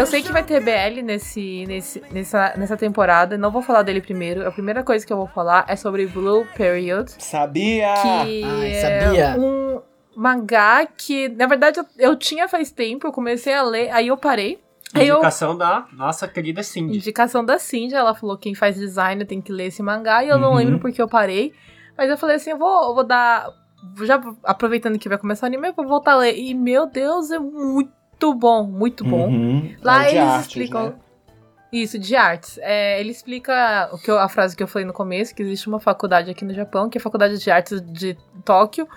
[SPEAKER 3] sei que vai ter BL nesse, nesse, nessa, nessa temporada. Não vou falar dele primeiro. A primeira coisa que eu vou falar é sobre Blue Period.
[SPEAKER 1] Sabia!
[SPEAKER 4] Ah,
[SPEAKER 3] que
[SPEAKER 5] ai,
[SPEAKER 3] é
[SPEAKER 5] sabia.
[SPEAKER 3] um mangá que, na verdade, eu, eu tinha faz tempo, eu comecei a ler, aí eu parei. Aí eu,
[SPEAKER 1] Indicação da nossa querida Cindy.
[SPEAKER 3] indicação da Cindy, ela falou quem faz design tem que ler esse mangá, e eu não
[SPEAKER 1] Uhum.
[SPEAKER 3] lembro porque eu parei. Mas eu falei assim, eu vou, eu vou dar. Já aproveitando que vai começar o anime, eu vou voltar a ler. E meu Deus, é muito bom, muito bom.
[SPEAKER 4] Uhum.
[SPEAKER 3] Lá
[SPEAKER 1] É de
[SPEAKER 3] eles
[SPEAKER 1] artes,
[SPEAKER 3] explicam.
[SPEAKER 1] né?
[SPEAKER 3] Isso, de artes. É, ele explica o que eu- a frase que eu falei no começo, que existe uma faculdade aqui no Japão, que é a Faculdade de Artes de Tóquio,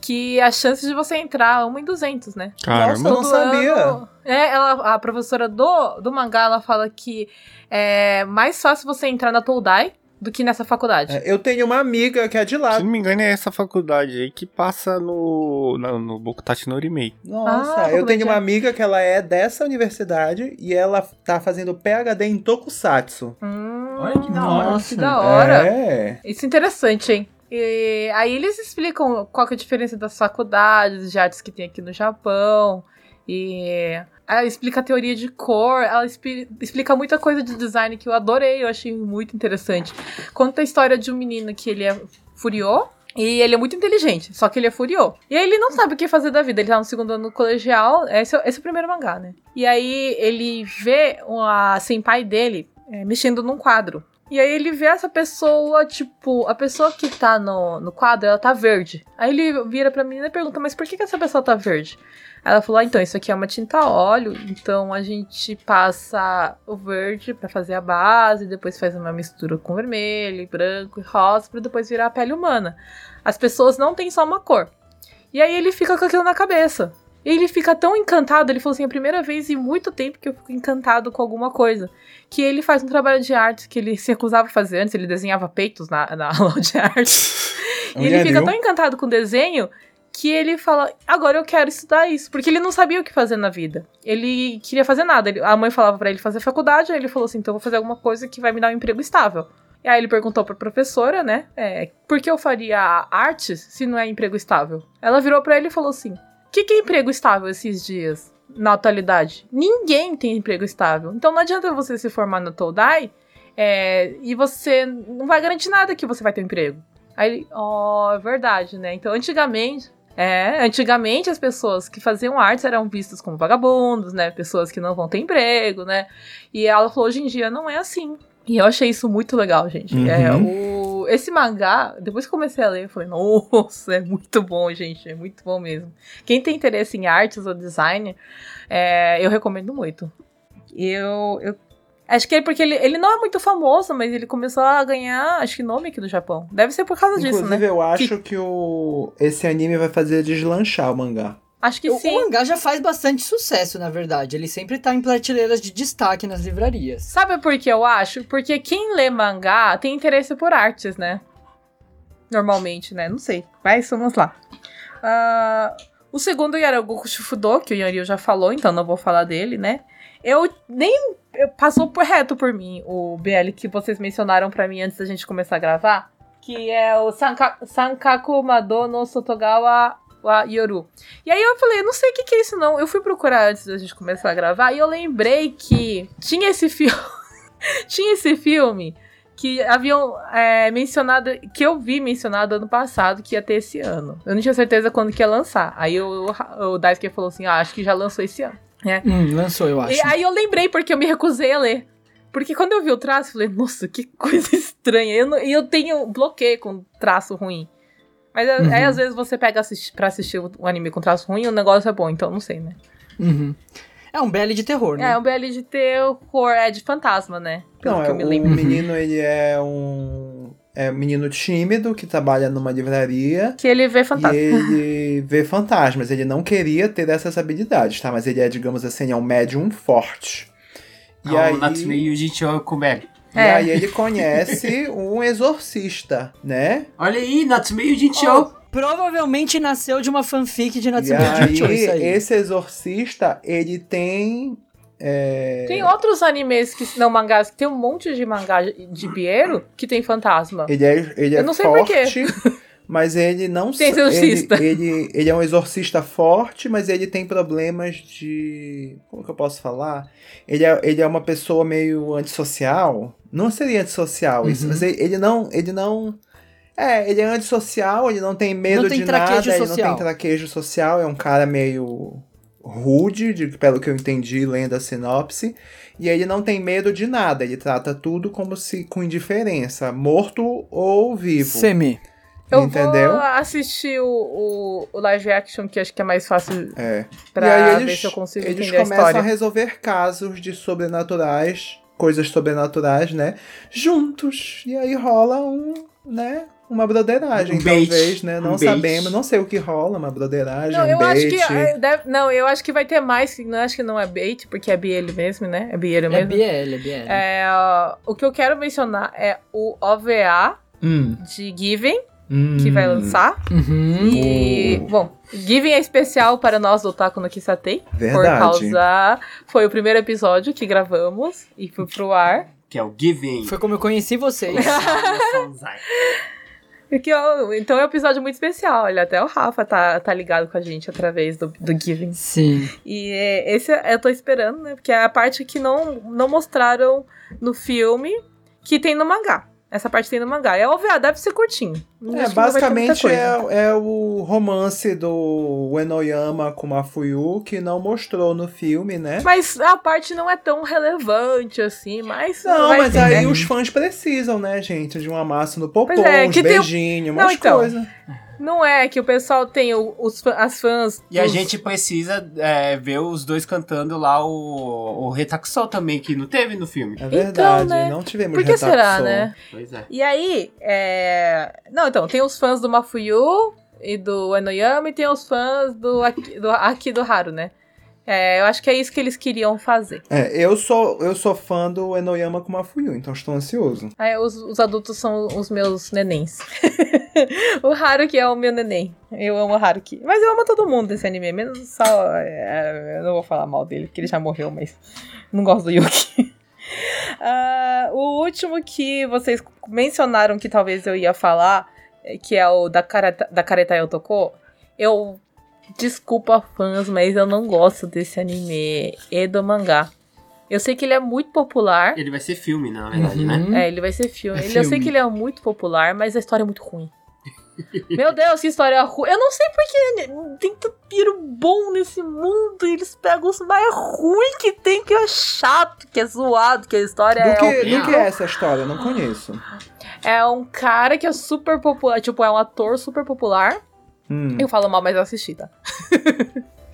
[SPEAKER 3] que a chance de você entrar é 1 em 200, né?
[SPEAKER 2] Caramba.
[SPEAKER 4] Eu não sabia.
[SPEAKER 3] ano- é, ela, a professora do, do mangá, ela fala que é mais fácil você entrar na Todai do que nessa faculdade.
[SPEAKER 4] É, Eu tenho uma amiga que é de lá.
[SPEAKER 2] Se não me engano, é essa faculdade aí que passa no, na- no Bokutachi no Orimei.
[SPEAKER 4] Nossa,
[SPEAKER 3] Ah,
[SPEAKER 4] eu
[SPEAKER 3] como é
[SPEAKER 4] tenho
[SPEAKER 3] que
[SPEAKER 4] uma
[SPEAKER 3] é?
[SPEAKER 4] amiga que ela é dessa universidade e ela tá fazendo PhD em Tokusatsu.
[SPEAKER 3] Hum,
[SPEAKER 1] Olha que da hora.
[SPEAKER 3] que da hora.
[SPEAKER 4] É.
[SPEAKER 3] Isso é interessante, hein? E aí eles explicam qual que é a diferença das faculdades de artes que tem aqui no Japão. E ela explica a teoria de cor, ela expli- explica muita coisa de design que eu adorei, eu achei muito interessante. Conta a história de um menino que ele é furiô. E ele é muito inteligente, só que ele é furiô. E aí ele não sabe o que fazer da vida. Ele tá no segundo ano colegial. Esse é, esse é o primeiro mangá, né? E aí ele vê a senpai dele é, mexendo num quadro. E aí ele vê essa pessoa, tipo, a pessoa que tá no, no quadro, ela tá verde. Aí ele vira pra menina e pergunta, mas por que, que essa pessoa tá verde? Ela falou, ah, então, isso aqui é uma tinta a óleo, então a gente passa o verde pra fazer a base, depois faz uma mistura com vermelho, e branco e rosa, pra depois virar a pele humana. As pessoas não têm só uma cor. E aí ele fica com aquilo na cabeça. E ele fica tão encantado, ele falou assim, é a primeira vez em muito tempo que eu fico encantado com alguma coisa que ele faz um trabalho de arte que ele se recusava a fazer antes, ele desenhava peitos na, na aula de arte. e ele
[SPEAKER 4] Olha,
[SPEAKER 3] fica
[SPEAKER 4] viu?
[SPEAKER 3] tão encantado com o desenho que ele fala: agora eu quero estudar isso. Porque ele não sabia o que fazer na vida. Ele queria fazer nada. Ele- a mãe falava pra ele fazer faculdade, aí ele falou assim: então eu vou fazer alguma coisa que vai me dar um emprego estável. E aí ele perguntou pra professora, né? é, por que eu faria artes se não é emprego estável? Ela virou pra ele e falou assim: o que, que é emprego estável esses dias, na atualidade? Ninguém tem emprego estável. Então não adianta você se formar na Todai é, e você não vai garantir nada que você vai ter um emprego. Aí ele, ó, é verdade, né? Então antigamente. É, antigamente as pessoas que faziam artes eram vistas como vagabundos, né? Pessoas que não vão ter emprego, né? E ela falou, hoje em dia não é assim. E eu achei isso muito legal, gente. É, o, esse mangá, depois que comecei a ler, eu falei, nossa, é muito bom, gente. É muito bom mesmo. Quem tem interesse em artes ou design, é, eu recomendo muito. Eu, eu acho que é porque ele, ele não é muito famoso, mas ele começou a ganhar, acho que nome aqui do Japão. Deve ser por causa disso,
[SPEAKER 4] Inclusive,
[SPEAKER 3] né?
[SPEAKER 4] eu acho que o... esse anime vai fazer deslanchar o mangá.
[SPEAKER 3] Acho que
[SPEAKER 5] O, o
[SPEAKER 3] sim.
[SPEAKER 5] mangá já faz bastante sucesso, na verdade. Ele sempre tá em prateleiras de destaque nas livrarias.
[SPEAKER 3] Sabe por que eu acho? Porque quem lê mangá tem interesse por artes, né? Normalmente, né? Não sei. Mas vamos lá. Ah, o segundo Yaragoku Shufudo, que o Yoriu já falou, então não vou falar dele, né? Eu nem. eu- passou por reto por mim o BL que vocês mencionaram pra mim antes da gente começar a gravar. Que é o Sanka, Sankaku Mado no Sotogawa wa Yoru. E aí eu falei, não sei o que, que é isso não. Eu fui procurar antes da gente começar a gravar e eu lembrei que tinha esse filme. tinha esse filme que haviam é, mencionado, que eu vi mencionado ano passado que ia ter esse ano. Eu não tinha certeza quando que ia lançar. Aí o, o Daisuke falou assim, ah, acho que já lançou esse ano.
[SPEAKER 5] Hum, lançou, eu
[SPEAKER 3] E
[SPEAKER 5] acho.
[SPEAKER 3] aí eu lembrei porque eu me recusei a ler. Porque quando eu vi o traço, eu falei, nossa, que coisa estranha. Eu não- E eu, tenho bloqueio com traço ruim. Mas a-
[SPEAKER 4] Uhum.
[SPEAKER 3] aí às vezes você pega assistir, pra assistir o o anime com traço ruim e o negócio é bom, então não sei, né?
[SPEAKER 5] Uhum. É um BL de terror, né?
[SPEAKER 3] É, o BL de ter cor é de fantasma, né? Pelo
[SPEAKER 4] Não,
[SPEAKER 3] que
[SPEAKER 4] é,
[SPEAKER 3] eu me
[SPEAKER 4] o
[SPEAKER 1] Uhum.
[SPEAKER 3] lembro.
[SPEAKER 4] menino, ele é um... É um menino tímido que trabalha numa livraria
[SPEAKER 3] Que ele vê fantasma.
[SPEAKER 4] E ele vê fantasmas. Ele não queria ter essas habilidades, tá? Mas ele é, digamos assim, é um médium forte. E
[SPEAKER 1] É
[SPEAKER 4] aí,
[SPEAKER 1] o Natsume e o Jinchou Kumeri.
[SPEAKER 4] e
[SPEAKER 3] É.
[SPEAKER 4] aí ele conhece um exorcista, né?
[SPEAKER 1] Olha aí, Natsume e o Jinchou.
[SPEAKER 3] Oh.
[SPEAKER 5] Ó, provavelmente nasceu de uma fanfic de
[SPEAKER 4] E
[SPEAKER 5] Natsume
[SPEAKER 4] aí,
[SPEAKER 5] Jujutsu, isso aí.
[SPEAKER 4] esse exorcista, ele tem... é,
[SPEAKER 3] Tem outros animes que não mangás, que tem um monte de mangá de Biero que tem fantasma.
[SPEAKER 4] Ele é, ele
[SPEAKER 3] Eu
[SPEAKER 4] é
[SPEAKER 3] não sei por
[SPEAKER 4] forte, mas ele não
[SPEAKER 3] Tem
[SPEAKER 4] sa- ele,
[SPEAKER 3] exorcista.
[SPEAKER 4] ele ele é um exorcista forte, mas ele tem problemas de como que eu posso falar? Ele é, ele é uma pessoa meio antissocial. Não seria antissocial isso,
[SPEAKER 5] Uhum.
[SPEAKER 4] mas ele, ele não ele não é, ele é antissocial, ele não tem medo
[SPEAKER 5] Não tem
[SPEAKER 4] de nada,
[SPEAKER 5] traquejo
[SPEAKER 4] ele não tem
[SPEAKER 5] social.
[SPEAKER 4] traquejo social, é um cara meio rude, de- pelo que eu entendi lendo a sinopse. E ele não tem medo de nada, ele trata tudo como se com indiferença, morto ou vivo.
[SPEAKER 5] Semi.
[SPEAKER 3] Eu
[SPEAKER 4] Entendeu?
[SPEAKER 3] vou assistir o, o, o live action, que acho que é mais fácil
[SPEAKER 4] É.
[SPEAKER 3] pra ver se eu consigo
[SPEAKER 4] eles
[SPEAKER 3] entender a
[SPEAKER 4] começam a,
[SPEAKER 3] história.
[SPEAKER 4] resolver casos de sobrenaturais, coisas sobrenaturais, né? Juntos. E aí rola um, né? Uma broderagem,
[SPEAKER 1] Um bait.
[SPEAKER 4] talvez, né?
[SPEAKER 1] Um
[SPEAKER 4] Não
[SPEAKER 1] bait.
[SPEAKER 4] sabemos, não sei o que rola, uma broderagem,
[SPEAKER 3] Não,
[SPEAKER 4] um
[SPEAKER 3] eu acho
[SPEAKER 4] bait.
[SPEAKER 3] que. é, deve- não, eu acho que vai ter mais. Não acho que não é bait, porque é BL mesmo, né? É BL
[SPEAKER 5] É
[SPEAKER 3] mesmo.
[SPEAKER 5] BL, é BL.
[SPEAKER 3] É, ó, o que eu quero mencionar é o OVA
[SPEAKER 4] Hum,
[SPEAKER 3] de Given,
[SPEAKER 4] hum.
[SPEAKER 3] que vai lançar.
[SPEAKER 5] Uhum.
[SPEAKER 3] E, bom, Given é especial para nós do Otaku no Kisatei. Por
[SPEAKER 4] Verdade.
[SPEAKER 3] causa. Foi o primeiro episódio que gravamos e foi pro ar.
[SPEAKER 1] Que é o é Giving.
[SPEAKER 5] Foi como eu conheci vocês.
[SPEAKER 3] E que eu- então é um episódio muito especial. Olha, até o Rafa tá, tá ligado com a gente através do, do Given.
[SPEAKER 5] Sim.
[SPEAKER 3] E é, esse eu tô esperando, né? Porque é a parte que não, não mostraram no filme, que tem no mangá. Essa parte tem no mangá. É OVA, deve ser curtinho. Acho que não
[SPEAKER 4] É,
[SPEAKER 3] vai ter muita
[SPEAKER 4] basicamente
[SPEAKER 3] coisa.
[SPEAKER 4] é, é o romance do Enoyama com a Fuyu, que não mostrou no filme, né?
[SPEAKER 3] Mas a parte não é tão relevante assim, mas.
[SPEAKER 4] Não,
[SPEAKER 3] vai
[SPEAKER 4] mas
[SPEAKER 3] ter,
[SPEAKER 4] aí
[SPEAKER 3] né?
[SPEAKER 4] os fãs precisam, né, gente? De um amasso no popô,
[SPEAKER 3] Pois é,
[SPEAKER 4] uns
[SPEAKER 3] que tem o-
[SPEAKER 4] beijinhos, um
[SPEAKER 3] Não,
[SPEAKER 4] umas
[SPEAKER 3] então.
[SPEAKER 4] coisas.
[SPEAKER 3] Não é que o pessoal tem o- os, fã- as fãs.
[SPEAKER 1] E a
[SPEAKER 3] dos-
[SPEAKER 1] gente precisa é, ver os dois cantando lá o, o Retakusou também, que não teve no filme.
[SPEAKER 4] É verdade,
[SPEAKER 3] né?
[SPEAKER 4] não tivemos
[SPEAKER 3] Por que será,
[SPEAKER 4] Retakusou.
[SPEAKER 3] né?
[SPEAKER 1] Pois é.
[SPEAKER 3] E aí, é... Não, então, tem os fãs do Mafuyu e do Enoyama e tem os fãs do Aki do, Aki do Haru, né? É, eu acho que é isso que eles queriam fazer.
[SPEAKER 4] É, eu sou, eu sou fã do Enoyama com Mafuyu, então estou ansioso.
[SPEAKER 3] Aí, É, os, os adultos são os meus nenéns. o Haruki é o meu neném. Eu amo o Haruki. Mas eu amo todo mundo desse anime, menos só... é, eu não vou falar mal dele, porque ele já morreu, mas não gosto do Yuki. Ah, o último que vocês mencionaram que talvez eu ia falar, é, que é o da Kareta, da Kareta Yotoko, eu... Desculpa, fãs, mas eu não gosto desse anime e do mangá. Eu sei que ele é muito popular,
[SPEAKER 1] Ele vai ser filme, na verdade, né?
[SPEAKER 5] Uhum.
[SPEAKER 3] é, ele vai ser filme.
[SPEAKER 5] É
[SPEAKER 3] Ele- Eu sei
[SPEAKER 5] filme.
[SPEAKER 3] que ele é muito popular, mas a história é muito ruim. Meu Deus, que história ruim. Eu não sei porque tem tanto piro bom nesse mundo e eles pegam os mais ruins que tem, que é chato, que é zoado, que a história é
[SPEAKER 4] do, que,
[SPEAKER 1] horrível.
[SPEAKER 4] do que é essa história? Eu Não conheço.
[SPEAKER 3] É um cara que é super popular, tipo, é um ator super popular.
[SPEAKER 4] Hum.
[SPEAKER 3] Eu falo mal, mas eu assisti, tá?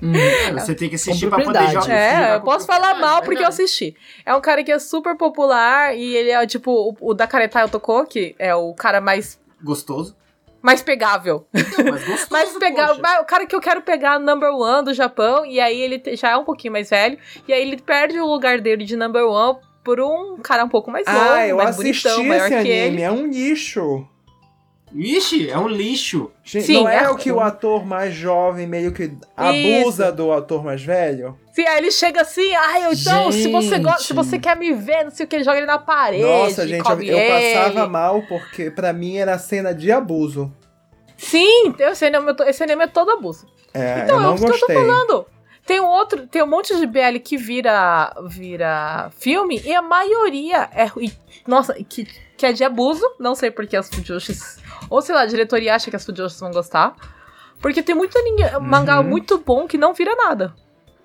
[SPEAKER 5] Uhum.
[SPEAKER 1] É, Você tem que assistir
[SPEAKER 5] Com
[SPEAKER 1] pra poder
[SPEAKER 5] propriedade.
[SPEAKER 1] jogar.
[SPEAKER 3] É, eu posso
[SPEAKER 1] Ah,
[SPEAKER 3] falar mal porque eu
[SPEAKER 1] eu sei.
[SPEAKER 3] assisti. É um cara que é super popular e ele é, tipo, o, o da Kareta Yotoko, que é o cara mais,
[SPEAKER 1] Gostoso.
[SPEAKER 3] mais pegável.
[SPEAKER 1] Mas gostoso.
[SPEAKER 3] Mas pegar,
[SPEAKER 1] poxa.
[SPEAKER 3] mas o cara que eu quero pegar é number one do Japão, e aí ele te- já é um pouquinho mais velho, e aí ele perde o lugar dele de number one por um cara um pouco mais novo,
[SPEAKER 4] Ah, eu
[SPEAKER 3] mais
[SPEAKER 4] assisti
[SPEAKER 3] bonitão, maior
[SPEAKER 4] esse
[SPEAKER 3] que
[SPEAKER 4] anime,
[SPEAKER 3] ele.
[SPEAKER 4] é um nicho.
[SPEAKER 1] Ixi, é um lixo.
[SPEAKER 4] Gente,
[SPEAKER 3] Sim,
[SPEAKER 4] não é,
[SPEAKER 3] é
[SPEAKER 4] o que o
[SPEAKER 3] ruim.
[SPEAKER 4] ator mais jovem meio que abusa do ator mais velho?
[SPEAKER 3] Sim, aí ele chega assim, ai, eu- então, se você gosta, se
[SPEAKER 5] Gente.
[SPEAKER 3] você quer me ver, não sei o que, joga ele na parede.
[SPEAKER 4] Nossa, gente, eu,
[SPEAKER 3] come
[SPEAKER 4] eu passava
[SPEAKER 3] ele.
[SPEAKER 4] mal porque pra mim era cena de abuso.
[SPEAKER 3] Sim, esse anime, é to- esse anime é todo abuso.
[SPEAKER 4] É,
[SPEAKER 3] Então,
[SPEAKER 4] eu não
[SPEAKER 3] é o que eu tô
[SPEAKER 4] gostei.
[SPEAKER 3] falando. Tem um outro, tem um monte de BL que vira vira filme e a maioria é ru- e- nossa, que, que é de abuso, não sei porque as fujoshis ou sei lá, a diretoria acha que as fujoshis vão gostar. Porque tem muito aninha- mangá muito bom que não vira nada.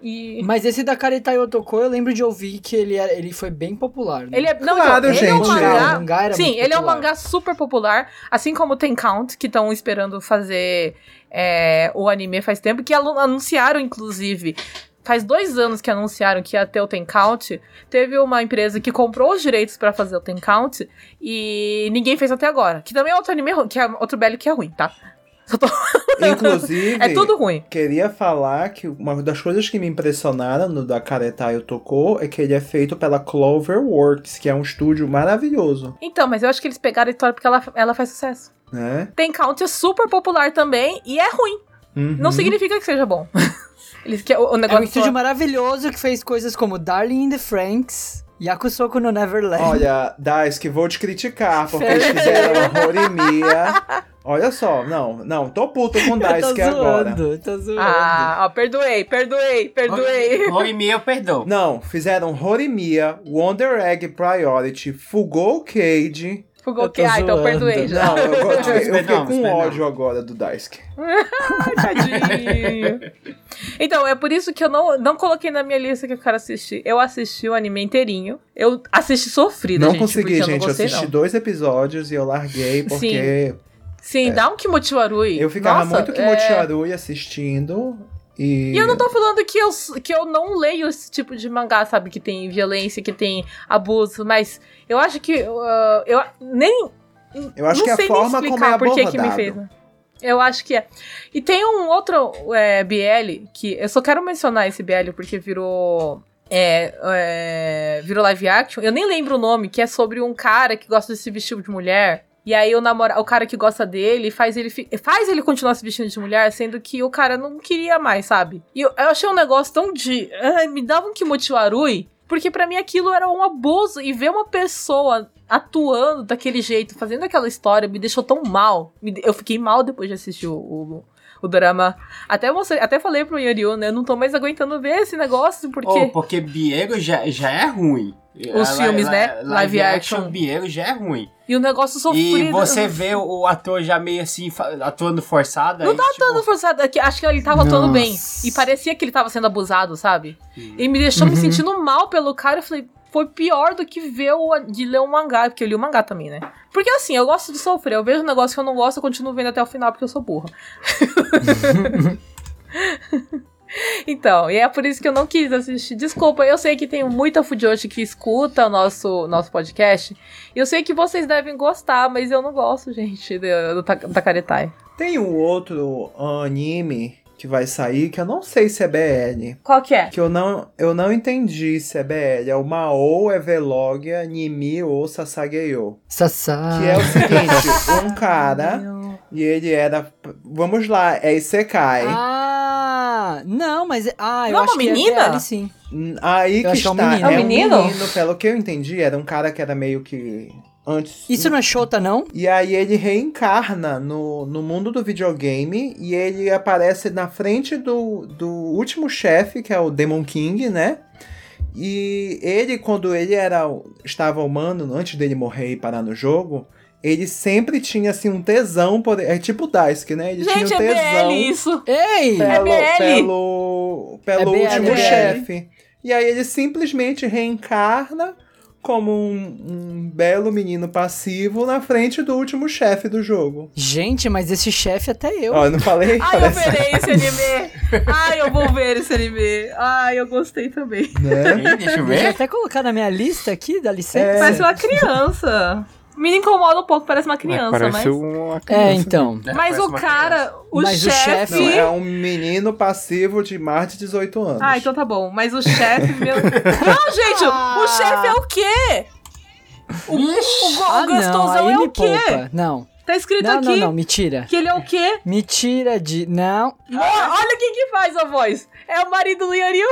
[SPEAKER 3] E
[SPEAKER 5] Mas esse da Kareta Yotoko, eu lembro de ouvir que ele, era- ele foi bem popular, né?
[SPEAKER 3] ele é não,
[SPEAKER 4] Claro,
[SPEAKER 3] então, ele é um
[SPEAKER 4] gente,
[SPEAKER 3] mangá,
[SPEAKER 5] O mangá era
[SPEAKER 3] Sim,
[SPEAKER 5] muito
[SPEAKER 3] ele é um
[SPEAKER 5] popular.
[SPEAKER 3] mangá super popular, assim como tem Count, que estão esperando fazer é, o anime faz tempo, que alu- anunciaram, inclusive. Faz dois anos que anunciaram que ia ter o Ten Count. Teve uma empresa que comprou os direitos pra fazer o Ten Count e ninguém fez até agora. Que também é outro anime ruim, que é outro belo que é ruim, tá? Só tô-
[SPEAKER 4] Inclusive,
[SPEAKER 3] É tudo ruim.
[SPEAKER 4] Queria falar que uma das coisas que me impressionaram no da Caretai Tocou é que ele é feito pela Cloverworks, que é um estúdio maravilhoso,
[SPEAKER 3] Então, mas eu acho que eles pegaram a história porque ela, ela faz sucesso.
[SPEAKER 4] né?
[SPEAKER 3] Ten Count é super popular também e é ruim. Não
[SPEAKER 4] Uhum.
[SPEAKER 3] significa que seja bom. Eles que o, o
[SPEAKER 5] É um
[SPEAKER 3] negócio
[SPEAKER 5] estúdio maravilhoso que fez coisas como Darling in the Franks, Yakusoku no Neverland.
[SPEAKER 4] Olha, Dice, que vou te criticar, porque eles fizeram a Horimiya. Olha só, não, não, tô puto com o
[SPEAKER 5] tô
[SPEAKER 4] Daisuke agora.
[SPEAKER 5] zoando, tô zoando.
[SPEAKER 3] Ah, ó, perdoei, perdoei, perdoei.
[SPEAKER 1] Horimi, eu perdoo.
[SPEAKER 4] Não, fizeram Horimiya, Wonder Egg Priority, Fugou Cage.
[SPEAKER 3] Fugou
[SPEAKER 5] Eu
[SPEAKER 3] que.
[SPEAKER 5] tô
[SPEAKER 3] Ah, então
[SPEAKER 5] zoando.
[SPEAKER 3] perdoei já.
[SPEAKER 4] Não, eu, eu, eu fiquei
[SPEAKER 1] Esperamos,
[SPEAKER 4] com
[SPEAKER 1] esperamos.
[SPEAKER 4] ódio agora do Daisuke.
[SPEAKER 3] Tadinho. Então, é por isso que eu não, não coloquei na minha lista que eu quero assistir. Eu assisti o anime inteirinho. Eu assisti sofrido,
[SPEAKER 4] Não
[SPEAKER 3] gente.
[SPEAKER 4] consegui,
[SPEAKER 3] porque
[SPEAKER 4] gente.
[SPEAKER 3] Eu não
[SPEAKER 4] Eu
[SPEAKER 3] gostei,
[SPEAKER 4] assisti
[SPEAKER 3] não.
[SPEAKER 4] dois episódios e eu larguei porque
[SPEAKER 3] Sim, dá um Kimochiwarui.
[SPEAKER 4] É. eu ficava
[SPEAKER 3] Nossa,
[SPEAKER 4] muito que
[SPEAKER 3] é-
[SPEAKER 4] Motiarui assistindo. E...
[SPEAKER 3] E eu não tô falando que eu, que eu não leio esse tipo de mangá, sabe? Que tem violência, que tem abuso, mas eu acho que. uh, eu nem.
[SPEAKER 4] Eu acho
[SPEAKER 3] não
[SPEAKER 4] que é a
[SPEAKER 3] sei nem
[SPEAKER 4] forma como
[SPEAKER 3] explicar
[SPEAKER 4] é
[SPEAKER 3] por que que me
[SPEAKER 4] abordado.
[SPEAKER 3] fez. né? Eu acho que é. E tem um outro é, BL que. Eu só quero mencionar esse BL porque virou. É, é, virou live action. Eu nem lembro o nome, que é sobre um cara que gosta de se vestir de mulher. E aí o namora, o cara que gosta dele faz ele fi- faz ele continuar se vestindo de mulher, sendo que o cara não queria mais, sabe? E eu, eu achei um negócio tão de, ai, me dava um kimochiwarui, porque pra mim aquilo era um abuso e ver uma pessoa atuando daquele jeito, fazendo aquela história, me deixou tão mal. Me de- eu fiquei mal depois de assistir o, o, o drama. Até mostrei, até falei pro Yoriu, né? Eu não tô mais aguentando ver esse negócio porque
[SPEAKER 1] Ou porque Biego já, já é ruim. é
[SPEAKER 3] Os filmes, né?
[SPEAKER 1] Live,
[SPEAKER 3] Live
[SPEAKER 1] action,
[SPEAKER 3] action.
[SPEAKER 1] Biego já é ruim.
[SPEAKER 3] e o negócio sofrido.
[SPEAKER 1] E você vê o ator já meio assim, fa- atuando forçado.
[SPEAKER 3] Não
[SPEAKER 1] aí,
[SPEAKER 3] tá
[SPEAKER 1] tipo,
[SPEAKER 3] atuando forçado, é que acho que ele tava atuando
[SPEAKER 1] Nossa. Hum. Uhum.
[SPEAKER 3] bem. E parecia que ele tava sendo abusado, sabe? E me deixou me sentindo mal pelo cara. Eu falei, foi pior do que ver o, de ler um mangá, porque eu li um mangá também, né? Porque assim, eu gosto de sofrer. Eu vejo um negócio que eu não gosto, eu continuo vendo até o final, porque eu sou burra. Então, e é por isso que eu não quis assistir. Desculpa, eu sei que tem muita Fujoshi que escuta o nosso, nosso podcast. E eu sei que vocês devem gostar, mas eu não gosto, gente, do, do, Ta- da Karetai.
[SPEAKER 4] Tem um outro anime que vai sair que eu não sei se é BL.
[SPEAKER 3] Qual que é?
[SPEAKER 4] Que eu não, eu não entendi se é BL. É o Mao Evelogia Nimi ou Sasageyo.
[SPEAKER 5] Sassá.
[SPEAKER 4] Que é o seguinte, um cara, e ele era... Vamos lá, é Isekai.
[SPEAKER 5] Ah, não, mas. Ah, eu
[SPEAKER 3] Não é
[SPEAKER 5] acho
[SPEAKER 3] uma
[SPEAKER 5] que
[SPEAKER 3] menina?
[SPEAKER 5] é BL, sim.
[SPEAKER 4] Aí
[SPEAKER 5] Eu
[SPEAKER 4] que
[SPEAKER 5] acho que é
[SPEAKER 4] está.
[SPEAKER 5] um menino.
[SPEAKER 3] É um menino?
[SPEAKER 4] Pelo que eu entendi, era um cara que era meio que... Antes...
[SPEAKER 5] Isso não é Shota, não?
[SPEAKER 4] E aí ele reencarna no, no mundo do videogame e ele aparece na frente do, do último chefe, que é o Demon King, né? E ele, quando ele era estava humano, antes dele morrer e parar no jogo, ele sempre tinha assim um tesão por. É tipo o Daisuke, né? Ele
[SPEAKER 3] Gente,
[SPEAKER 4] tinha um
[SPEAKER 3] é
[SPEAKER 4] tesão
[SPEAKER 3] BL isso.
[SPEAKER 5] Ei!
[SPEAKER 3] É
[SPEAKER 4] pelo,
[SPEAKER 3] BL.
[SPEAKER 4] pelo, pelo
[SPEAKER 5] É
[SPEAKER 4] último
[SPEAKER 5] BL.
[SPEAKER 4] chefe. E aí ele simplesmente reencarna como um, um belo menino passivo na frente do último chefe do jogo.
[SPEAKER 5] Gente, mas esse chefe até eu.
[SPEAKER 4] Ó, eu não falei?
[SPEAKER 3] Ai, eu verei esse anime. Ai, eu vou ver esse anime. Ai, eu gostei também.
[SPEAKER 4] né?
[SPEAKER 1] Ih, deixa eu
[SPEAKER 5] Deixa eu
[SPEAKER 1] ver.
[SPEAKER 5] até colocar na minha lista aqui, dá
[SPEAKER 4] É.
[SPEAKER 5] licença.
[SPEAKER 3] Parece uma criança. Me incomoda um pouco, parece uma criança, mas.
[SPEAKER 2] Pareceu né? uma
[SPEAKER 5] É,
[SPEAKER 2] criança.
[SPEAKER 5] então.
[SPEAKER 3] Mas
[SPEAKER 1] Parece
[SPEAKER 3] o
[SPEAKER 1] uma
[SPEAKER 3] cara, o
[SPEAKER 5] Mas o
[SPEAKER 3] chefe.
[SPEAKER 5] chefe-
[SPEAKER 4] Não, é um menino passivo de mais de 18 anos.
[SPEAKER 3] Ah, então tá bom. Mas o chefe, meu. Não, gente, o chefe é o quê? O, o, go- o
[SPEAKER 5] Ah, não,
[SPEAKER 3] gostosão
[SPEAKER 5] aí
[SPEAKER 3] é
[SPEAKER 5] me
[SPEAKER 3] o quê?
[SPEAKER 5] poupa. Não,
[SPEAKER 3] Tá escrito
[SPEAKER 5] não, não,
[SPEAKER 3] aqui
[SPEAKER 5] não, me tira.
[SPEAKER 3] que ele é o quê?
[SPEAKER 5] Me tira de... Não.
[SPEAKER 3] Ó, olha quem que faz a voz. É o marido do Yanil.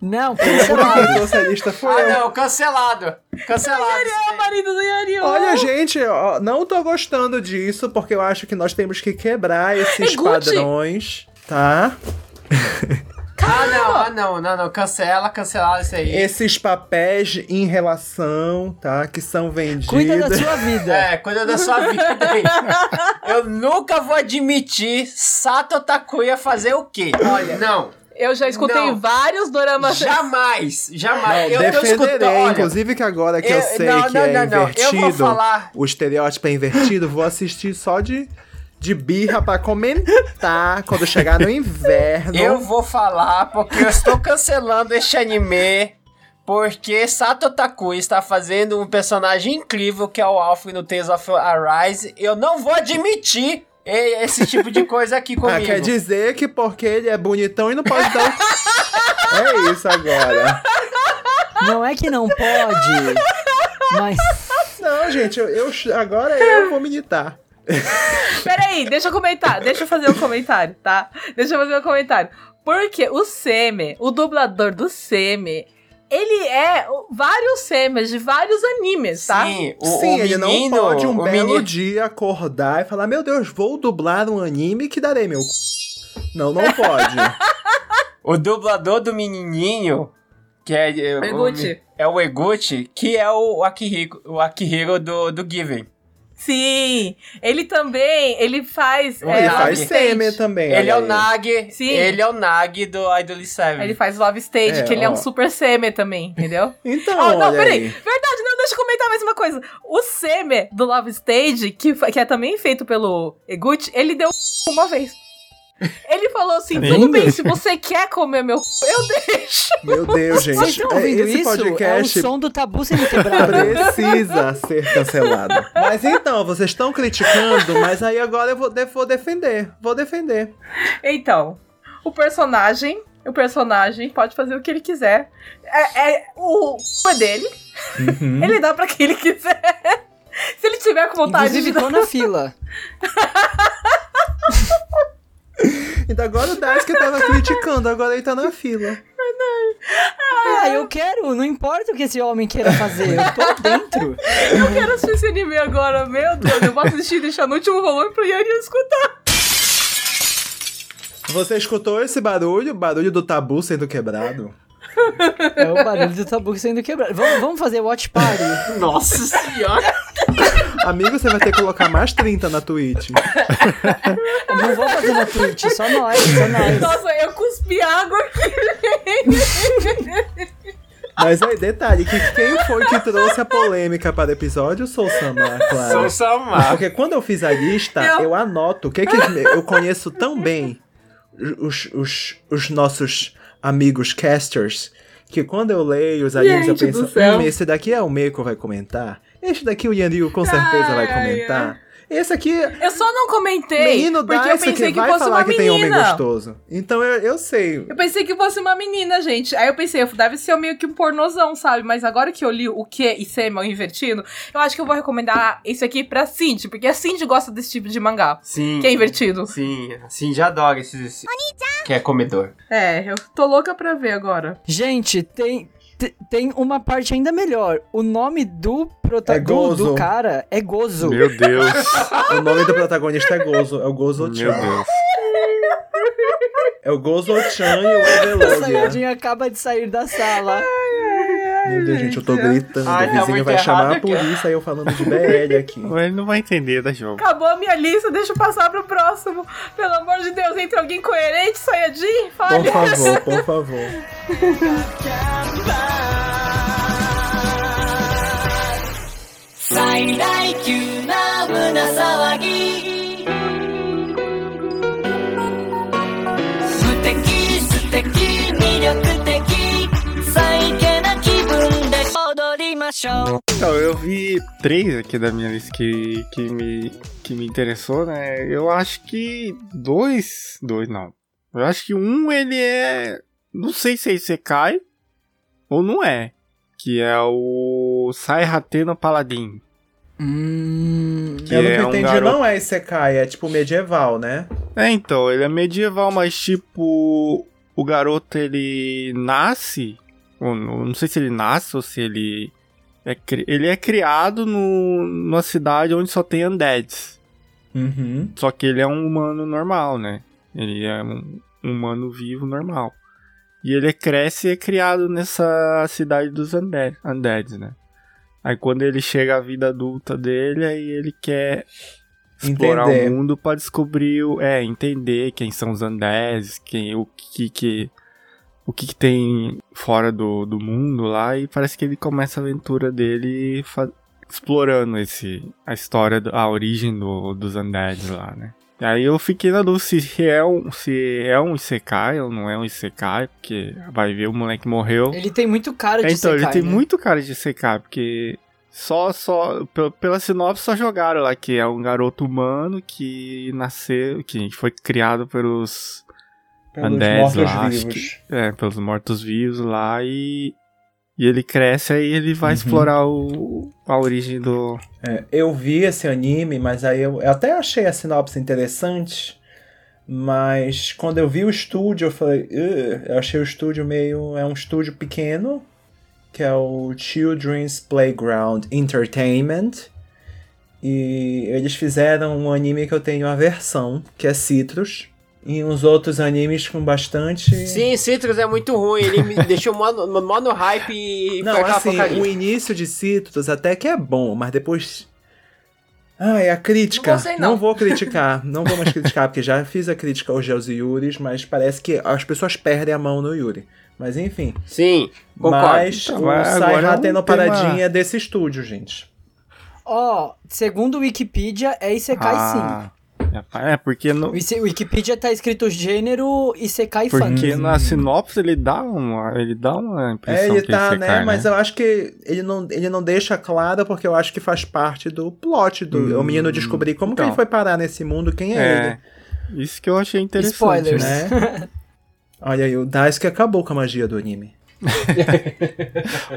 [SPEAKER 5] Não,
[SPEAKER 4] O
[SPEAKER 5] cancelado.
[SPEAKER 4] único que trouxe a lista foi
[SPEAKER 1] Ah,
[SPEAKER 4] eu.
[SPEAKER 1] não, cancelado. Cancelado.
[SPEAKER 3] É o marido do Yanil.
[SPEAKER 4] Olha, gente, ó, não tô gostando disso, porque eu acho que nós temos que quebrar esses
[SPEAKER 3] É Gucci.
[SPEAKER 4] padrões, tá?
[SPEAKER 1] Ah, não, ah, não, não, não. Cancela, cancela isso aí.
[SPEAKER 4] Esses papéis em relação, tá? Que são vendidos.
[SPEAKER 5] Cuida da sua vida.
[SPEAKER 1] É, cuida da sua vida aí. Eu nunca vou admitir Sato Takuya fazer o quê? Olha. Não.
[SPEAKER 3] Eu já escutei
[SPEAKER 1] Não.
[SPEAKER 3] vários doramas.
[SPEAKER 1] Jamais, jamais. eu tô escutando.
[SPEAKER 4] Defenderei,
[SPEAKER 1] Olha,
[SPEAKER 4] inclusive que agora que eu,
[SPEAKER 1] eu-
[SPEAKER 4] sei
[SPEAKER 1] não,
[SPEAKER 4] que
[SPEAKER 1] não,
[SPEAKER 4] é
[SPEAKER 1] não, não, eu vou
[SPEAKER 4] invertido,
[SPEAKER 1] falar.
[SPEAKER 4] o estereótipo é invertido, vou assistir só de, de birra pra comentar quando chegar no inverno.
[SPEAKER 1] Eu vou falar porque eu estou cancelando este anime. Porque Sato Takuya está fazendo um personagem incrível que é o Alfred no Tales of Arise. Eu não vou admitir e- esse tipo de coisa aqui comigo.
[SPEAKER 4] Ah, quer dizer que porque ele é bonitão e não pode dar. o- é isso agora.
[SPEAKER 5] Não é que não pode, mas...
[SPEAKER 4] Não, gente, eu, eu- agora eu vou militar.
[SPEAKER 3] Ah, Peraí, deixa eu comentar. Deixa eu fazer um comentário, tá? Deixa eu fazer um comentário. Porque o Seme, o dublador do Seme, ele é o- vários semas de vários animes, tá?
[SPEAKER 1] Sim, o,
[SPEAKER 4] Sim,
[SPEAKER 1] o
[SPEAKER 4] ele
[SPEAKER 1] menino,
[SPEAKER 4] não pode um
[SPEAKER 1] o
[SPEAKER 4] belo
[SPEAKER 1] menino,
[SPEAKER 4] dia acordar e falar: Meu Deus, vou dublar um anime que darei meu. c***". Não, não pode.
[SPEAKER 1] o dublador do menininho, que é é o-
[SPEAKER 3] Eguchi.
[SPEAKER 1] é o Eguchi, que é o Akihiro, o Akihiro do, do Given.
[SPEAKER 3] Sim. Ele também, ele faz. é,
[SPEAKER 1] Ele
[SPEAKER 4] ele faz
[SPEAKER 3] Love Stage.
[SPEAKER 4] seme também.
[SPEAKER 1] Ele é o
[SPEAKER 4] olha aí.
[SPEAKER 1] Nag,
[SPEAKER 3] Sim.
[SPEAKER 1] ele é o Nag do Idol Seven.
[SPEAKER 3] Ele faz Love Stage,
[SPEAKER 4] É,
[SPEAKER 3] que ele é
[SPEAKER 4] ó.
[SPEAKER 3] um super seme também, entendeu?
[SPEAKER 4] Então,
[SPEAKER 3] Ah, não,
[SPEAKER 4] olha
[SPEAKER 3] peraí.
[SPEAKER 4] aí.
[SPEAKER 3] Verdade, não, deixa eu comentar mais uma coisa. O Seme do Love Stage, que, fa- que é também feito pelo Eguchi, ele deu uma vez. Ele falou assim:
[SPEAKER 2] Tá
[SPEAKER 3] tudo
[SPEAKER 2] vendo?
[SPEAKER 3] bem, se você quer comer meu eu deixo.
[SPEAKER 4] Meu Deus, gente.
[SPEAKER 5] Vocês estão
[SPEAKER 4] é-
[SPEAKER 5] ouvindo
[SPEAKER 4] Esse
[SPEAKER 5] isso?
[SPEAKER 4] podcast
[SPEAKER 5] É o som do tabu sendo quebrado.
[SPEAKER 4] precisa ser cancelado. Mas então, vocês estão criticando, mas aí agora eu vou, de- vou defender. Vou defender.
[SPEAKER 3] Então, o personagem. O personagem pode fazer o que ele quiser. É, é- o é dele. Ele dá pra quem ele quiser. Se ele tiver com vontade
[SPEAKER 5] Inclusive,
[SPEAKER 3] de dar.
[SPEAKER 5] ficou na fila.
[SPEAKER 4] Então agora o Dask tava criticando, agora ele tá na fila.
[SPEAKER 5] Ah, eu quero, não importa o que esse homem queira fazer, eu tô dentro.
[SPEAKER 3] Eu quero assistir esse anime agora, meu Deus. Eu vou assistir e deixar no último volume pro Yuri escutar.
[SPEAKER 4] Você escutou esse barulho? Barulho do tabu sendo quebrado?
[SPEAKER 5] É o barulho do tabu sendo quebrado. Vamos, vamos fazer watch party.
[SPEAKER 1] Nossa senhora!
[SPEAKER 4] Amigo, você vai ter que colocar mais 30 na Twitch.
[SPEAKER 5] Não vou fazer na Twitch, só nós, só nós.
[SPEAKER 3] Nossa, eu cuspi água aqui.
[SPEAKER 4] Mas aí, detalhe, que quem foi que trouxe a polêmica para o episódio? Sou o Samar, claro.
[SPEAKER 1] Sou Samar.
[SPEAKER 4] Porque quando eu fiz a lista,
[SPEAKER 3] Eu-
[SPEAKER 4] eu, anoto o que, que os me- eu conheço tão bem os, os, os nossos amigos casters, que quando eu leio os animes, eu
[SPEAKER 3] Gente do
[SPEAKER 4] penso,
[SPEAKER 3] céu.
[SPEAKER 4] hum, esse daqui é o Meiko vai comentar, este daqui o Yanryu com certeza vai
[SPEAKER 3] Ai, ai,
[SPEAKER 4] comentar, esse aqui
[SPEAKER 3] Eu só não comentei.
[SPEAKER 4] Menino
[SPEAKER 3] porque eu
[SPEAKER 4] Dice
[SPEAKER 3] pensei
[SPEAKER 4] que
[SPEAKER 3] que,
[SPEAKER 4] vai
[SPEAKER 3] fosse
[SPEAKER 4] falar
[SPEAKER 3] uma
[SPEAKER 4] que
[SPEAKER 3] menina.
[SPEAKER 4] tem homem gostoso. Então eu, eu sei.
[SPEAKER 3] Eu pensei que fosse uma menina, gente. Aí eu pensei, deve ser meio que um pornozão, sabe? Mas agora que eu li o que e Sema invertido, eu acho que eu vou recomendar isso aqui pra Cindy, porque a Cindy gosta desse tipo de mangá.
[SPEAKER 1] Sim.
[SPEAKER 3] Que é invertido.
[SPEAKER 1] Sim, sim, já adoro esses. Que é comedor.
[SPEAKER 3] É, eu tô louca pra ver agora.
[SPEAKER 5] Gente, tem, te- tem uma parte ainda melhor. O nome do
[SPEAKER 4] É
[SPEAKER 5] protagonista
[SPEAKER 4] Gozo.
[SPEAKER 5] do cara é Gozo.
[SPEAKER 2] Meu Deus.
[SPEAKER 1] Ah,
[SPEAKER 4] O nome do protagonista é Gozo. É o Gozo
[SPEAKER 2] Meu
[SPEAKER 4] Chan.
[SPEAKER 2] Deus.
[SPEAKER 4] É o Gozo Chan e o
[SPEAKER 5] O
[SPEAKER 4] Evelogia.
[SPEAKER 5] Sayajin acaba de sair da sala.
[SPEAKER 4] Meu Deus, gente, eu tô gritando.
[SPEAKER 1] Ai,
[SPEAKER 4] o
[SPEAKER 1] tá
[SPEAKER 4] vizinho
[SPEAKER 1] muito
[SPEAKER 4] vai chamar a
[SPEAKER 1] errado aqui.
[SPEAKER 4] polícia e eu falando de BL aqui.
[SPEAKER 2] Mas Ele não vai entender, tá, João?
[SPEAKER 3] Acabou a minha lista, deixa eu passar pro próximo. Pelo amor de Deus, entre alguém coerente, Sayajin,
[SPEAKER 4] Por
[SPEAKER 3] fale.
[SPEAKER 4] favor, por favor.
[SPEAKER 2] Então, eu vi três aqui da minha lista que, que, me, que me interessou, né? Eu acho que dois. Dois, não. Eu acho que um ele é. Não sei se é cai ou não é. Que é o Sai Hateno Paladin.
[SPEAKER 5] Hum.
[SPEAKER 2] Que
[SPEAKER 4] Eu
[SPEAKER 2] é
[SPEAKER 4] não
[SPEAKER 2] um
[SPEAKER 4] entendi,
[SPEAKER 2] garoto-
[SPEAKER 4] não é Isekai, é tipo medieval, né?
[SPEAKER 2] É, então, ele é medieval, mas tipo, o garoto ele nasce, ou não não sei se ele nasce ou se ele é, cri- ele é criado no, numa cidade onde só tem undeads.
[SPEAKER 4] Uhum.
[SPEAKER 2] Só que ele é um humano normal, né? Ele é um humano vivo normal. E ele cresce e é criado nessa cidade dos undead, undeads, né? Aí quando ele chega à vida adulta dele, aí ele quer explorar
[SPEAKER 4] Entender.
[SPEAKER 2] o mundo pra descobrir, o- é, entender quem são os undeads, quem, o que que o que, que tem fora do, do mundo lá e parece que ele começa a aventura dele fa- explorando esse a história, do- a origem do, dos undeads lá, né? E Aí eu fiquei na dúvida se é um, se é um Isekai ou não é um Isekai, porque vai ver o moleque morreu.
[SPEAKER 5] Ele tem muito cara de
[SPEAKER 2] Então, ele
[SPEAKER 5] Isekai,
[SPEAKER 2] tem
[SPEAKER 5] né?
[SPEAKER 2] muito cara de secar, porque só, só, pe- pela sinopse só jogaram lá que é um garoto humano que nasceu, que foi criado pelos,
[SPEAKER 4] Pelos
[SPEAKER 2] Undeads lá, acho
[SPEAKER 4] mortos-vivos.
[SPEAKER 2] é, pelos mortos-vivos lá e, e ele cresce aí ele vai
[SPEAKER 4] Uhum.
[SPEAKER 2] explorar o, a origem do...
[SPEAKER 4] É, eu vi esse anime, mas aí eu, eu até achei a sinopse interessante. Mas quando eu vi o estúdio, eu falei, "Ugh", eu achei o estúdio meio. É um estúdio pequeno. que é o Children's Playground Entertainment. E eles fizeram um anime que eu tenho aversão, que é Citrus. E uns outros animes com bastante.
[SPEAKER 1] Sim, Citrus é muito ruim, ele me deixou mó no, mó no hype e
[SPEAKER 4] Não,
[SPEAKER 1] foi aquela
[SPEAKER 4] assim,
[SPEAKER 1] porcaria.
[SPEAKER 4] o início de Citrus até que é bom, mas depois. Ai, a crítica.
[SPEAKER 3] Não gostei, não.
[SPEAKER 4] vou criticar, não vou mais criticar, porque já fiz a crítica hoje aos Yuris, mas parece que as pessoas perdem a mão no Yuri. Mas enfim.
[SPEAKER 1] Sim, concordo.
[SPEAKER 4] Mas
[SPEAKER 2] Tá,
[SPEAKER 4] o
[SPEAKER 2] mas
[SPEAKER 4] Sai
[SPEAKER 2] agora é um tema-
[SPEAKER 4] Ratendo Paradinha é desse estúdio, gente.
[SPEAKER 5] Ó, segundo o Wikipedia, é Isekai sim.
[SPEAKER 2] Ah, é, porque no,
[SPEAKER 5] O Ise- Wikipedia tá escrito gênero Isekai funk.
[SPEAKER 2] porque na sinopse ele dá uma, ele dá uma impressão
[SPEAKER 4] É, ele
[SPEAKER 2] que
[SPEAKER 4] tá,
[SPEAKER 2] esse
[SPEAKER 4] né?
[SPEAKER 2] cara,
[SPEAKER 4] Mas eu acho que ele não, ele não deixa clara, porque eu acho que faz parte do plot do o menino descobrir como que
[SPEAKER 2] Hum, então.
[SPEAKER 4] ele foi parar nesse mundo, quem é, ele.
[SPEAKER 2] É, isso que eu achei interessante.
[SPEAKER 5] Spoilers.
[SPEAKER 2] né?
[SPEAKER 4] né? Olha aí, o Daisuke acabou com a magia do anime.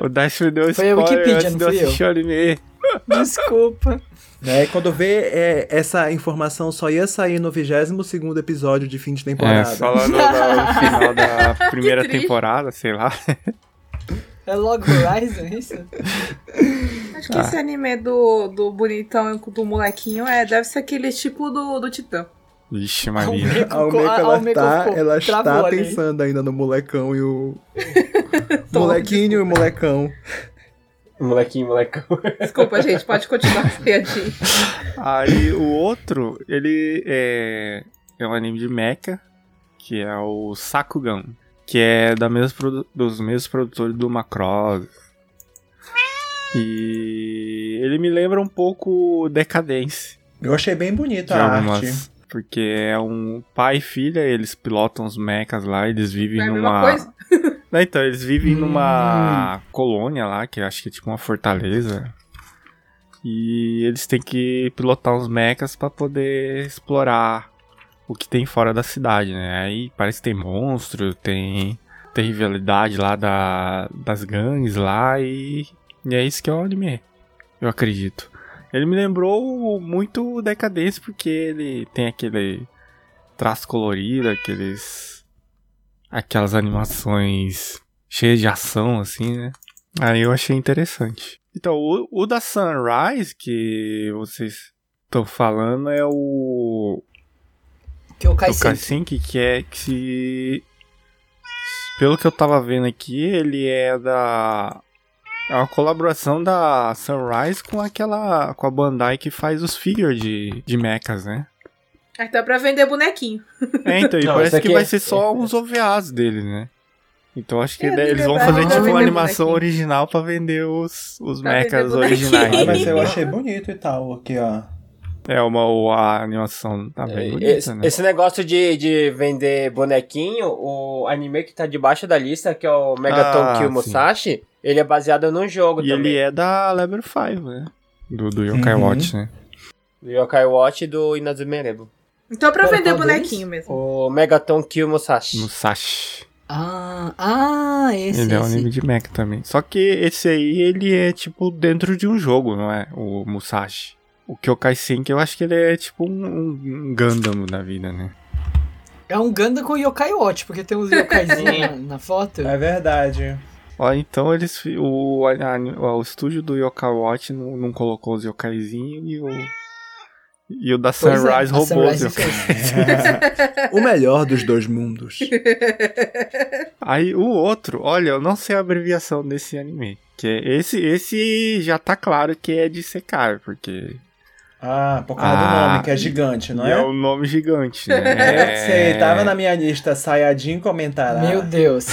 [SPEAKER 2] O Dash me deu
[SPEAKER 5] Foi a
[SPEAKER 2] spoiler
[SPEAKER 5] Wikipedia,
[SPEAKER 2] antes
[SPEAKER 5] não
[SPEAKER 2] de eu
[SPEAKER 5] fui eu.
[SPEAKER 2] assistir o anime.
[SPEAKER 5] Desculpa.
[SPEAKER 4] Né? E quando vê, é, essa informação só ia sair no 22º episódio de fim de
[SPEAKER 2] É,
[SPEAKER 4] temporada.
[SPEAKER 2] falando do final da primeira
[SPEAKER 3] triste.
[SPEAKER 2] temporada, sei lá.
[SPEAKER 5] É Log Horizon, isso?
[SPEAKER 3] Acho que
[SPEAKER 4] Tá.
[SPEAKER 3] esse anime do, do bonitão e do molequinho é, deve ser aquele tipo do, do Titã.
[SPEAKER 2] Vixe, Maria.
[SPEAKER 4] A Almeida,
[SPEAKER 5] A
[SPEAKER 4] ela,
[SPEAKER 5] Almeida
[SPEAKER 4] tá,
[SPEAKER 5] ficou-
[SPEAKER 4] ela
[SPEAKER 5] ah, travou né,
[SPEAKER 4] está
[SPEAKER 5] ali.
[SPEAKER 4] pensando ainda no molecão e o... Molequinho e o molecão.
[SPEAKER 1] Molequinho, molecão.
[SPEAKER 3] Desculpa, gente, pode continuar a piadinha.
[SPEAKER 2] Aí o outro, ele é, é um anime de mecha, que é o Sakugan, que é da mesma produ- dos mesmos produtores do Macross. E ele me lembra um pouco Decadence
[SPEAKER 4] Eu achei bem bonita
[SPEAKER 2] de
[SPEAKER 4] a arte.
[SPEAKER 2] algumas. Porque é um pai e filha, eles pilotam os mechas lá, eles vivem
[SPEAKER 3] É a mesma
[SPEAKER 2] numa.
[SPEAKER 3] coisa?
[SPEAKER 2] Não, então, eles vivem numa colônia lá, que eu acho que é tipo uma fortaleza. E eles têm que pilotar uns mechas pra poder explorar o que tem fora da cidade, né? Aí parece que tem monstro, tem, tem rivalidade lá da, das gangues lá e, e é isso que é o anime, eu acredito. Ele me lembrou muito o Decadence porque ele tem aquele traço colorido, aqueles aquelas animações cheias de ação, assim, né? Aí eu achei interessante. Então, o, o da Sunrise, que vocês estão falando, é o
[SPEAKER 5] Que é eu caí
[SPEAKER 2] do Kassink, que é que se. Pelo que eu tava vendo aqui, ele é da. É uma colaboração da Sunrise com aquela. com a Bandai que faz os figures de, de mechas, né?
[SPEAKER 3] Aí dá Ah, então é pra vender bonequinho.
[SPEAKER 2] É, então, e
[SPEAKER 1] Não, isso
[SPEAKER 2] parece
[SPEAKER 1] aqui
[SPEAKER 2] que vai
[SPEAKER 1] é-
[SPEAKER 2] ser só uns OVAs dele, né? Então acho que
[SPEAKER 3] É,
[SPEAKER 2] né,
[SPEAKER 3] na
[SPEAKER 2] eles vão
[SPEAKER 3] verdade,
[SPEAKER 2] fazer
[SPEAKER 3] vai
[SPEAKER 2] tipo uma
[SPEAKER 3] vender
[SPEAKER 2] animação
[SPEAKER 3] bonequinho.
[SPEAKER 2] original pra vender os, os
[SPEAKER 3] Pra
[SPEAKER 2] mechas
[SPEAKER 3] vender bonequinho.
[SPEAKER 2] originais.
[SPEAKER 4] Ah,
[SPEAKER 2] né?
[SPEAKER 4] mas eu achei bonito e tal, aqui, ó.
[SPEAKER 2] É uma o- a animação tá bem bonita,
[SPEAKER 1] É, Esse,
[SPEAKER 2] né?
[SPEAKER 1] esse negócio de, de vender bonequinho, o anime que tá debaixo da lista, que é o Megaton
[SPEAKER 2] Ah,
[SPEAKER 1] Kill
[SPEAKER 2] sim.
[SPEAKER 1] Musashi, ele é baseado num jogo
[SPEAKER 2] E
[SPEAKER 1] também.
[SPEAKER 2] ele é da Level 5, né? Do, do Yokai
[SPEAKER 4] Uhum.
[SPEAKER 2] Watch, né?
[SPEAKER 1] Do Yokai Watch e do Inazume Erebo.
[SPEAKER 3] Então é pra
[SPEAKER 5] Pera,
[SPEAKER 3] vender
[SPEAKER 5] qual deles?
[SPEAKER 3] bonequinho mesmo.
[SPEAKER 1] O Megaton Kill Musashi.
[SPEAKER 2] Musashi.
[SPEAKER 5] Ah, ah, esse,
[SPEAKER 2] ele é um
[SPEAKER 5] esse.
[SPEAKER 2] anime de mecha também. Só que esse aí, ele é tipo dentro de um jogo, não é? O Musashi. O Kyokai Senki, eu acho que ele é tipo um, um um Gundam da vida, né?
[SPEAKER 5] É um Ganda com Yokai Watch, porque tem uns Yokaizinhos na, na foto.
[SPEAKER 4] É verdade.
[SPEAKER 2] Ó, então eles. fi- O, a- a- o estúdio do Yokai Watch não, não colocou os yokaizinhos e o. E o da
[SPEAKER 5] Pois é,
[SPEAKER 2] Sunrise
[SPEAKER 5] a
[SPEAKER 2] roubou os
[SPEAKER 5] Sunrise
[SPEAKER 2] yokai.
[SPEAKER 5] fez.
[SPEAKER 4] o melhor dos dois mundos.
[SPEAKER 2] Aí o outro, olha, eu não sei a abreviação desse anime. Que é esse, esse já tá claro que é de secar, porque.
[SPEAKER 4] Ah, por causa
[SPEAKER 2] Ah.
[SPEAKER 4] do nome, que é gigante, não
[SPEAKER 2] e
[SPEAKER 4] é?
[SPEAKER 2] é um nome gigante, né?
[SPEAKER 4] Eu sei,
[SPEAKER 2] É-
[SPEAKER 4] tava na minha lista, Sayajin comentará.
[SPEAKER 5] Meu Deus.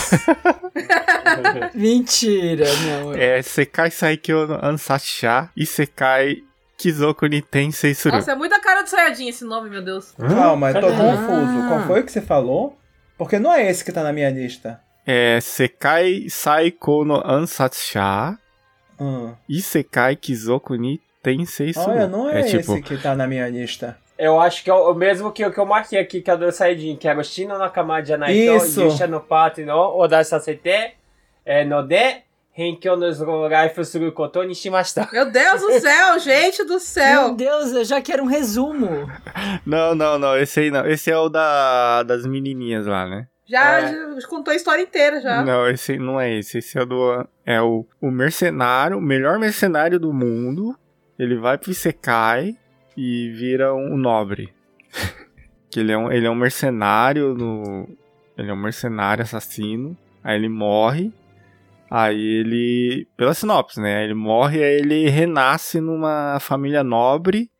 [SPEAKER 5] Mentira, não.
[SPEAKER 2] É Sekai Saikyo no Ansasha e Sekai Kizoku Niten Seisuru.
[SPEAKER 3] Nossa, é muita cara de Sayajin esse nome, meu Deus.
[SPEAKER 4] Calma, eu tô
[SPEAKER 1] Hum?
[SPEAKER 4] confuso.
[SPEAKER 5] Ah.
[SPEAKER 4] Qual foi o que você falou? Porque não é esse que tá na minha lista.
[SPEAKER 2] É Sekai Saiko no Ansasha
[SPEAKER 4] Hum.
[SPEAKER 2] Isekai Kizoku ni Tensei Suru.
[SPEAKER 4] Olha, não é,
[SPEAKER 2] tipo,
[SPEAKER 4] esse que tá na minha lista.
[SPEAKER 1] Eu acho que é o o mesmo que o que eu marquei aqui, que é o do Saidin, que é Agostino Nakamadi Janaito,
[SPEAKER 4] Isso.
[SPEAKER 1] então, Yusha no Pati no Oda Sasete, é, no De, Renkyo no Zororai Suru Koto ni shimashita.
[SPEAKER 3] Meu Deus do céu, gente do
[SPEAKER 5] Meu
[SPEAKER 3] céu.
[SPEAKER 5] Deus, eu já quero um resumo.
[SPEAKER 2] Não, não, não, esse aí não. Esse é o da das menininhas lá, né?
[SPEAKER 3] Já,
[SPEAKER 1] É.
[SPEAKER 3] já contou a história inteira já.
[SPEAKER 2] Não, esse não é esse. Esse é do. É o, o mercenário, o melhor mercenário do mundo. Ele vai pro Isekai e vira um nobre. que ele é um, ele é um mercenário no. Ele é um mercenário assassino. Aí ele morre. Aí ele. Pela sinopse, né? Ele morre, aí ele renasce numa família nobre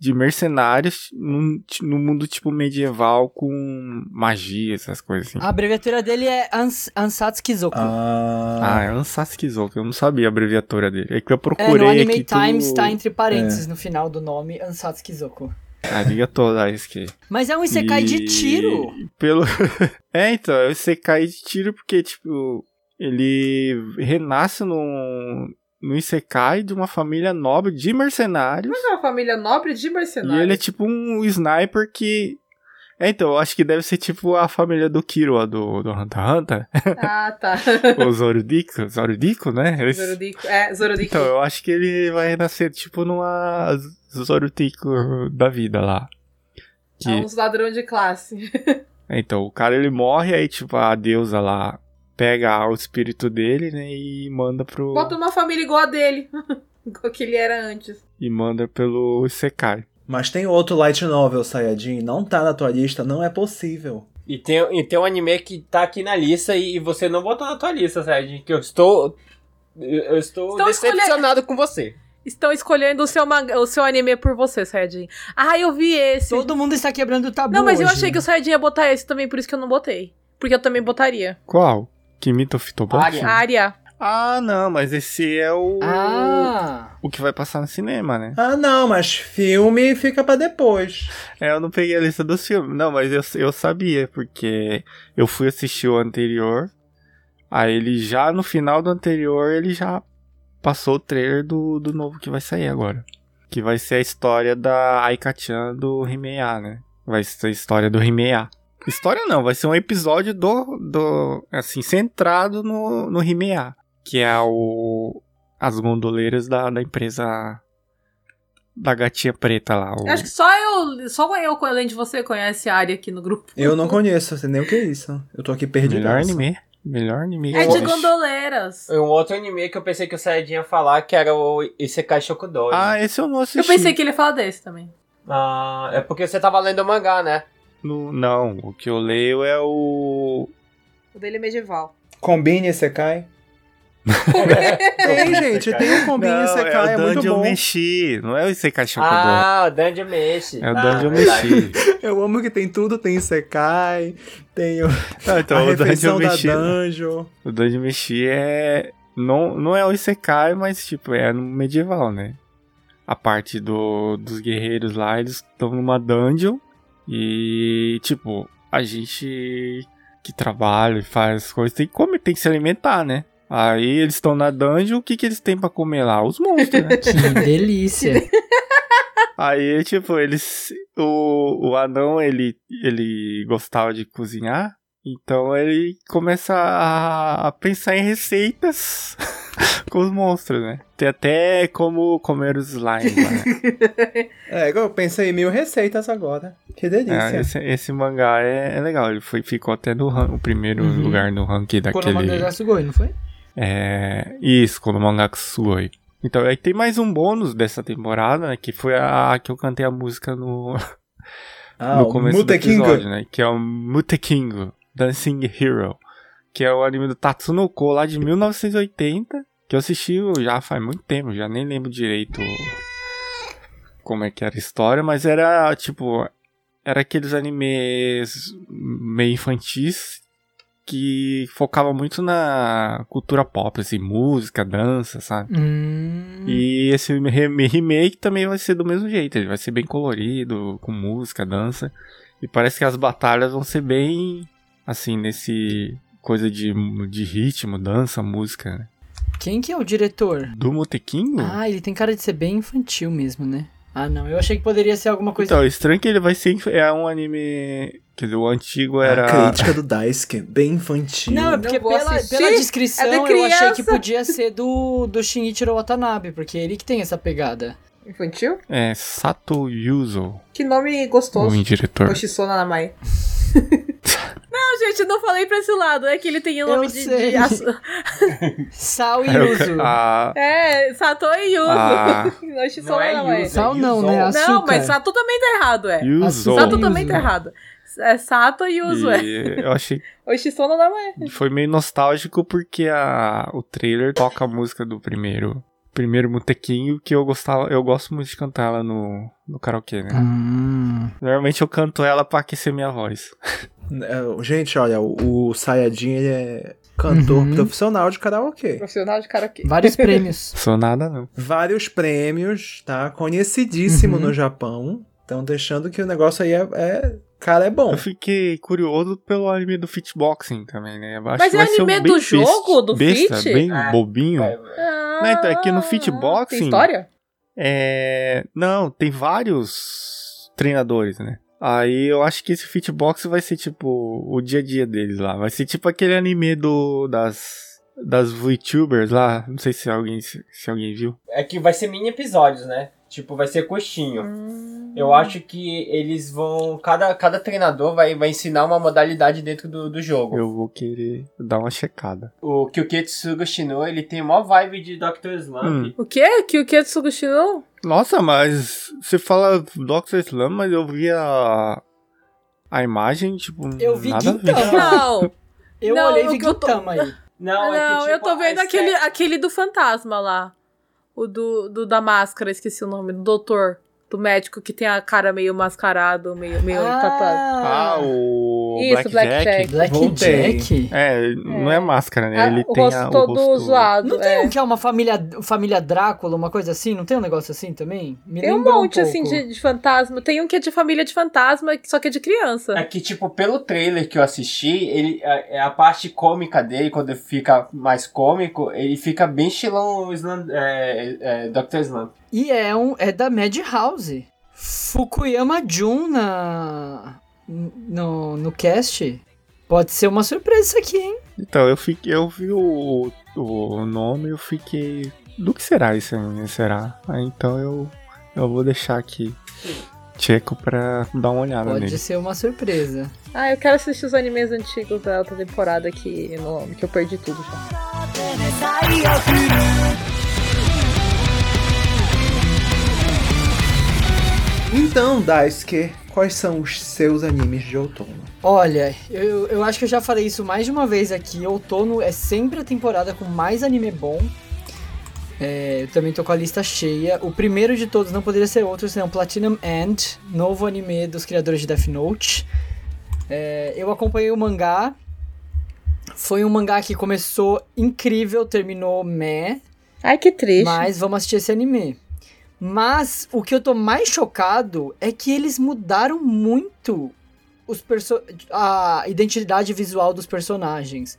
[SPEAKER 2] de mercenários num, num mundo tipo medieval com magia, essas coisas assim.
[SPEAKER 5] A abreviatura dele é Ans Ansatsuki Zoku.
[SPEAKER 4] Ah,
[SPEAKER 2] Ah, é um Saskizoku, eu não sabia a abreviatura dele. É que É. eu
[SPEAKER 5] é, no
[SPEAKER 2] procurei
[SPEAKER 5] Anime
[SPEAKER 2] aqui
[SPEAKER 5] Times
[SPEAKER 2] tudo...
[SPEAKER 5] tá entre parênteses no final do nome Ansatsuki Zoku.
[SPEAKER 2] Ah, toda isso que...
[SPEAKER 5] Mas é um Isekai de
[SPEAKER 2] E-
[SPEAKER 5] tiro.
[SPEAKER 2] Pelo... é, então, é um Isekai de tiro porque, tipo, ele renasce num, num Isekai de uma família nobre de mercenários.
[SPEAKER 3] Mas é uma família nobre de
[SPEAKER 2] E
[SPEAKER 3] mercenários.
[SPEAKER 2] ele é tipo um sniper que... É, então, eu acho que deve ser tipo a família do Killua do, do Hunter x Hunter.
[SPEAKER 3] Ah, tá.
[SPEAKER 2] Ou Zorudico, Zorudico, né? Eles-
[SPEAKER 3] Zorodico. É, Zorodico.
[SPEAKER 2] Então, eu acho que ele vai renascer tipo numa Zorutico da vida lá.
[SPEAKER 3] É
[SPEAKER 2] Que,
[SPEAKER 3] uns ladrão de classe.
[SPEAKER 2] Então, o cara ele morre, aí tipo, a deusa lá pega o espírito dele, né, e manda pro...
[SPEAKER 3] Bota um uma família igual a dele. Igual que ele era antes.
[SPEAKER 2] E manda pelo Isekai.
[SPEAKER 4] Mas tem outro light novel, Sayajin. Não tá na tua lista, não é possível.
[SPEAKER 1] E tem, e tem um anime que tá aqui na lista e, e você não botou na tua lista, Sérgio, que eu estou. Eu eu estou
[SPEAKER 3] Então escolhe-
[SPEAKER 1] decepcionado com você.
[SPEAKER 3] Estão escolhendo o seu, manga- o seu anime por você, Sayajin. Ah, eu vi esse.
[SPEAKER 5] Todo mundo está quebrando o tabu
[SPEAKER 3] Não, mas eu
[SPEAKER 5] Tá hoje. né?
[SPEAKER 3] achei que o Sayajin ia botar esse também, por isso que eu não botei. Porque eu também botaria.
[SPEAKER 2] Qual? Kimito Fitoboshi?
[SPEAKER 1] Sim.
[SPEAKER 3] A área.
[SPEAKER 2] Ah, não, mas esse é o...
[SPEAKER 5] Ah,
[SPEAKER 2] O que vai passar no cinema, né?
[SPEAKER 4] Ah, não, mas filme fica pra depois.
[SPEAKER 2] É, eu não peguei a lista dos filmes. Não, mas eu, eu sabia, porque eu fui assistir o anterior. Aí ele já no final do anterior, ele já passou o trailer do, do novo que vai sair agora. Que vai ser a história da Aika-chan do Rimeia, né? Vai ser a história do Rimeia. História não, vai ser um episódio do. do assim, centrado no, no Rimeia. Que é o. As gondoleiras da, da empresa. Da gatinha preta lá. o-
[SPEAKER 3] Acho que só eu, só eu, além de você, conhece a área aqui no grupo.
[SPEAKER 4] Eu não conheço, sei nem o que é isso. Eu tô aqui perdido.
[SPEAKER 2] Melhor anime. Melhor anime.
[SPEAKER 3] É
[SPEAKER 2] que
[SPEAKER 3] de
[SPEAKER 2] existe.
[SPEAKER 3] gondoleiras.
[SPEAKER 1] Um outro anime que eu pensei que o Saiyajin ia falar, que era o Isekai Shokudoi.
[SPEAKER 2] Ah, esse eu não assisti.
[SPEAKER 3] Eu pensei que ele ia falar desse também.
[SPEAKER 1] Ah, é porque você tava lendo o mangá, né?
[SPEAKER 2] No- não, o que eu leio é o...
[SPEAKER 3] O dele é medieval.
[SPEAKER 4] Combine Sekai. Tem, gente, tem o Combine
[SPEAKER 2] não,
[SPEAKER 4] Sekai, é,
[SPEAKER 2] é o
[SPEAKER 4] muito
[SPEAKER 2] Dungeon
[SPEAKER 4] bom.
[SPEAKER 2] Meshi. Não é o Isekai Shokudo.
[SPEAKER 1] Ah, o Dungeon Meshi.
[SPEAKER 2] é o
[SPEAKER 1] Ah,
[SPEAKER 2] Dungeon
[SPEAKER 1] verdade.
[SPEAKER 2] Meshi.
[SPEAKER 4] Eu amo que tem tudo, tem Sekai, tem o-
[SPEAKER 2] Ah, então,
[SPEAKER 4] a
[SPEAKER 2] o Dungeon
[SPEAKER 4] refeição da
[SPEAKER 2] Meshi...
[SPEAKER 4] Dungeon.
[SPEAKER 2] O Dungeon Meshi é... Não, não é o Isekai, mas, tipo, é no medieval, né? A parte do, dos guerreiros lá, eles estão numa dungeon. E, tipo, a gente que trabalha e faz coisas tem que comer, tem que se alimentar, né? Aí eles estão na dungeon, o que, que eles têm pra comer lá? Os monstros, né?
[SPEAKER 5] que delícia.
[SPEAKER 2] Aí, tipo, eles. O, o anão, ele, ele gostava de cozinhar. Então ele começa a, a pensar em receitas com os monstros, né? Tem até como comer os slimes lá, né?
[SPEAKER 4] É, eu pensei em mil receitas agora. Que delícia.
[SPEAKER 2] É, esse, esse mangá é, é legal. Ele foi, ficou até no ran- o primeiro
[SPEAKER 5] Uhum.
[SPEAKER 2] lugar no ranking
[SPEAKER 5] Quando o
[SPEAKER 2] daquele.
[SPEAKER 5] mangá Sugoi, não foi?
[SPEAKER 2] É, isso, quando o mangá Sugoi. Então, aí tem mais um bônus dessa temporada, né? Que foi a que eu cantei a música no,
[SPEAKER 4] ah,
[SPEAKER 2] no
[SPEAKER 4] o
[SPEAKER 2] começo
[SPEAKER 4] Mutekinga.
[SPEAKER 2] do episódio, né? Que é o Mutekingo, Dancing Hero. Que é o anime do Tatsunoko lá de 1980. Que eu assisti já faz muito tempo, já nem lembro direito como é que era a história, mas era tipo. Era aqueles animes meio infantis que focava muito na cultura pop, assim, música, dança, sabe?
[SPEAKER 5] Hum...
[SPEAKER 2] E esse re- remake também vai ser do mesmo jeito. Ele vai ser bem colorido, com música, dança. E parece que as batalhas vão ser bem assim, nesse coisa de, de ritmo, dança, música. né?
[SPEAKER 5] Quem que é o diretor?
[SPEAKER 2] Do Motequinho?
[SPEAKER 5] Ah, ele tem cara de ser bem infantil mesmo, né? Ah, não. Eu achei que poderia ser alguma coisa.
[SPEAKER 2] então, estranho que ele vai ser. inf- É um anime. Quer dizer, o
[SPEAKER 4] Ah,
[SPEAKER 2] antigo era.
[SPEAKER 4] A crítica do Daisuke, bem infantil.
[SPEAKER 5] Não, é porque
[SPEAKER 3] Não vou
[SPEAKER 5] pela,
[SPEAKER 3] assistir,
[SPEAKER 5] pela
[SPEAKER 3] é da
[SPEAKER 5] descrição eu achei que
[SPEAKER 3] criança.
[SPEAKER 5] podia ser do, do Shinichiro Watanabe, porque é ele que tem essa pegada.
[SPEAKER 3] Infantil?
[SPEAKER 2] É Sato Yuzo,
[SPEAKER 3] Que nome
[SPEAKER 2] o
[SPEAKER 3] gostoso.
[SPEAKER 2] diretor.
[SPEAKER 3] Oshisona Namai. não, Gente, eu não falei pra esse lado. É que ele tem o
[SPEAKER 5] Eu
[SPEAKER 3] nome de. de
[SPEAKER 5] sei.
[SPEAKER 3] aço-
[SPEAKER 5] Sal e
[SPEAKER 2] Aí o
[SPEAKER 5] uso.
[SPEAKER 2] ca- ah,
[SPEAKER 3] É, Sato e Yuzu.
[SPEAKER 2] Ah.
[SPEAKER 3] não, acho que
[SPEAKER 1] Não
[SPEAKER 3] só
[SPEAKER 1] é
[SPEAKER 3] não é.
[SPEAKER 1] Yuzu.
[SPEAKER 5] Sal não, né?
[SPEAKER 1] Não,
[SPEAKER 5] Açúcar.
[SPEAKER 3] Não, mas Sato também tá errado, é.
[SPEAKER 2] Yuzo.
[SPEAKER 3] Sato
[SPEAKER 5] Yuzu.
[SPEAKER 3] também tá errado. É Sato e Yuzu, é.
[SPEAKER 2] E eu achei
[SPEAKER 3] O Shisono não é.
[SPEAKER 2] que foi meio nostálgico porque a, o trailer toca a música do primeiro primeiro Mutequinho que eu gostava, eu gosto muito de cantar ela no, no karaokê, né?
[SPEAKER 5] Hum.
[SPEAKER 2] Normalmente eu canto ela pra aquecer minha voz.
[SPEAKER 4] É, Gente, olha, o, o Sayajin ele é cantor
[SPEAKER 5] Uhum.
[SPEAKER 4] profissional de karaokê.
[SPEAKER 3] Profissional de karaokê.
[SPEAKER 5] Vários prêmios.
[SPEAKER 2] Sou nada não.
[SPEAKER 4] Vários prêmios, tá? Conhecidíssimo
[SPEAKER 5] Uhum.
[SPEAKER 4] no Japão. Então, deixando que o negócio aí é. é- cara, é bom.
[SPEAKER 2] Eu fiquei curioso pelo anime do fitboxing também, né? Acho
[SPEAKER 3] Mas
[SPEAKER 2] que
[SPEAKER 3] é
[SPEAKER 2] vai ser um
[SPEAKER 3] anime
[SPEAKER 2] bem
[SPEAKER 3] do jogo,
[SPEAKER 2] besta-
[SPEAKER 3] do
[SPEAKER 2] besta,
[SPEAKER 3] fit?
[SPEAKER 2] bem
[SPEAKER 1] Ah,
[SPEAKER 2] bobinho.
[SPEAKER 1] É,
[SPEAKER 3] Ah,
[SPEAKER 2] Não, então, é que no Fitboxing-
[SPEAKER 3] Tem história?
[SPEAKER 2] É. Não, tem vários treinadores, né? Aí eu acho que esse fitbox vai ser tipo o dia a dia deles lá. Vai ser tipo aquele anime do. das. das VTubers lá. Não sei se alguém, se, se alguém viu.
[SPEAKER 1] é que vai ser mini episódios, né? Tipo, vai ser coxinho.
[SPEAKER 3] Uhum.
[SPEAKER 1] Eu acho que eles vão. Cada, cada treinador vai, vai ensinar uma modalidade dentro do, do jogo.
[SPEAKER 2] Eu vou querer dar uma checada.
[SPEAKER 1] O Kyuketsuga Shino, ele tem mó vibe de Dr. Slump.
[SPEAKER 3] O quê? Que o que é Tsugushinou?
[SPEAKER 2] Nossa, mas. Você fala Dr. Slam, mas eu vi a. a imagem, tipo.
[SPEAKER 5] Eu vi
[SPEAKER 2] nada a ver.
[SPEAKER 5] Gintama.
[SPEAKER 3] Não,
[SPEAKER 5] Eu
[SPEAKER 3] Não,
[SPEAKER 5] olhei e
[SPEAKER 3] o
[SPEAKER 5] vi
[SPEAKER 3] que eu tô-
[SPEAKER 5] Gintama aí.
[SPEAKER 1] Não,
[SPEAKER 3] não,
[SPEAKER 1] é que, tipo,
[SPEAKER 3] eu tô vendo
[SPEAKER 1] a
[SPEAKER 3] aquele,
[SPEAKER 1] estética-
[SPEAKER 3] aquele do fantasma lá. O do, do da máscara, esqueci o nome, do doutor, do médico que tem a cara meio mascarado, meio, meio tatuado.
[SPEAKER 2] Ah, o.
[SPEAKER 3] Isso,
[SPEAKER 2] Blackjack.
[SPEAKER 3] Blackjack.
[SPEAKER 4] Voltei.
[SPEAKER 5] Blackjack?
[SPEAKER 2] É, não é máscara, né?
[SPEAKER 3] Ah,
[SPEAKER 2] Ele
[SPEAKER 3] o
[SPEAKER 2] tem
[SPEAKER 3] rosto
[SPEAKER 2] a,
[SPEAKER 3] todo
[SPEAKER 2] o rosto...
[SPEAKER 3] zoado.
[SPEAKER 5] Não
[SPEAKER 3] é.
[SPEAKER 5] tem um que é uma família, família Drácula, uma coisa assim? Não tem um negócio assim também? Me
[SPEAKER 3] Tem um
[SPEAKER 5] lembra
[SPEAKER 3] monte,
[SPEAKER 5] pouco.
[SPEAKER 3] assim, de, de fantasma. Tem um que é de família de fantasma, só que é de criança.
[SPEAKER 1] É que, tipo, pelo trailer que eu assisti, ele, a, a parte cômica dele, quando fica mais cômico, ele fica bem estilão Island, é, é, Dr. Slump.
[SPEAKER 5] E é, um, é da Madhouse. Fukuyama Jun na, no, no cast. Pode ser uma surpresa isso aqui, hein?
[SPEAKER 2] Então, eu, fiquei, eu vi o, o nome e eu fiquei. Do que será isso aí? Será? Ah, Então eu, eu vou deixar aqui Checo pra dar uma olhada
[SPEAKER 5] Pode
[SPEAKER 2] nele.
[SPEAKER 5] ser uma surpresa.
[SPEAKER 3] Ah, eu quero assistir os animes antigos da outra temporada que, no- que eu perdi tudo já.
[SPEAKER 4] Então, Daisuke, quais são os seus animes de outono?
[SPEAKER 5] Olha, eu, eu acho que eu já falei isso mais de uma vez aqui. Outono é sempre a temporada com mais anime bom. É, eu também tô com a lista cheia. O primeiro de todos não poderia ser outro, senão Platinum End, novo anime dos criadores de Death Note. É, eu acompanhei o mangá. Foi um mangá que começou incrível, terminou meh.
[SPEAKER 3] Ai, que triste.
[SPEAKER 5] Mas vamos assistir esse anime. Mas o que eu tô mais chocado é que eles mudaram muito os perso a identidade visual dos personagens.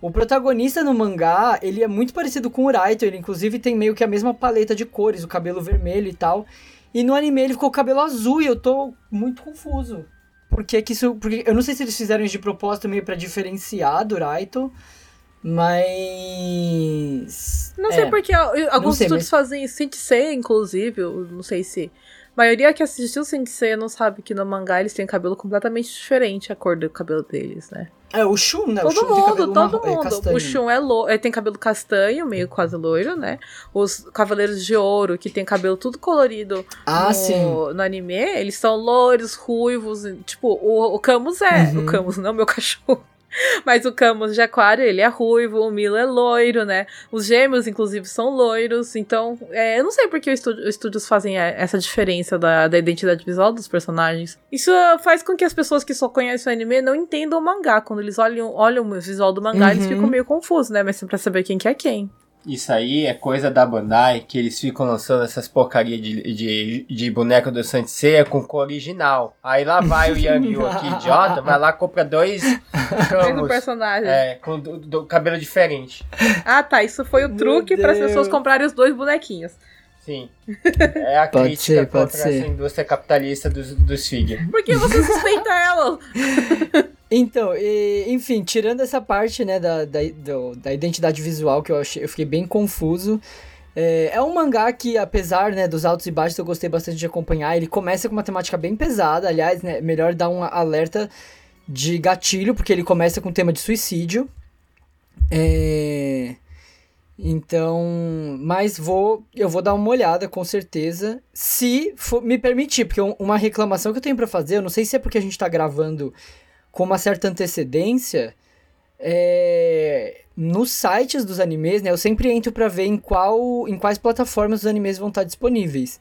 [SPEAKER 5] O protagonista no mangá, ele é muito parecido com o Raito, ele inclusive tem meio que a mesma paleta de cores, o cabelo vermelho e tal. E no anime ele ficou com o cabelo azul e eu tô muito confuso. Por que que isso... Porque eu não sei se eles fizeram isso de propósito meio pra diferenciar do Raito, mas...
[SPEAKER 3] Não sei
[SPEAKER 5] é.
[SPEAKER 3] porque ó, alguns
[SPEAKER 5] sei,
[SPEAKER 3] estudos
[SPEAKER 5] mas-
[SPEAKER 3] fazem isso. Sensei, inclusive, eu não sei se... A maioria que assistiu Sensei não sabe que no mangá eles têm cabelo completamente diferente a cor do cabelo deles, né?
[SPEAKER 5] É, o Shun, né? o Shun
[SPEAKER 3] todo
[SPEAKER 5] tem
[SPEAKER 3] mundo,
[SPEAKER 5] cabelo
[SPEAKER 3] todo
[SPEAKER 5] marrom- é,
[SPEAKER 3] mundo.
[SPEAKER 5] castanho.
[SPEAKER 3] o Shun é lou- é, tem cabelo castanho, meio quase loiro, né? Os Cavaleiros de Ouro, que tem cabelo tudo colorido
[SPEAKER 5] Ah,
[SPEAKER 3] no,
[SPEAKER 5] sim.
[SPEAKER 3] no anime, eles são loiros, ruivos. Tipo, o, o Camus é.
[SPEAKER 5] Uhum.
[SPEAKER 3] O Camus não, meu cachorro. Mas o Camus de Aquário, ele é ruivo, o Milo é loiro, né? Os gêmeos, inclusive, são loiros. Então, é, eu não sei por que os estu- os estúdios fazem é, essa diferença da, da identidade visual dos personagens. Isso ah, faz com que as pessoas que só conhecem o anime não entendam o mangá. Quando eles olham, olham o visual do mangá, eles
[SPEAKER 5] Uhum.
[SPEAKER 3] ficam meio confusos, né? Mas pra saber quem que é quem.
[SPEAKER 1] Isso aí é coisa da Bandai, que eles ficam lançando essas porcarias de, de, de boneco do Sansei com cor original. Aí lá vai o Yamiu aqui, idiota, vai lá compra dois
[SPEAKER 3] Mesmo
[SPEAKER 1] camus,
[SPEAKER 3] personagem.
[SPEAKER 1] é, com do, do- cabelo diferente.
[SPEAKER 3] Ah, tá. Isso foi o
[SPEAKER 5] Meu
[SPEAKER 3] truque para as
[SPEAKER 5] Deus.
[SPEAKER 3] pessoas comprarem os dois bonequinhos.
[SPEAKER 1] Sim. É a
[SPEAKER 5] Pode
[SPEAKER 1] crítica
[SPEAKER 5] ser, pode
[SPEAKER 1] contra
[SPEAKER 5] ser.
[SPEAKER 1] essa indústria capitalista dos, dos figure.
[SPEAKER 3] Por que você sustenta ela?
[SPEAKER 5] Então, e- enfim, tirando essa parte, né, da, da, do- da identidade visual, que eu, achei, eu fiquei bem confuso. É, é um mangá que, apesar né, dos altos e baixos, eu gostei bastante de acompanhar. Ele começa com uma temática bem pesada, aliás, né, melhor dar um alerta de gatilho, porque ele começa com o tema de suicídio. É, Então, mas vou, eu vou dar uma olhada com certeza, se for- me permitir, porque um- uma reclamação que eu tenho pra fazer, eu não sei se é porque a gente tá gravando com uma certa antecedência, é, nos sites dos animes, né, eu sempre entro pra ver em qual em quais plataformas os animes vão estar disponíveis.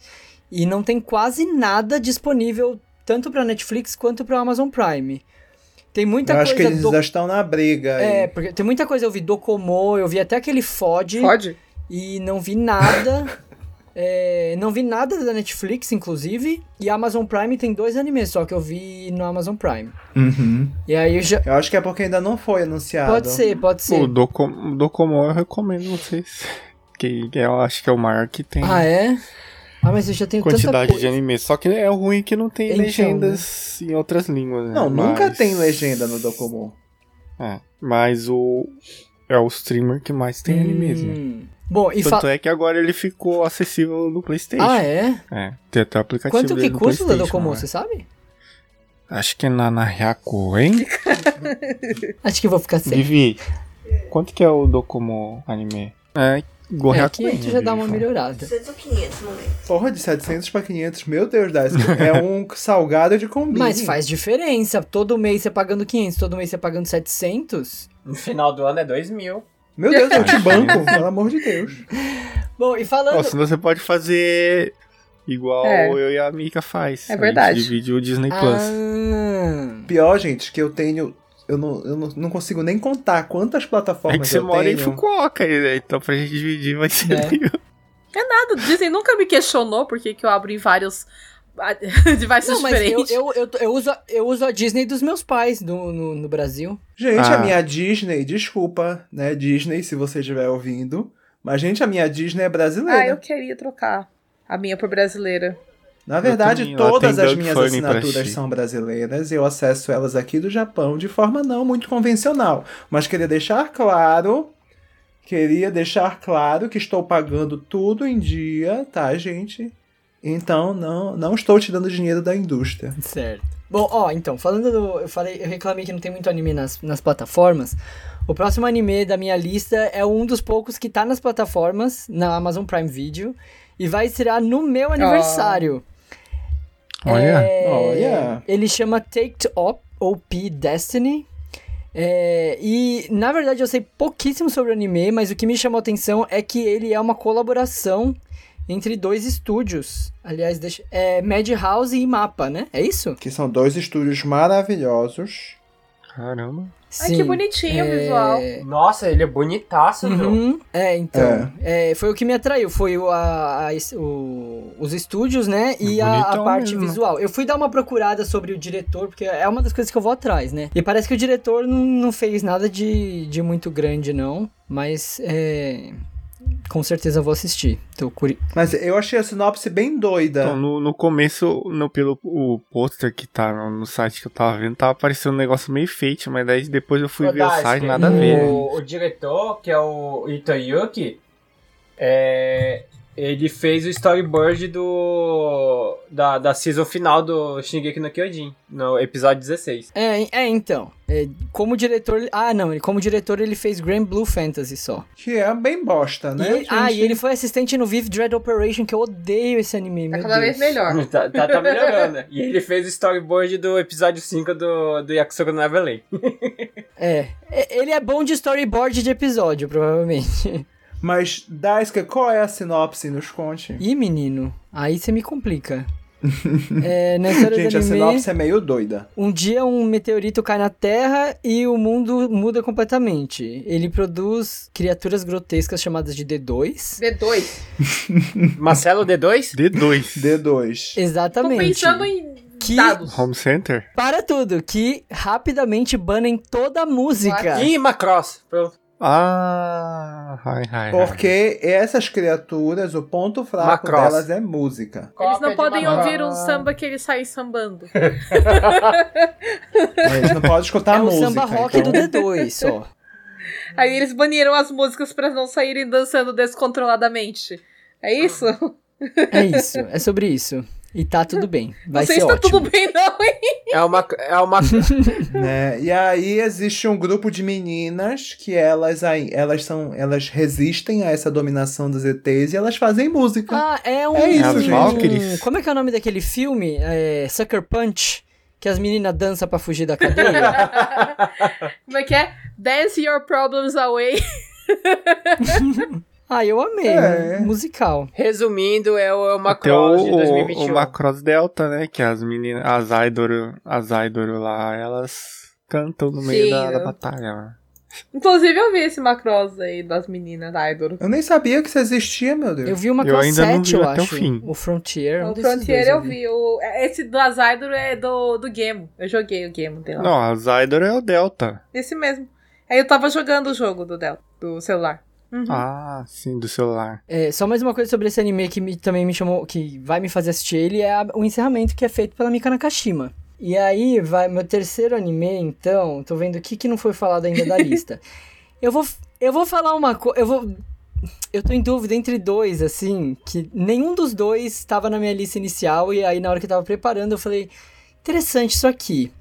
[SPEAKER 5] E não tem quase nada disponível tanto pra Netflix quanto pra Amazon Prime. Tem muita
[SPEAKER 4] Eu
[SPEAKER 5] coisa
[SPEAKER 4] acho que eles
[SPEAKER 5] do-
[SPEAKER 4] já estão na briga. aí.
[SPEAKER 5] é, porque tem muita coisa. Eu vi Docomo, eu vi até aquele FOD
[SPEAKER 3] Pode?
[SPEAKER 5] e não vi nada. É, não vi nada da Netflix, inclusive. E Amazon Prime tem dois animes só que eu vi no Amazon Prime.
[SPEAKER 4] Uhum.
[SPEAKER 5] E aí eu já.
[SPEAKER 4] Eu acho que é porque ainda não foi anunciado.
[SPEAKER 5] Pode ser, pode
[SPEAKER 2] O
[SPEAKER 5] ser.
[SPEAKER 2] Docomo, o Docomo eu recomendo vocês. Que eu acho que é o maior que tem
[SPEAKER 5] Ah, é? Ah, mas eu já tenho tanta
[SPEAKER 2] quantidade
[SPEAKER 5] coisa.
[SPEAKER 2] de anime. Só que é ruim que não tem
[SPEAKER 5] Então,
[SPEAKER 2] legendas em outras línguas. né?
[SPEAKER 4] Não, nunca
[SPEAKER 2] Mas-
[SPEAKER 4] tem legenda no Docomo.
[SPEAKER 2] É, mas o. É o streamer que mais tem anime, né?
[SPEAKER 5] Hum. Bom, e
[SPEAKER 2] Tanto
[SPEAKER 5] fa...
[SPEAKER 2] é que agora ele ficou acessível no PlayStation.
[SPEAKER 5] Ah, é?
[SPEAKER 2] É, tem até o aplicativo
[SPEAKER 5] Quanto que
[SPEAKER 2] dele no
[SPEAKER 5] custa da
[SPEAKER 2] PlayStation,
[SPEAKER 5] Docomo,
[SPEAKER 2] né?
[SPEAKER 5] você sabe?
[SPEAKER 2] Acho que é na Naraku, hein?
[SPEAKER 5] Acho que eu vou ficar sem.
[SPEAKER 2] Vivi, quanto que é o Docomo anime? É,
[SPEAKER 5] É,
[SPEAKER 2] Gorreaku.
[SPEAKER 5] aqui a gente já dá uma melhorada.
[SPEAKER 4] Porra, de 700 pra 500, meu Deus, dá esse- é um salgado de combine.
[SPEAKER 5] Mas faz diferença. Todo mês você pagando 500, todo mês você pagando 700.
[SPEAKER 1] No final do ano é 2 mil.
[SPEAKER 4] Meu Deus, eu te banco, pelo amor de Deus.
[SPEAKER 5] Bom, e falando.
[SPEAKER 2] Ou senão você pode fazer igual
[SPEAKER 3] É.
[SPEAKER 2] eu e a Mika faz.
[SPEAKER 3] É
[SPEAKER 2] A gente
[SPEAKER 3] verdade.
[SPEAKER 2] Divide o Disney Plus.
[SPEAKER 5] Ah,
[SPEAKER 4] Pior, gente, que eu tenho. Eu não, eu não, não consigo nem contar quantas
[SPEAKER 2] É
[SPEAKER 4] plataformas
[SPEAKER 2] que você
[SPEAKER 4] eu
[SPEAKER 2] mora
[SPEAKER 4] tenho.
[SPEAKER 2] em Fukuoka, né? então pra gente dividir vai ser
[SPEAKER 5] É.
[SPEAKER 2] meio...
[SPEAKER 3] Nada, dizem, nunca me questionou por que que eu abro em vários ah, devices
[SPEAKER 5] não, mas eu,
[SPEAKER 3] diferentes.
[SPEAKER 5] eu, eu, eu uso, a- eu uso a Disney dos meus pais no, no, no Brasil.
[SPEAKER 4] Gente,
[SPEAKER 2] Ah.
[SPEAKER 4] a minha Disney, desculpa, né, Disney, se você estiver ouvindo. Mas, gente, a minha Disney é brasileira.
[SPEAKER 3] Ah, eu queria trocar a minha por brasileira.
[SPEAKER 4] Na verdade,
[SPEAKER 2] também, lá
[SPEAKER 4] todas
[SPEAKER 2] tem
[SPEAKER 4] as
[SPEAKER 2] Doug
[SPEAKER 4] minhas
[SPEAKER 2] Funny pra
[SPEAKER 4] assinaturas
[SPEAKER 2] ti.
[SPEAKER 4] são brasileiras e eu acesso elas aqui do Japão de forma não muito convencional. Mas queria deixar claro. Queria deixar claro que estou pagando tudo em dia, tá, gente? Então, não, não estou tirando dinheiro da indústria.
[SPEAKER 5] Certo. Bom, ó, então, falando do. Eu falei, eu reclamei que não tem muito anime nas, nas plataformas. O próximo anime da minha lista é um dos poucos que tá nas plataformas, na Amazon Prime Video, e vai estrear no meu aniversário.
[SPEAKER 2] Olha,
[SPEAKER 5] É,
[SPEAKER 4] Olha.
[SPEAKER 5] Ele chama Taked Up, OP Destiny. É, e, na verdade, eu sei pouquíssimo sobre o anime, mas o que me chamou a atenção é que ele é uma colaboração entre dois estúdios. Aliás, deixa, é Madhouse e Mapa, né? É isso?
[SPEAKER 4] Que são dois estúdios maravilhosos.
[SPEAKER 2] caramba.
[SPEAKER 3] Ai, que bonitinho o visual.
[SPEAKER 1] Nossa, ele é bonitaço, viu?
[SPEAKER 5] Uhum. É, então. é, foi o que me atraiu. Foi o, a- a- o- os estúdios, né? E a, a
[SPEAKER 2] Bonitão
[SPEAKER 5] parte
[SPEAKER 2] mesmo.
[SPEAKER 5] visual. Eu fui dar uma procurada sobre o diretor, porque é uma das coisas que eu vou atrás, né? E parece que o diretor não, não fez nada de, de muito grande, não. Mas é, com certeza eu vou assistir. Tô curi...
[SPEAKER 4] Mas eu achei a sinopse bem
[SPEAKER 2] Então,
[SPEAKER 5] É.
[SPEAKER 4] doida.
[SPEAKER 2] no, no começo, no, pelo o pôster que tá no, no site que eu tava vendo, tava parecendo um negócio meio fake, mas daí depois eu fui ver o site, nada a ver.
[SPEAKER 5] Hum.
[SPEAKER 2] né?
[SPEAKER 1] O, o diretor, que é o Itoyuki, é, ele fez o storyboard do da, da season final do Shingeki no Kyojin, no episódio 16.
[SPEAKER 5] é, é, então. É, como diretor. Ah, não. ele- Como diretor, ele fez Grand Blue Fantasy só.
[SPEAKER 4] Que é bem bosta,
[SPEAKER 5] E
[SPEAKER 4] né?
[SPEAKER 5] ele- ah,
[SPEAKER 4] gente?
[SPEAKER 5] e ele foi assistente no Vive Dread Operation, que eu odeio esse anime.
[SPEAKER 3] Tá
[SPEAKER 5] meu
[SPEAKER 3] cada vez
[SPEAKER 5] Deus.
[SPEAKER 3] melhor.
[SPEAKER 1] Tá, tá, tá melhorando. E ele fez o storyboard do episódio 5 do, do Yakusoku no Neverland.
[SPEAKER 5] É, e- ele é bom de storyboard de episódio, provavelmente.
[SPEAKER 4] Mas, Daisuke, qual é a sinopse? Nos conte.
[SPEAKER 5] Ih, menino, aí você me complica. é, na história
[SPEAKER 4] Gente,
[SPEAKER 5] do
[SPEAKER 4] a
[SPEAKER 5] anime,
[SPEAKER 4] sinopse é meio doida.
[SPEAKER 5] um dia um meteorito cai na Terra e o mundo muda completamente. Ele produz criaturas grotescas chamadas de D2.
[SPEAKER 3] D2.
[SPEAKER 1] Marcelo D2?
[SPEAKER 2] D2.
[SPEAKER 4] D2.
[SPEAKER 3] Tô
[SPEAKER 5] Exatamente.
[SPEAKER 3] pensando em
[SPEAKER 5] Que-
[SPEAKER 3] dados.
[SPEAKER 2] Home Center?
[SPEAKER 5] Para tudo, que rapidamente banem toda a música.
[SPEAKER 1] Ih, Macross. Pronto.
[SPEAKER 2] Ah, ai, ai. ai.
[SPEAKER 4] Porque essas criaturas, o ponto fraco
[SPEAKER 1] Macross.
[SPEAKER 4] delas é música.
[SPEAKER 3] Eles
[SPEAKER 1] Cópia
[SPEAKER 3] não
[SPEAKER 1] de
[SPEAKER 3] podem
[SPEAKER 1] Macross.
[SPEAKER 3] ouvir um samba que eles saem sambando.
[SPEAKER 4] Eles não podem escutar
[SPEAKER 5] é o
[SPEAKER 4] música.
[SPEAKER 5] samba rock
[SPEAKER 4] então.
[SPEAKER 5] do D2 só.
[SPEAKER 3] Aí eles baniram as músicas pra não saírem dançando descontroladamente. É isso?
[SPEAKER 5] É isso, é sobre isso. E tá tudo bem. Vai
[SPEAKER 3] Não sei
[SPEAKER 5] ser
[SPEAKER 3] se tá
[SPEAKER 5] ótimo.
[SPEAKER 3] tudo bem, não, hein?
[SPEAKER 1] É uma. É uma.
[SPEAKER 4] né? E aí existe um grupo de meninas que elas, aí- elas são elas resistem a essa dominação dos ETs e elas fazem
[SPEAKER 3] Né?
[SPEAKER 4] música.
[SPEAKER 5] Ah, é um.
[SPEAKER 4] É isso,
[SPEAKER 5] um-
[SPEAKER 4] gente.
[SPEAKER 2] Valkyries.
[SPEAKER 5] Como é que é o nome daquele filme? É, Sucker Punch? Que as meninas dançam pra fugir da cadeia?
[SPEAKER 3] Como é que é? Dance your problems away.
[SPEAKER 5] ah, eu amei.
[SPEAKER 4] É.
[SPEAKER 5] um musical.
[SPEAKER 1] Resumindo, é o é o
[SPEAKER 2] Tem o,
[SPEAKER 1] Macross de
[SPEAKER 2] o, o
[SPEAKER 1] 2021.
[SPEAKER 2] Macross Delta, né? Que as meninas, as idol, as idol lá, elas cantam no meio
[SPEAKER 3] Sim,
[SPEAKER 2] da, da
[SPEAKER 3] eu-
[SPEAKER 2] batalha. né?
[SPEAKER 3] Inclusive, eu vi esse macross aí das meninas da Idol.
[SPEAKER 4] Eu nem sabia que isso existia, meu Deus.
[SPEAKER 5] Eu vi uma
[SPEAKER 2] Eu
[SPEAKER 5] classe
[SPEAKER 2] ainda não
[SPEAKER 5] 7,
[SPEAKER 2] vi
[SPEAKER 5] eu
[SPEAKER 2] até o
[SPEAKER 5] acho.
[SPEAKER 2] fim.
[SPEAKER 5] O Frontier. um
[SPEAKER 3] O
[SPEAKER 5] desses dois
[SPEAKER 3] Frontier eu vi. O, esse das Idol é do, do Gemo. Eu joguei o Gemo dela.
[SPEAKER 2] Não, as idol é o Delta.
[SPEAKER 3] Esse mesmo. Aí eu tava jogando o jogo do Delta, do celular. Uhum.
[SPEAKER 2] Ah, sim, do celular.
[SPEAKER 5] É, só mais uma coisa sobre esse anime que me- também me chamou, que vai me fazer assistir ele, é a- o encerramento que é feito pela Mika Nakashima. E aí, vai, meu terceiro anime, então, tô vendo o que, que não foi falado ainda da lista. eu, vou, eu vou falar uma coisa, eu vou... Eu tô em dúvida entre dois, assim, que nenhum dos dois estava na minha lista inicial, e aí na hora que eu tava preparando eu falei, interessante isso aqui.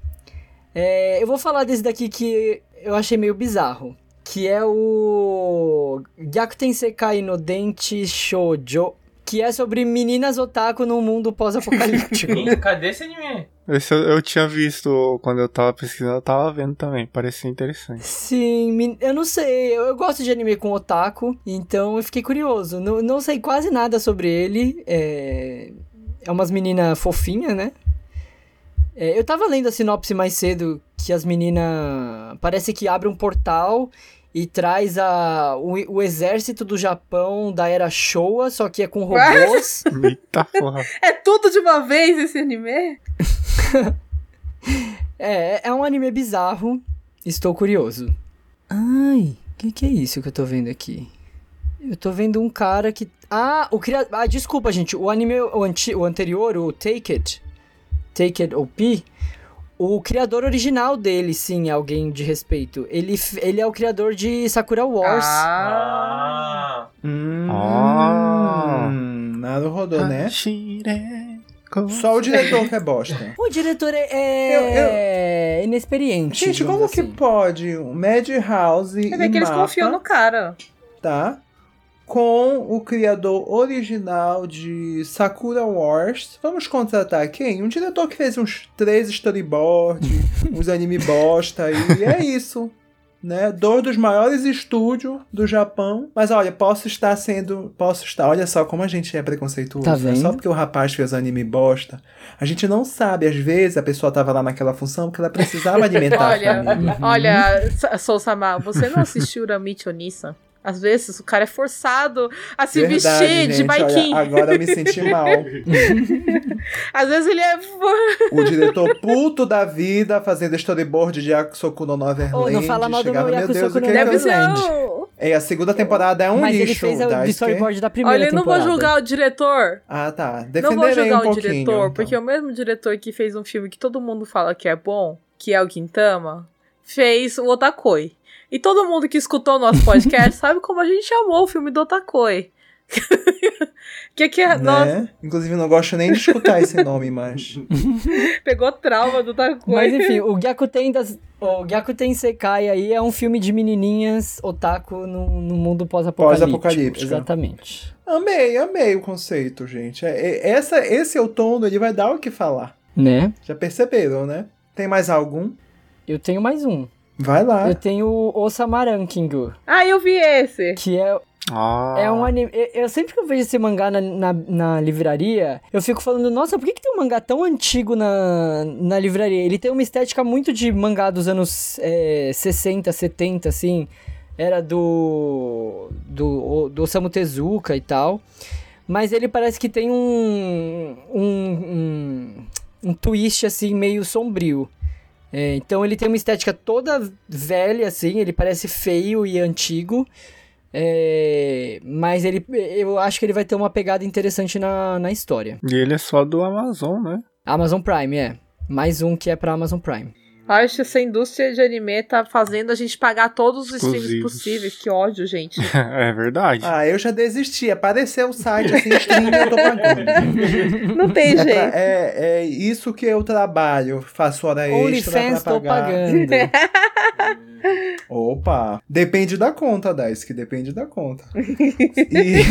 [SPEAKER 5] É, eu vou falar desse daqui que eu achei meio bizarro. Que é o Gyakuten Sekai no Dente Shoujo. Que é sobre meninas otaku num mundo pós-apocalíptico.
[SPEAKER 1] Cadê esse anime?
[SPEAKER 2] Esse eu, eu tinha visto quando eu tava pesquisando, eu tava vendo também, parecia interessante.
[SPEAKER 5] Sim, men- eu não sei. Eu, eu gosto de anime com otaku, então eu fiquei curioso. Não, não sei quase nada sobre ele. É, é umas meninas fofinhas, né? É, eu tava lendo a sinopse mais cedo que as meninas. Parece que abre um portal e traz a, o, o exército do Japão da era Showa, só que é com robôs.
[SPEAKER 2] Eita porra.
[SPEAKER 3] É tudo de uma vez esse anime?
[SPEAKER 5] É, é um anime bizarro. Estou curioso. Ai, o que, que é isso que eu tô vendo aqui? Eu tô vendo um cara que. Ah, o criador. Ah, desculpa, gente. O anime o anti... o anterior, o Take It. Take It OP. O criador original dele, sim, é alguém de respeito. Ele, f- ele é o criador de Sakura Wars.
[SPEAKER 1] Ah.
[SPEAKER 4] Hum,
[SPEAKER 2] Ah.
[SPEAKER 4] nada rodou,
[SPEAKER 5] Ah,
[SPEAKER 4] né?
[SPEAKER 2] Hashire, ko-
[SPEAKER 4] Só o diretor que é bosta.
[SPEAKER 5] O diretor é, é- inexperiente.
[SPEAKER 4] Gente,
[SPEAKER 5] digamos
[SPEAKER 4] como que
[SPEAKER 5] assim.
[SPEAKER 4] pode um Madhouse e
[SPEAKER 3] É que eles
[SPEAKER 4] Mapa,
[SPEAKER 3] confiam no cara.
[SPEAKER 4] tá? Com o criador original de Sakura Wars. Vamos contratar quem? Um diretor que fez uns três storyboards, uns anime bosta e é isso. Né? Dois dos maiores estúdios do Japão. Mas olha, posso estar sendo. Posso estar. Olha só como a gente é preconceituoso.
[SPEAKER 5] Tá
[SPEAKER 4] né?
[SPEAKER 5] vendo?
[SPEAKER 4] Só porque o rapaz fez anime bosta. A gente não sabe. Às vezes a pessoa tava lá naquela função porque ela precisava alimentar a
[SPEAKER 3] Olha,
[SPEAKER 4] família.
[SPEAKER 3] olha, Sa- Sou Samar, você não assistiu Ramit Onissa? Às vezes o cara é forçado a se
[SPEAKER 4] Verdade,
[SPEAKER 3] vestir de
[SPEAKER 4] gente, olha,
[SPEAKER 3] baiquim.
[SPEAKER 4] agora eu me senti mal.
[SPEAKER 3] Às vezes ele é.
[SPEAKER 4] O diretor puto da vida fazendo storyboard de Yakusoku no Neverland.
[SPEAKER 5] Ô, não fala mal do
[SPEAKER 4] chegava,
[SPEAKER 5] meu
[SPEAKER 4] meu Deus,
[SPEAKER 5] Yakusoku
[SPEAKER 4] o que
[SPEAKER 5] no
[SPEAKER 4] é que
[SPEAKER 3] Deve
[SPEAKER 4] eu...
[SPEAKER 5] Neverland.
[SPEAKER 3] ser.
[SPEAKER 5] Land.
[SPEAKER 3] um-
[SPEAKER 4] Ei, a segunda temporada é um
[SPEAKER 5] Mas
[SPEAKER 4] lixo.
[SPEAKER 5] ele fez o
[SPEAKER 4] Daisuke.
[SPEAKER 5] storyboard da primeira
[SPEAKER 3] Olha, eu não vou
[SPEAKER 5] temporada.
[SPEAKER 3] julgar o diretor.
[SPEAKER 4] Ah, tá.
[SPEAKER 3] não vou
[SPEAKER 4] Defenderei
[SPEAKER 3] julgar
[SPEAKER 4] um
[SPEAKER 3] o
[SPEAKER 4] pouquinho.
[SPEAKER 3] diretor,
[SPEAKER 4] então.
[SPEAKER 3] porque o mesmo diretor que fez um filme que todo mundo fala que é bom, que é o Quintama, fez o Otakoi. E todo mundo que escutou o nosso podcast sabe como a gente chamou o filme do Otakoi. que que é.
[SPEAKER 4] Né?
[SPEAKER 3] Nossa,
[SPEAKER 4] Inclusive, não gosto nem de escutar esse nome, mas.
[SPEAKER 3] pegou trauma do
[SPEAKER 5] Mas
[SPEAKER 3] Otakoi.
[SPEAKER 5] enfim, o Gyakuten das. O Gyakuten Sekai aí é um filme de menininhas otaku no, no mundo pós-apocalíptico.
[SPEAKER 4] Pós-apocalíptico.
[SPEAKER 5] Exatamente.
[SPEAKER 4] Amei, amei o conceito, gente. É- é- Essa, esse outono, ele vai dar o que falar.
[SPEAKER 5] Né?
[SPEAKER 4] Já perceberam, né? Tem mais algum?
[SPEAKER 5] Eu tenho mais um.
[SPEAKER 4] Vai lá.
[SPEAKER 5] Eu tenho o Osamaran Kingu,
[SPEAKER 3] Ah, eu vi esse.
[SPEAKER 5] que é,
[SPEAKER 2] Ah,
[SPEAKER 5] é um anime. Eu, eu sempre que eu vejo esse mangá na, na, na livraria, eu fico falando, nossa, por que, que tem um mangá tão antigo na, na livraria? Ele tem uma estética muito de mangá dos anos é, 60, 70, assim. Era do. do, do Osamu Tezuka e tal. Mas ele parece que tem um. um, um, um twist assim, meio sombrio. É, então ele tem uma estética toda velha, assim, ele parece feio e antigo. É, mas ele eu acho que ele vai ter uma pegada interessante na, na história.
[SPEAKER 2] E ele é só do Amazon, né?
[SPEAKER 5] Amazon Prime, é. Mais um que é pra Amazon Prime.
[SPEAKER 3] Acho que essa indústria de anime tá fazendo a gente pagar todos os streams
[SPEAKER 2] Exclusivos.
[SPEAKER 3] possíveis. Que ódio, gente.
[SPEAKER 2] É verdade.
[SPEAKER 4] Ah, eu já desisti. Apareceu o site assim, stream, eu tô pagando.
[SPEAKER 3] Não tem
[SPEAKER 4] É, pra-
[SPEAKER 3] jeito.
[SPEAKER 4] é, é isso que eu trabalho. Faço hora extra
[SPEAKER 5] OnlyFans
[SPEAKER 4] pra
[SPEAKER 5] tô
[SPEAKER 4] pagar. É
[SPEAKER 5] pagando.
[SPEAKER 4] Opa! Depende da conta, Dais, que depende da conta.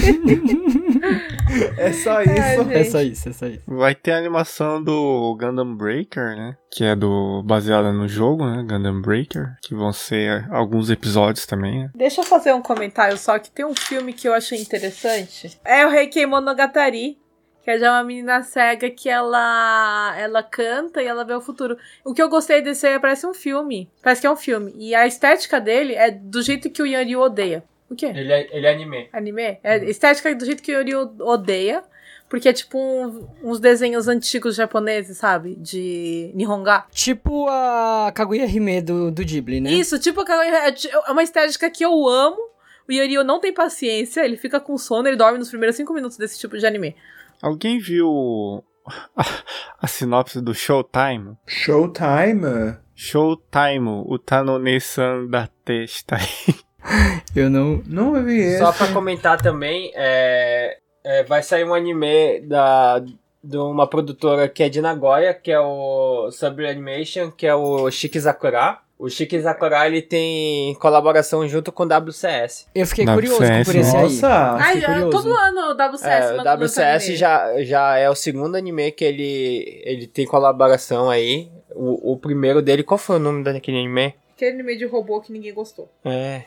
[SPEAKER 4] E- é só isso.
[SPEAKER 5] É só isso, é só isso.
[SPEAKER 2] Vai ter a animação do Gundam Breaker, né? Que é do baseada no jogo, né? Gundam Breaker, que vão ser alguns episódios também. Né?
[SPEAKER 3] Deixa eu fazer um comentário só, que tem um filme que eu achei interessante. É o Reiki Monogatari, que é já uma menina cega que ela ela canta e ela vê o futuro. O que eu gostei desse aí, parece um filme. Parece que é um filme. E a estética dele é do jeito que o Yanryu odeia. O quê?
[SPEAKER 1] Ele é, ele é anime.
[SPEAKER 3] Anime? É estética do jeito que o Yuri o- odeia. Porque é tipo um- uns desenhos antigos japoneses, sabe? De Nihonga.
[SPEAKER 5] Tipo a Kaguya Hime do, do Ghibli, né?
[SPEAKER 3] Isso, tipo, aquela- é ti- é uma estética que eu amo. O Yuri não tem paciência, ele fica com sono, ele dorme nos primeiros cinco minutos desse tipo de anime.
[SPEAKER 2] Alguém viu a, a sinopse do Showtime?
[SPEAKER 4] Showtime?
[SPEAKER 2] Showtime, o Tanone-san da testa.
[SPEAKER 5] Eu não...
[SPEAKER 4] Não vi esse.
[SPEAKER 1] Só pra comentar também, é, é, vai sair um anime da, de uma produtora que é de Nagoya, que é o Subway Animation, que é o Shikizakura. O Shikizakura, ele tem colaboração junto com o WCS.
[SPEAKER 5] Eu fiquei
[SPEAKER 2] Não,
[SPEAKER 5] curioso
[SPEAKER 2] isso é
[SPEAKER 5] por
[SPEAKER 2] esse,
[SPEAKER 5] esse aí.
[SPEAKER 4] Nossa!
[SPEAKER 5] fiquei
[SPEAKER 3] Ai, já-
[SPEAKER 5] curioso.
[SPEAKER 3] todo ano o WCS
[SPEAKER 1] É, o
[SPEAKER 3] manda lançar
[SPEAKER 1] WCS
[SPEAKER 3] anime.
[SPEAKER 1] já, já é o segundo anime que ele, ele tem colaboração aí. O, o primeiro dele, qual foi o nome daquele anime?
[SPEAKER 3] Aquele anime de robô que ninguém gostou.
[SPEAKER 1] É.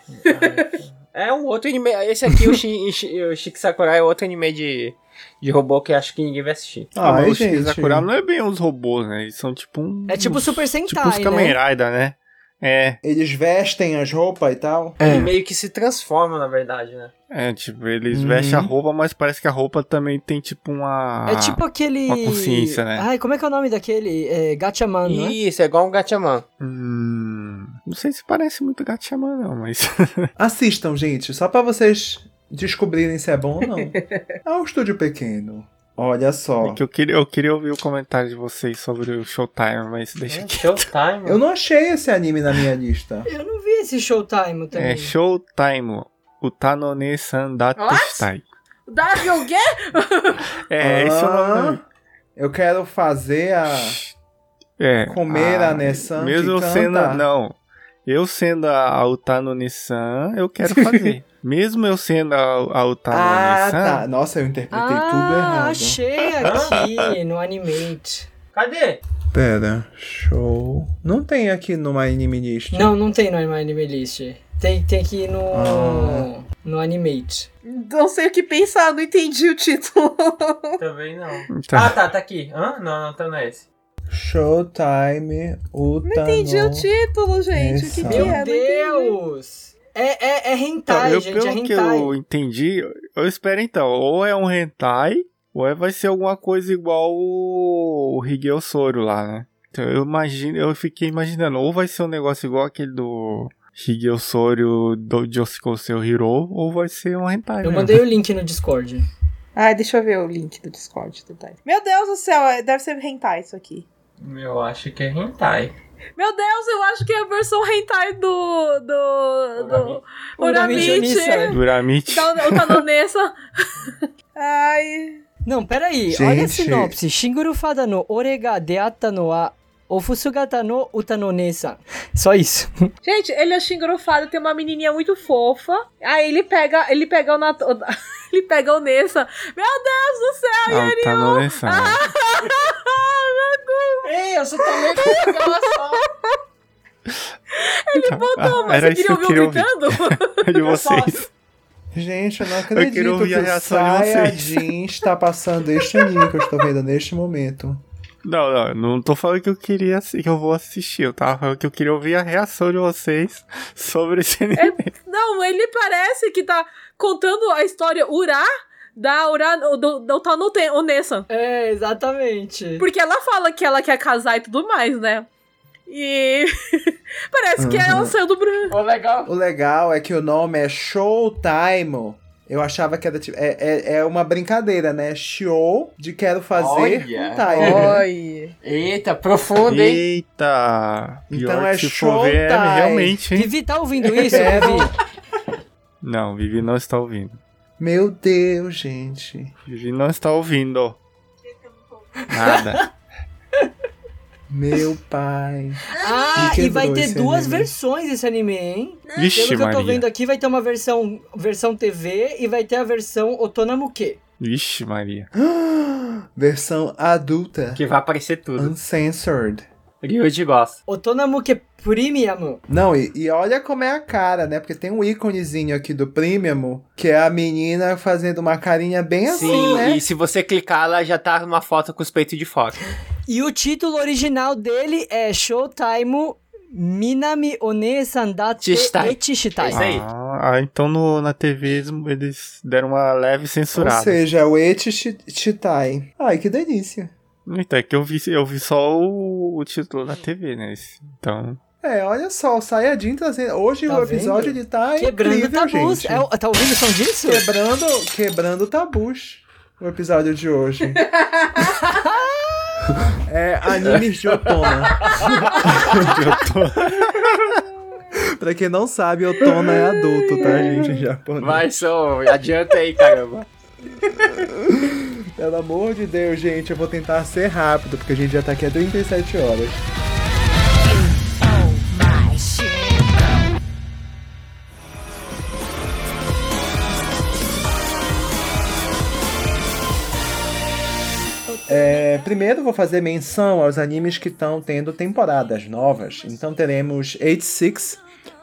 [SPEAKER 1] é um outro anime. Esse aqui, o, Shi, Shi- o Shikizakura, é outro anime de, de robô que acho que ninguém vai assistir.
[SPEAKER 2] Ah,
[SPEAKER 4] Ai,
[SPEAKER 2] mas
[SPEAKER 4] gente.
[SPEAKER 2] os Sakura não é bem uns robôs, né? Eles são tipo um.
[SPEAKER 5] É tipo Super Sentai,
[SPEAKER 2] Tipo os Kamen
[SPEAKER 5] né?
[SPEAKER 2] Rider, né? É,
[SPEAKER 4] Eles vestem as roupas e tal.
[SPEAKER 5] É.
[SPEAKER 1] Ele meio que se transforma, na verdade, né?
[SPEAKER 2] é, tipo, eles
[SPEAKER 4] Uhum.
[SPEAKER 2] vestem a roupa, mas parece que a roupa também tem tipo uma.
[SPEAKER 5] É tipo aquele...
[SPEAKER 2] uma consciência, né?
[SPEAKER 5] Ai, como é que é o nome daquele? É, Gatchaman, não é?
[SPEAKER 1] Isso, é igual um Gatchaman.
[SPEAKER 2] Hum, não sei se parece muito Gatchaman, não, mas.
[SPEAKER 4] Assistam, gente, só pra vocês descobrirem se é bom ou não. É um estúdio pequeno. Olha só.
[SPEAKER 2] é que eu, queria, eu queria ouvir o comentário de vocês sobre o Showtime, mas deixa aqui.
[SPEAKER 1] Showtime.
[SPEAKER 4] Eu não achei esse anime na minha lista.
[SPEAKER 5] Eu não vi esse Showtime também.
[SPEAKER 2] É Showtime, o Tanone Sanda
[SPEAKER 3] What?
[SPEAKER 2] Testai.
[SPEAKER 3] O W o quê?
[SPEAKER 2] É, esse é o
[SPEAKER 4] Ah,
[SPEAKER 2] nome.
[SPEAKER 4] Eu quero fazer a.
[SPEAKER 2] É.
[SPEAKER 4] Comer a Nessan
[SPEAKER 2] Mesmo
[SPEAKER 4] que
[SPEAKER 2] eu
[SPEAKER 4] canta.
[SPEAKER 2] sendo. a- Não. Eu sendo a a Utano Nissan, eu quero fazer. mesmo eu sendo a, a Utano
[SPEAKER 4] Ah,
[SPEAKER 2] Nissan.
[SPEAKER 4] tá. Nossa, eu interpretei tudo
[SPEAKER 5] Ah,
[SPEAKER 4] errado.
[SPEAKER 5] achei
[SPEAKER 2] Ah.
[SPEAKER 5] aqui no Animate.
[SPEAKER 1] Cadê?
[SPEAKER 4] Pera, show. Não tem aqui no My Anime List.
[SPEAKER 5] Não, não tem no Anime List. Tem, tem que ir no.
[SPEAKER 4] Ah.
[SPEAKER 5] no Animate.
[SPEAKER 3] Não sei o que pensar, não entendi o título.
[SPEAKER 1] Também não.
[SPEAKER 2] Tá.
[SPEAKER 1] Ah, tá, tá aqui. Hã? Não, não, então não é esse.
[SPEAKER 4] Showtime, Utano.
[SPEAKER 3] Não entendi o título, gente. O que,
[SPEAKER 4] Essa.
[SPEAKER 3] que
[SPEAKER 5] Meu
[SPEAKER 3] é? Não entendi.
[SPEAKER 5] Deus! É, é, é
[SPEAKER 2] Então,
[SPEAKER 5] hentai,
[SPEAKER 2] eu,
[SPEAKER 5] gente,
[SPEAKER 2] pelo
[SPEAKER 5] é
[SPEAKER 2] que
[SPEAKER 5] hentai.
[SPEAKER 2] eu entendi, eu espero então, ou é um hentai, ou é, vai ser alguma coisa igual o, o Higeo Soro lá, né? Então eu imagino, eu fiquei imaginando, ou vai ser um negócio igual aquele do Higeo Soro do Josico Seu Hiro, ou vai ser um hentai.
[SPEAKER 5] Eu
[SPEAKER 2] mesmo.
[SPEAKER 5] mandei o link no Discord.
[SPEAKER 3] Ai, deixa eu ver o link do Discord do Dai. Meu Deus do céu, é- deve ser hentai isso aqui.
[SPEAKER 1] Eu acho que é hentai.
[SPEAKER 3] Meu Deus, eu acho que é a versão hentai do. do. do.
[SPEAKER 5] Uramichi
[SPEAKER 3] Uramichi.
[SPEAKER 2] né?
[SPEAKER 5] Onisa.
[SPEAKER 2] Duramite.
[SPEAKER 3] Da- O Tanonessa. Ai.
[SPEAKER 5] Não, peraí, olha a
[SPEAKER 4] Gente.
[SPEAKER 5] sinopse. Shinguru fada no orega deata no a ofusugata no utanonesa. Só isso.
[SPEAKER 3] Gente, ele é xingrofado, tem uma menininha muito fofa. Aí ele pega. Ele pega o Nat... o- Ele pega o Nessa. Meu Deus do céu!
[SPEAKER 2] Ah, tá no Nessan.
[SPEAKER 5] Ah,
[SPEAKER 1] Ei, eu sou tão lento que ela só.
[SPEAKER 2] Ele botou,
[SPEAKER 3] Mas
[SPEAKER 2] Ah, Era
[SPEAKER 3] você
[SPEAKER 2] isso
[SPEAKER 3] queria
[SPEAKER 2] que eu
[SPEAKER 3] ouvir
[SPEAKER 2] queria
[SPEAKER 3] eu
[SPEAKER 2] ouvir
[SPEAKER 3] gritando?
[SPEAKER 2] de vocês.
[SPEAKER 4] Gente, eu não
[SPEAKER 2] queria
[SPEAKER 4] acredito
[SPEAKER 2] ouvir a
[SPEAKER 4] que o
[SPEAKER 2] reação de vocês.
[SPEAKER 4] Sayajin está passando este anime que eu estou vendo neste momento.
[SPEAKER 2] Não, não, não tô falando que eu queria assi- que eu vou assistir, eu tava falando que eu queria ouvir a reação de vocês sobre esse
[SPEAKER 5] É,
[SPEAKER 2] anime.
[SPEAKER 3] Não, ele parece que tá contando a história Urá da Urá. do, do Tanoten- o Nessa.
[SPEAKER 5] É, exatamente.
[SPEAKER 3] Porque ela fala que ela quer casar e tudo mais, né? E parece que
[SPEAKER 4] Uhum.
[SPEAKER 3] ela saiu do Bruno.
[SPEAKER 1] Ô, legal.
[SPEAKER 4] O legal é que o nome é Showtime. Eu achava que era tipo. É, é, é uma brincadeira, né? Show de quero fazer um
[SPEAKER 1] Olha.
[SPEAKER 4] com Tyler.
[SPEAKER 3] Oi.
[SPEAKER 1] Eita, profundo, hein?
[SPEAKER 2] Eita! Pior
[SPEAKER 4] Então
[SPEAKER 2] que
[SPEAKER 4] é
[SPEAKER 2] se for ver, é
[SPEAKER 4] showtime.
[SPEAKER 2] realmente, hein?
[SPEAKER 5] Vivi, tá ouvindo isso,
[SPEAKER 4] É,
[SPEAKER 5] Vivi?
[SPEAKER 2] Não, Vivi não está ouvindo.
[SPEAKER 4] Meu Deus, gente.
[SPEAKER 2] Vivi não está ouvindo. Nada.
[SPEAKER 4] Meu pai.
[SPEAKER 5] Ah,
[SPEAKER 4] Me
[SPEAKER 5] e vai
[SPEAKER 4] quebrou
[SPEAKER 5] ter
[SPEAKER 4] esse
[SPEAKER 5] duas
[SPEAKER 4] anime.
[SPEAKER 5] versões esse anime, hein? Pelo
[SPEAKER 2] Vixe,
[SPEAKER 5] que eu tô
[SPEAKER 2] Maria.
[SPEAKER 5] vendo aqui, vai ter uma versão, versão TV e vai ter a versão Otonamuke.
[SPEAKER 2] Vixe, Maria.
[SPEAKER 4] Versão adulta.
[SPEAKER 1] Que vai aparecer tudo.
[SPEAKER 4] Uncensored.
[SPEAKER 1] Ryuji gosta.
[SPEAKER 5] Otonamuke Premium.
[SPEAKER 4] Não, e, e olha como é a cara, né? Porque tem um íconezinho aqui do Premium, que é a menina fazendo uma carinha bem assim,
[SPEAKER 1] Sim,
[SPEAKER 4] né?
[SPEAKER 1] e se você clicar, ela já tá numa foto com os peitos de fora.
[SPEAKER 5] E o título original dele é Showtime Minami One Sandate
[SPEAKER 1] Chishitai.
[SPEAKER 5] e Chishitai.
[SPEAKER 1] É isso aí.
[SPEAKER 2] Ah, ah, então no- na TV eles, eles deram uma leve
[SPEAKER 4] Ou
[SPEAKER 2] censurada.
[SPEAKER 4] seja, o Eti Chi- Chitai. Ai, que delícia.
[SPEAKER 2] Então, é que eu vi, eu vi só o, o título na TV, né? Esse- Então,
[SPEAKER 4] É, olha só, o Sayajin trazendo. Hoje
[SPEAKER 5] Tá
[SPEAKER 4] o episódio
[SPEAKER 5] vendo?
[SPEAKER 4] ele tá
[SPEAKER 5] Quebrando
[SPEAKER 4] incrível,
[SPEAKER 5] tabus.
[SPEAKER 4] gente.
[SPEAKER 5] É o- tá ouvindo o som disso?
[SPEAKER 3] É.
[SPEAKER 4] Quebrando, quebrando tabus. O episódio de hoje. é animes de Otona. pra quem não sabe, Otona é adulto, tá, gente? Em japonês.
[SPEAKER 1] Vai, só adianta aí, caramba.
[SPEAKER 4] Pelo amor de Deus, gente, eu vou tentar ser rápido, porque a gente já tá aqui há 37 horas. É, primeiro vou fazer menção aos animes que estão tendo temporadas novas. Então teremos 86,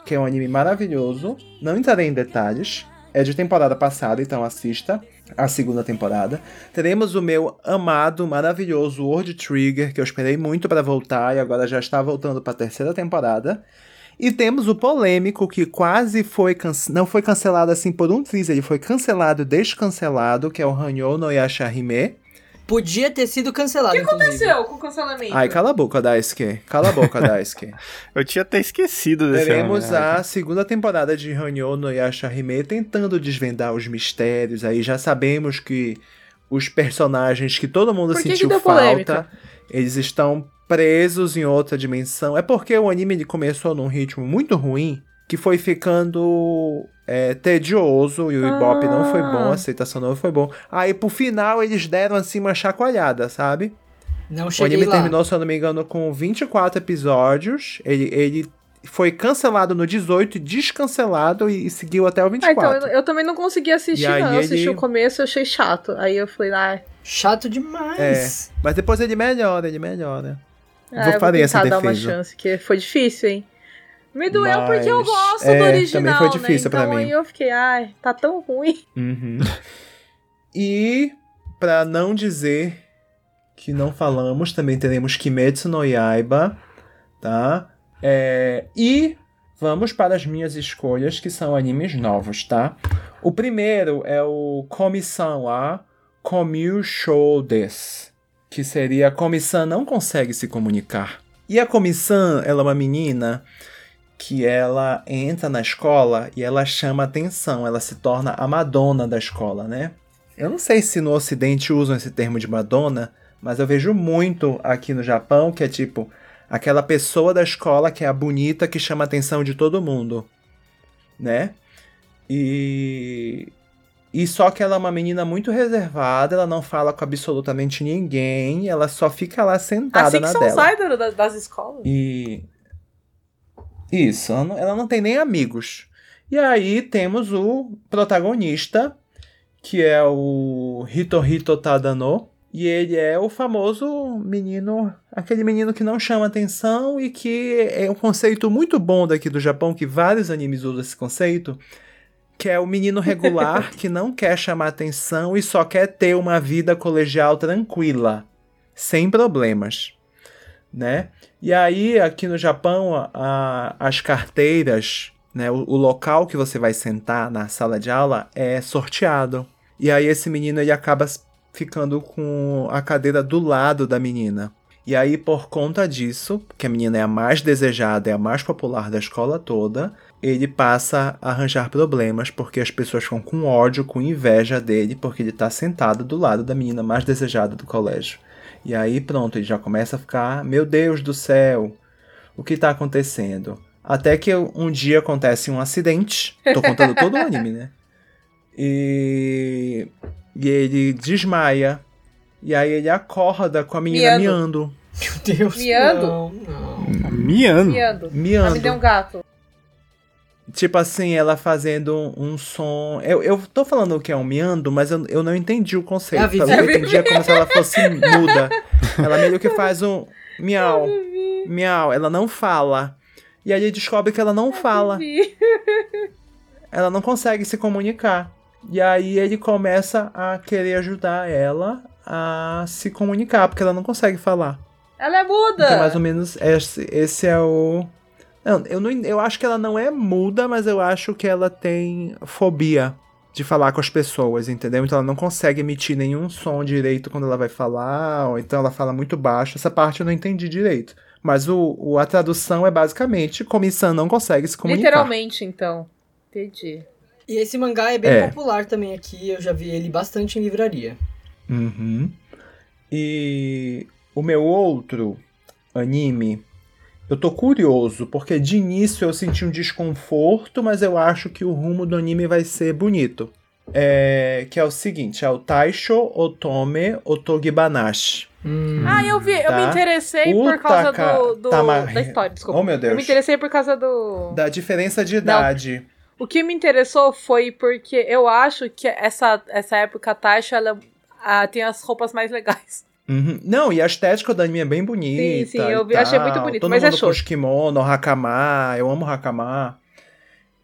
[SPEAKER 4] que é um anime maravilhoso. Não entrarei em detalhes. É de temporada passada, então assista a segunda temporada. Teremos o meu amado, maravilhoso World Trigger, que eu esperei muito pra voltar e agora já está voltando pra terceira temporada. E temos o polêmico que quase foi can- não foi cancelado assim por um triz, ele foi cancelado, e descancelado, que é o Hanyo no Yashahime.
[SPEAKER 5] Podia ter sido cancelado,
[SPEAKER 3] O que
[SPEAKER 5] inclusive.
[SPEAKER 3] aconteceu com o cancelamento?
[SPEAKER 4] Ai, cala a boca, Daisuke. Cala a boca, Daisuke.
[SPEAKER 2] eu tinha até esquecido desse
[SPEAKER 4] Teremos
[SPEAKER 2] ano, né?
[SPEAKER 4] a segunda temporada de Hanyo no Yashahime tentando desvendar os mistérios. Aí já sabemos que os personagens que todo mundo
[SPEAKER 3] Por que que
[SPEAKER 4] sentiu
[SPEAKER 3] deu
[SPEAKER 4] falta,
[SPEAKER 3] polêmica?
[SPEAKER 4] eles estão presos em outra dimensão. É porque o anime ele começou num ritmo muito ruim, que foi ficando é, tedioso e o Ibope não foi bom, a
[SPEAKER 3] Ah.
[SPEAKER 4] aceitação não foi bom. Aí pro final eles deram assim uma chacoalhada, sabe?
[SPEAKER 5] Não
[SPEAKER 4] O
[SPEAKER 5] cheguei
[SPEAKER 4] anime
[SPEAKER 5] lá.
[SPEAKER 4] terminou, se eu não me engano, com 24 episódios. Ele, ele foi cancelado no 18, descancelado e, e seguiu até o
[SPEAKER 3] Ah, então,
[SPEAKER 4] 24.
[SPEAKER 3] eu, eu também não consegui assistir,
[SPEAKER 4] E aí
[SPEAKER 3] não. Eu assisti
[SPEAKER 4] ele-
[SPEAKER 3] o começo, eu achei chato. Aí eu falei, ah,
[SPEAKER 5] Chato demais.
[SPEAKER 4] Mas depois ele melhora, ele melhora.
[SPEAKER 3] ah,
[SPEAKER 4] Vou
[SPEAKER 3] eu vou
[SPEAKER 4] fazer essa
[SPEAKER 3] tentar dar uma
[SPEAKER 4] defesa.
[SPEAKER 3] chance, que foi difícil, hein? Me doeu porque eu
[SPEAKER 4] Mas,
[SPEAKER 3] gosto
[SPEAKER 4] é,
[SPEAKER 3] do
[SPEAKER 4] também
[SPEAKER 3] original,
[SPEAKER 4] foi difícil
[SPEAKER 3] né?
[SPEAKER 4] pra
[SPEAKER 3] Então
[SPEAKER 4] mim.
[SPEAKER 3] aí eu fiquei, ai, tá tão ruim.
[SPEAKER 4] E, pra não dizer que não falamos, também teremos Kimetsu no Yaiba, tá? É, e vamos para as minhas escolhas, que são animes novos, tá? O primeiro é o Comissão A Comil Show Des, que seria a Comissão não consegue se comunicar. E a Comissão, ela é uma menina que ela entra na escola e ela chama atenção, ela se torna a Madonna da escola, né? Eu não sei se no ocidente usam esse termo de Madonna, mas eu vejo muito aqui no Japão que é tipo aquela pessoa da escola que é a bonita que chama a atenção de todo mundo, né? E e só que ela é uma menina muito reservada, ela não fala com absolutamente ninguém, ela só fica lá sentada
[SPEAKER 3] assim que
[SPEAKER 4] na
[SPEAKER 3] são
[SPEAKER 4] dela.
[SPEAKER 3] os idols das, das escolas.
[SPEAKER 4] E. Isso, ela não, ela não tem nem amigos. E aí temos o protagonista, que é o Hitohito Tadano. E ele é o famoso menino, aquele menino que não chama atenção e que é um conceito muito bom daqui do Japão, que vários animes usam esse conceito, que é o menino regular que não quer chamar atenção e só quer ter uma vida colegial tranquila, sem problemas, né? E aí, aqui no Japão, a- a- as carteiras, né, o, o local que você vai sentar na sala de aula é sorteado. E aí esse menino ele acaba s- ficando com a cadeira do lado da menina. E aí, por conta disso, que a menina é a mais desejada, é a mais popular da escola toda, ele passa a arranjar problemas porque as pessoas ficam com ódio, com inveja dele, porque ele tá sentado do lado da menina mais desejada do colégio. E aí, pronto, ele já começa a ficar: Meu Deus do céu, o que tá acontecendo? Até que um dia acontece um acidente. Tô contando todo o anime, né? E. E ele desmaia. E aí ele acorda com a menina
[SPEAKER 3] Miando.
[SPEAKER 4] miando.
[SPEAKER 5] Meu Deus.
[SPEAKER 3] Miando?
[SPEAKER 5] Não, não. né?
[SPEAKER 2] Miano.
[SPEAKER 3] Miando. Ah,
[SPEAKER 4] Miando.
[SPEAKER 3] me deu um gato.
[SPEAKER 4] Tipo assim, ela fazendo um som. Eu, eu tô falando que é um miando, mas eu, eu não entendi o conceito.
[SPEAKER 5] É a
[SPEAKER 4] sabe?
[SPEAKER 5] Vivi.
[SPEAKER 4] Eu entendi como se ela fosse muda. Ela meio que faz um miau, miau. Ela não fala. E aí descobre que ela não fala.
[SPEAKER 3] Sim.
[SPEAKER 4] ela não consegue se comunicar. E aí ele começa a querer ajudar ela a se comunicar, porque ela não consegue falar.
[SPEAKER 3] Ela é muda.
[SPEAKER 4] Então, mais ou menos, esse, esse é o. Não, eu, não, eu acho que ela não é muda, mas eu acho que ela tem fobia de falar com as pessoas, entendeu? Então ela não consegue emitir nenhum som direito quando ela vai falar, ou então ela fala muito baixo. Essa parte eu não entendi direito. Mas o, o- a tradução é basicamente: Comissão não consegue se comunicar.
[SPEAKER 3] Literalmente, então. Entendi.
[SPEAKER 5] E esse mangá é bem
[SPEAKER 4] É.
[SPEAKER 5] popular também aqui, eu já vi ele bastante em livraria.
[SPEAKER 4] Uhum. E o meu outro anime, eu tô curioso, porque de início eu senti um desconforto, mas eu acho que o rumo do anime vai ser bonito. É, que é o seguinte, é o Taisho Otome Otogibanashi.
[SPEAKER 3] Ah, eu vi, eu
[SPEAKER 4] Tá.
[SPEAKER 3] me interessei por
[SPEAKER 4] Puta
[SPEAKER 3] causa
[SPEAKER 4] ca-
[SPEAKER 3] do, do-
[SPEAKER 4] tá, mas-
[SPEAKER 3] da história, desculpa.
[SPEAKER 4] Oh, meu
[SPEAKER 3] eu me
[SPEAKER 4] Deus.
[SPEAKER 3] interessei por causa do.
[SPEAKER 4] Da diferença de idade.
[SPEAKER 3] O que me interessou foi porque eu acho que essa, essa época a Taisha, ela ah, tem as roupas mais legais.
[SPEAKER 4] Uhum. Não, e a estética do anime é bem bonita.
[SPEAKER 3] sim, eu
[SPEAKER 4] e
[SPEAKER 3] vi- achei muito
[SPEAKER 4] tal.
[SPEAKER 3] bonito,
[SPEAKER 4] Todo
[SPEAKER 3] mas é
[SPEAKER 4] mundo com
[SPEAKER 3] short.
[SPEAKER 4] os kimono, hakama, eu amo hakama.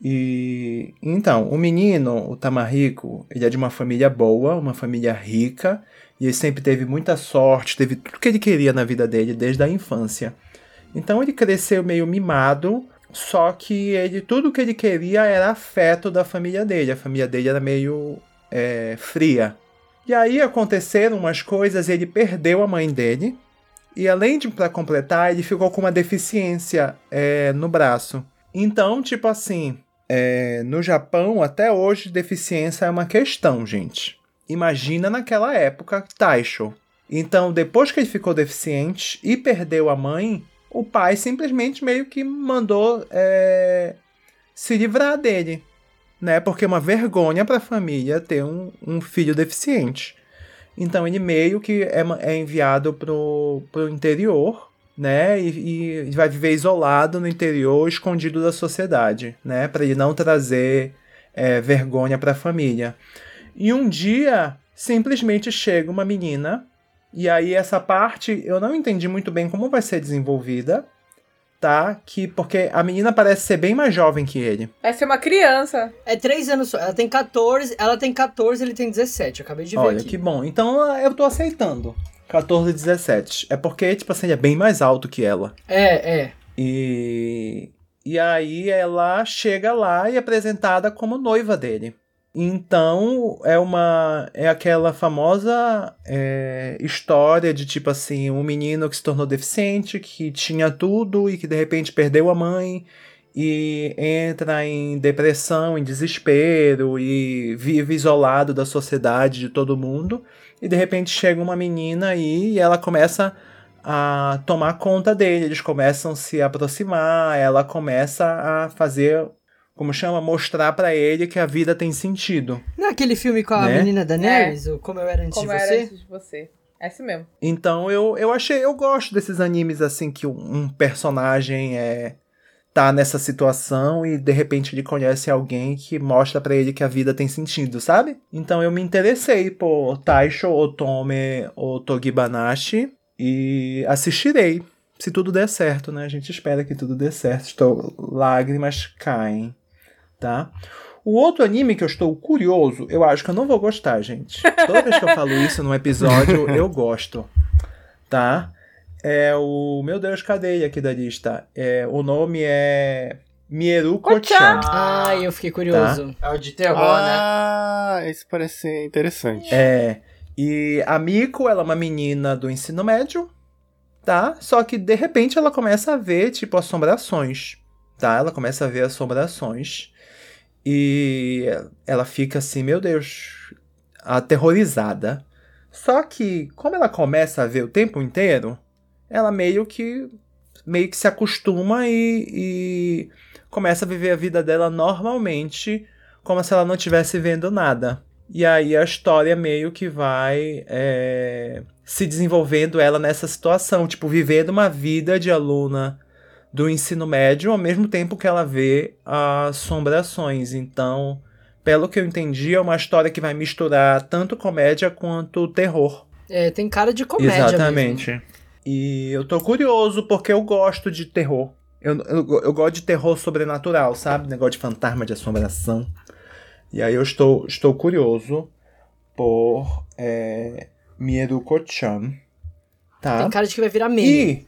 [SPEAKER 4] E então, o menino, o Tamarico, ele é de uma família boa, uma família rica, e ele sempre teve muita sorte, teve tudo que ele queria na vida dele desde a infância. Então ele cresceu meio mimado, só que ele tudo que ele queria era afeto da família dele. A família dele era meio é, fria. E aí aconteceram umas coisas, ele perdeu a mãe dele. E além de para completar, ele ficou com uma deficiência é, no braço. Então, tipo assim, é, no Japão até hoje deficiência é uma questão, gente. Imagina naquela época Taisho. Então, depois que ele ficou deficiente e perdeu a mãe, o pai simplesmente meio que mandou é, se livrar dele né? Porque é uma vergonha para a família ter um, um filho deficiente. Então ele meio que é, ma- é enviado pro, pro interior, né? E, e vai viver isolado no interior, escondido da sociedade, né? Para ele não trazer é, vergonha para a família. E um dia simplesmente chega uma menina e aí essa parte eu não entendi muito bem como vai ser desenvolvida, tá? Que porque a menina parece ser bem mais jovem que ele.
[SPEAKER 3] Vai ser uma criança.
[SPEAKER 5] É três anos só. Ela tem 14, ela tem 14, ele tem 17. Eu acabei de ver
[SPEAKER 4] Olha,
[SPEAKER 5] aqui.
[SPEAKER 4] que bom. Então eu tô aceitando. 14 e 17. É porque, tipo assim, ele é bem mais alto que ela.
[SPEAKER 5] É, é.
[SPEAKER 4] E. E aí ela chega lá e é apresentada como noiva dele. Então é uma. É aquela famosa é, história de tipo assim, um menino que se tornou deficiente, que tinha tudo e que de repente perdeu a mãe e entra em depressão, em desespero e vive isolado da sociedade de todo mundo. E de repente chega uma menina aí e ela começa a tomar conta dele, eles começam a se aproximar, ela começa a fazer, como chama, mostrar pra ele que a vida tem sentido.
[SPEAKER 5] Não é aquele filme com a
[SPEAKER 4] Né?
[SPEAKER 5] menina Daenerys, o Como Eu Era Antes
[SPEAKER 3] É. Como
[SPEAKER 5] de
[SPEAKER 3] era
[SPEAKER 5] Você?
[SPEAKER 3] antes de você. É assim mesmo.
[SPEAKER 4] Então eu, eu achei, eu gosto desses animes assim que um um personagem é tá nessa situação e de repente ele conhece alguém que mostra pra ele que a vida tem sentido, sabe? Então eu me interessei por Taisho Otome Otogibanashi e assistirei. Se tudo der certo, né? A gente espera que tudo dê certo. Estou... Lágrimas caem, tá? O outro anime que eu estou curioso, eu acho que eu não vou gostar, gente. Toda vez que eu falo isso num episódio, eu gosto. Tá? É o. Meu Deus, cadê ele aqui da lista? É, o nome é. Mieru Kochan.
[SPEAKER 5] Ah, eu fiquei curioso.
[SPEAKER 4] Tá.
[SPEAKER 1] É o de terror, né?
[SPEAKER 2] Ah, isso parece ser interessante.
[SPEAKER 4] É. E a Miko, ela é uma menina do ensino médio. tá? Só que de repente ela começa a ver, tipo, assombrações, tá? Ela começa a ver assombrações e ela fica assim, meu Deus, aterrorizada. Só que, como ela começa a ver o tempo inteiro, ela meio que meio que se acostuma e, e começa a viver a vida dela normalmente, como se ela não estivesse vendo nada. E aí a história meio que vai é, se desenvolvendo ela nessa situação, tipo, vivendo uma vida de aluna do ensino médio ao mesmo tempo que ela vê assombrações. Então, pelo que eu entendi, é uma história que vai misturar tanto comédia quanto terror.
[SPEAKER 5] É, tem cara de comédia mesmo.
[SPEAKER 4] Exatamente. E eu tô curioso porque eu gosto de terror. Eu, eu, eu gosto de terror sobrenatural, sabe? Negócio de fantasma, de assombração. E aí eu estou, estou curioso por é, Mieruko-chan. Tá?
[SPEAKER 5] Tem cara de que vai virar meme.
[SPEAKER 4] E.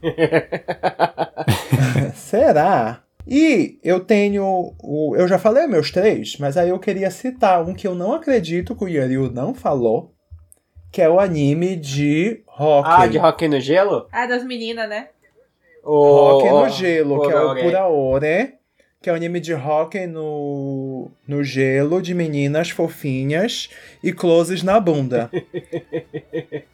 [SPEAKER 4] Será? E eu tenho. O... Eu já falei meus três, mas aí eu queria citar um que eu não acredito que o Yaryu não falou. Que é o anime de rock.
[SPEAKER 1] Ah, de Rock no Gelo?
[SPEAKER 3] Ah, das meninas, né?
[SPEAKER 1] O,
[SPEAKER 4] Rock
[SPEAKER 1] o-
[SPEAKER 4] no Gelo, que é o
[SPEAKER 1] Kuraore.
[SPEAKER 4] Kuraore, que é um anime de rock no, no gelo, de meninas fofinhas e closes na bunda.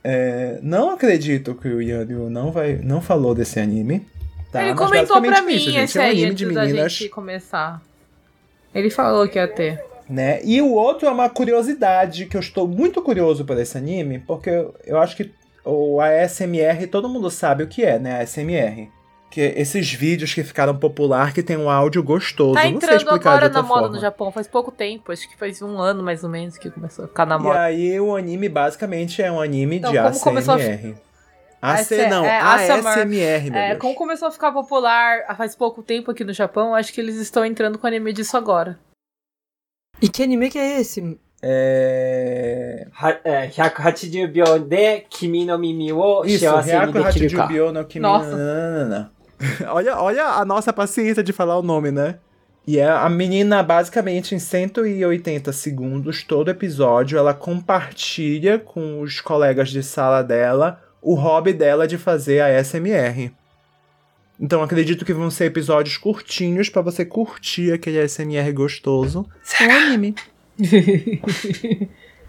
[SPEAKER 4] É, não acredito que o Yanyu não, vai, não falou desse anime. Tá?
[SPEAKER 3] Ele
[SPEAKER 4] Mas
[SPEAKER 3] comentou pra
[SPEAKER 4] basicamente
[SPEAKER 3] mim
[SPEAKER 4] isso, gente,
[SPEAKER 3] esse
[SPEAKER 4] é um
[SPEAKER 3] aí
[SPEAKER 4] anime
[SPEAKER 3] antes
[SPEAKER 4] de
[SPEAKER 3] da
[SPEAKER 4] meninas,
[SPEAKER 3] gente começar. Ele falou que ia ter.
[SPEAKER 4] né? E o outro é uma curiosidade, que eu estou muito curioso por esse anime, porque eu- eu acho que o ASMR, todo mundo sabe o que é, né? ASMR. Que esses vídeos que ficaram popular que tem um áudio gostoso.
[SPEAKER 3] Tá
[SPEAKER 4] não sei
[SPEAKER 3] entrando
[SPEAKER 4] explicar
[SPEAKER 3] agora
[SPEAKER 4] de outra
[SPEAKER 3] na moda
[SPEAKER 4] forma.
[SPEAKER 3] no Japão, faz pouco tempo, acho que faz um ano mais ou menos que começou a ficar na
[SPEAKER 4] E
[SPEAKER 3] moda.
[SPEAKER 4] aí o anime basicamente é um anime
[SPEAKER 3] Então,
[SPEAKER 4] de
[SPEAKER 3] como começou a fi-
[SPEAKER 4] ASMR. AC,
[SPEAKER 3] AC,
[SPEAKER 4] não,
[SPEAKER 3] é,
[SPEAKER 4] ASMR, meu
[SPEAKER 3] É,
[SPEAKER 4] Deus.
[SPEAKER 3] como começou a ficar popular há- faz pouco tempo aqui no Japão, acho que eles estão entrando com anime disso agora.
[SPEAKER 5] E que anime que é esse?
[SPEAKER 4] É...
[SPEAKER 1] Ha- é, 180秒で君の耳を幸
[SPEAKER 4] Isso,
[SPEAKER 1] せに
[SPEAKER 4] Ryaku
[SPEAKER 1] できるか
[SPEAKER 4] Hachijubio no Kimi.
[SPEAKER 3] Nossa.
[SPEAKER 4] Nananana. olha, olha a nossa paciência de falar o nome, né? E a a menina, basicamente, em 180 segundos, todo episódio, ela compartilha com os colegas de sala dela o hobby dela de fazer a SMR. Então acredito que vão ser episódios curtinhos pra você curtir aquele SMR gostoso. É um anime.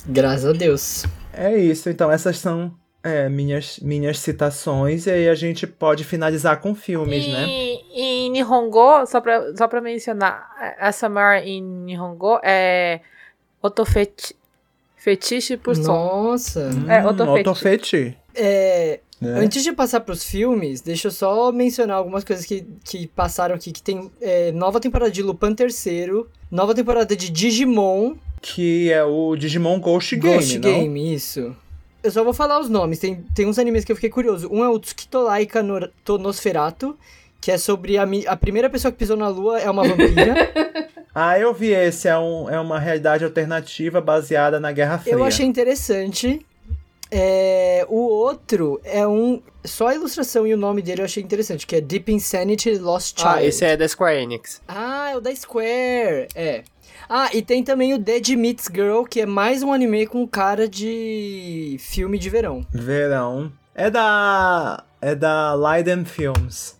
[SPEAKER 5] Graças a Deus.
[SPEAKER 4] É isso, então essas são é, minhas, minhas citações, e aí a gente pode finalizar com filmes,
[SPEAKER 3] e,
[SPEAKER 4] né?
[SPEAKER 3] Em Nihongo, só pra, só pra mencionar, a Samara em Nihongo é otofeti, fetiche por som.
[SPEAKER 5] Nossa.
[SPEAKER 4] Hum,
[SPEAKER 3] É, otofeti.
[SPEAKER 4] Otofeti.
[SPEAKER 5] É,
[SPEAKER 4] Né?
[SPEAKER 5] Antes de passar pros filmes, deixa eu só mencionar algumas coisas que, que passaram aqui, que tem é, nova temporada de Lupin III, nova temporada de Digimon,
[SPEAKER 4] Que é o Digimon Ghost Game,
[SPEAKER 5] Ghost
[SPEAKER 4] não?
[SPEAKER 5] Game, isso. Eu só vou falar os nomes, tem, tem uns animes que eu fiquei curioso. Um é o Tsukitolai Kanor- Tonosferato, que é sobre a, mi- a primeira pessoa que pisou na lua é uma vampira.
[SPEAKER 4] Ah, eu vi esse, é, um, é uma realidade alternativa baseada na Guerra Fria.
[SPEAKER 5] eu achei interessante. É, o outro é um... Só a ilustração e o nome dele eu achei interessante, que é Deep Insanity Lost Child.
[SPEAKER 1] Ah, esse é da Square Enix.
[SPEAKER 5] Ah, é o da Square. É. Ah, e tem também o Dead Meets Girl, que é mais um anime com cara de filme de verão.
[SPEAKER 4] Verão. É da... É da Leiden Films.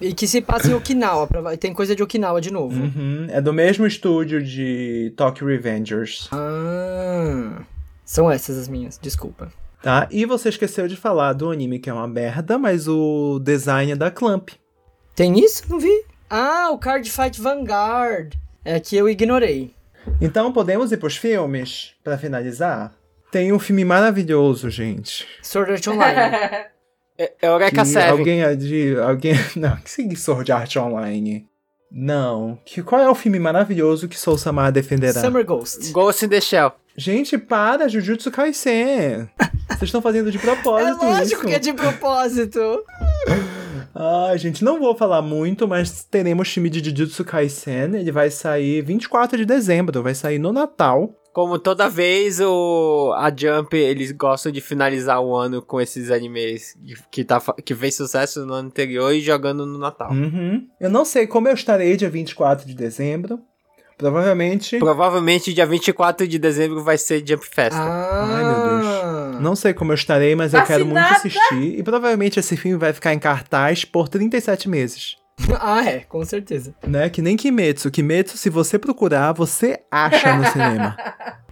[SPEAKER 5] E que se passa em Okinawa. prova- Tem coisa de Okinawa de novo.
[SPEAKER 4] Uhum. É do mesmo estúdio de Tokyo Revengers.
[SPEAKER 5] Ah. São essas as minhas, desculpa.
[SPEAKER 4] Tá? E você esqueceu de falar do anime que é uma merda, mas o design é da Clamp.
[SPEAKER 5] Tem isso? Não vi. Ah, o Card Fight Vanguard. É que eu ignorei.
[SPEAKER 4] Então podemos ir pros filmes pra finalizar? Tem um filme maravilhoso, gente.
[SPEAKER 5] Sword Art Online.
[SPEAKER 1] É, é o Eureka
[SPEAKER 4] Que
[SPEAKER 1] 7.
[SPEAKER 4] alguém é de alguém não, que seguir Sword Art Online. Não, que qual é o filme maravilhoso que Soul Samar defenderá?
[SPEAKER 5] Summer Ghost.
[SPEAKER 1] Ghost in the Shell.
[SPEAKER 4] Gente, para, Jujutsu Kaisen. Vocês estão fazendo de
[SPEAKER 5] É
[SPEAKER 4] propósito
[SPEAKER 5] lógico
[SPEAKER 4] isso.
[SPEAKER 5] que é de propósito.
[SPEAKER 4] Ai, gente, não vou falar muito, mas teremos filme de Jujutsu Kaisen, ele vai sair 24 de dezembro, vai sair no Natal.
[SPEAKER 1] Como toda vez o a Jump, eles gostam de finalizar o ano com esses animes que, tá, fa- que fez sucesso no ano
[SPEAKER 4] Hum.
[SPEAKER 1] anterior e jogando no Natal.
[SPEAKER 4] Uhum. Eu não sei como eu estarei dia 24 de dezembro, Provavelmente.
[SPEAKER 1] Provavelmente dia 24 de dezembro vai ser Jump Festa.
[SPEAKER 4] Ah. Ai,
[SPEAKER 5] Ah.
[SPEAKER 4] meu Deus. Não sei como eu estarei, mas eu quero muito
[SPEAKER 3] Vacinada!
[SPEAKER 5] tá
[SPEAKER 4] assistir. E provavelmente esse filme vai ficar em cartaz por 37 meses.
[SPEAKER 5] Ah, é, com certeza.
[SPEAKER 4] Né? Que nem Kimetsu. Kimetsu, se você procurar, você acha no cinema.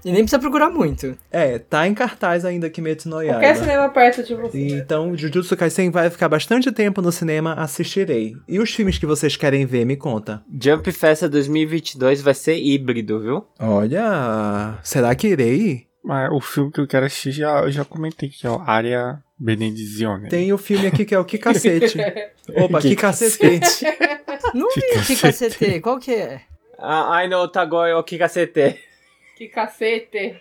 [SPEAKER 5] E nem precisa procurar muito.
[SPEAKER 4] É, tá em cartaz ainda Kimetsu no
[SPEAKER 5] é
[SPEAKER 4] Yaiba.
[SPEAKER 3] Qualquer cinema perto de você.
[SPEAKER 4] Então, Jujutsu Kaisen vai ficar bastante tempo no cinema, assistirei. E os filmes que vocês querem ver, me conta.
[SPEAKER 1] Jump Festa 2022 vai ser híbrido, viu?
[SPEAKER 4] Olha, será que irei?
[SPEAKER 2] Mas o filme que eu quero assistir, já, eu já comentei, que é o Área Benedizione.
[SPEAKER 4] Tem o filme aqui que é o Que Cacete. Opa, Que
[SPEAKER 2] Que
[SPEAKER 4] Cacete.
[SPEAKER 5] Não vi que cacete, qual que é?
[SPEAKER 1] Ah, ai não, Tagoy, o que cacete.
[SPEAKER 3] Que cacete.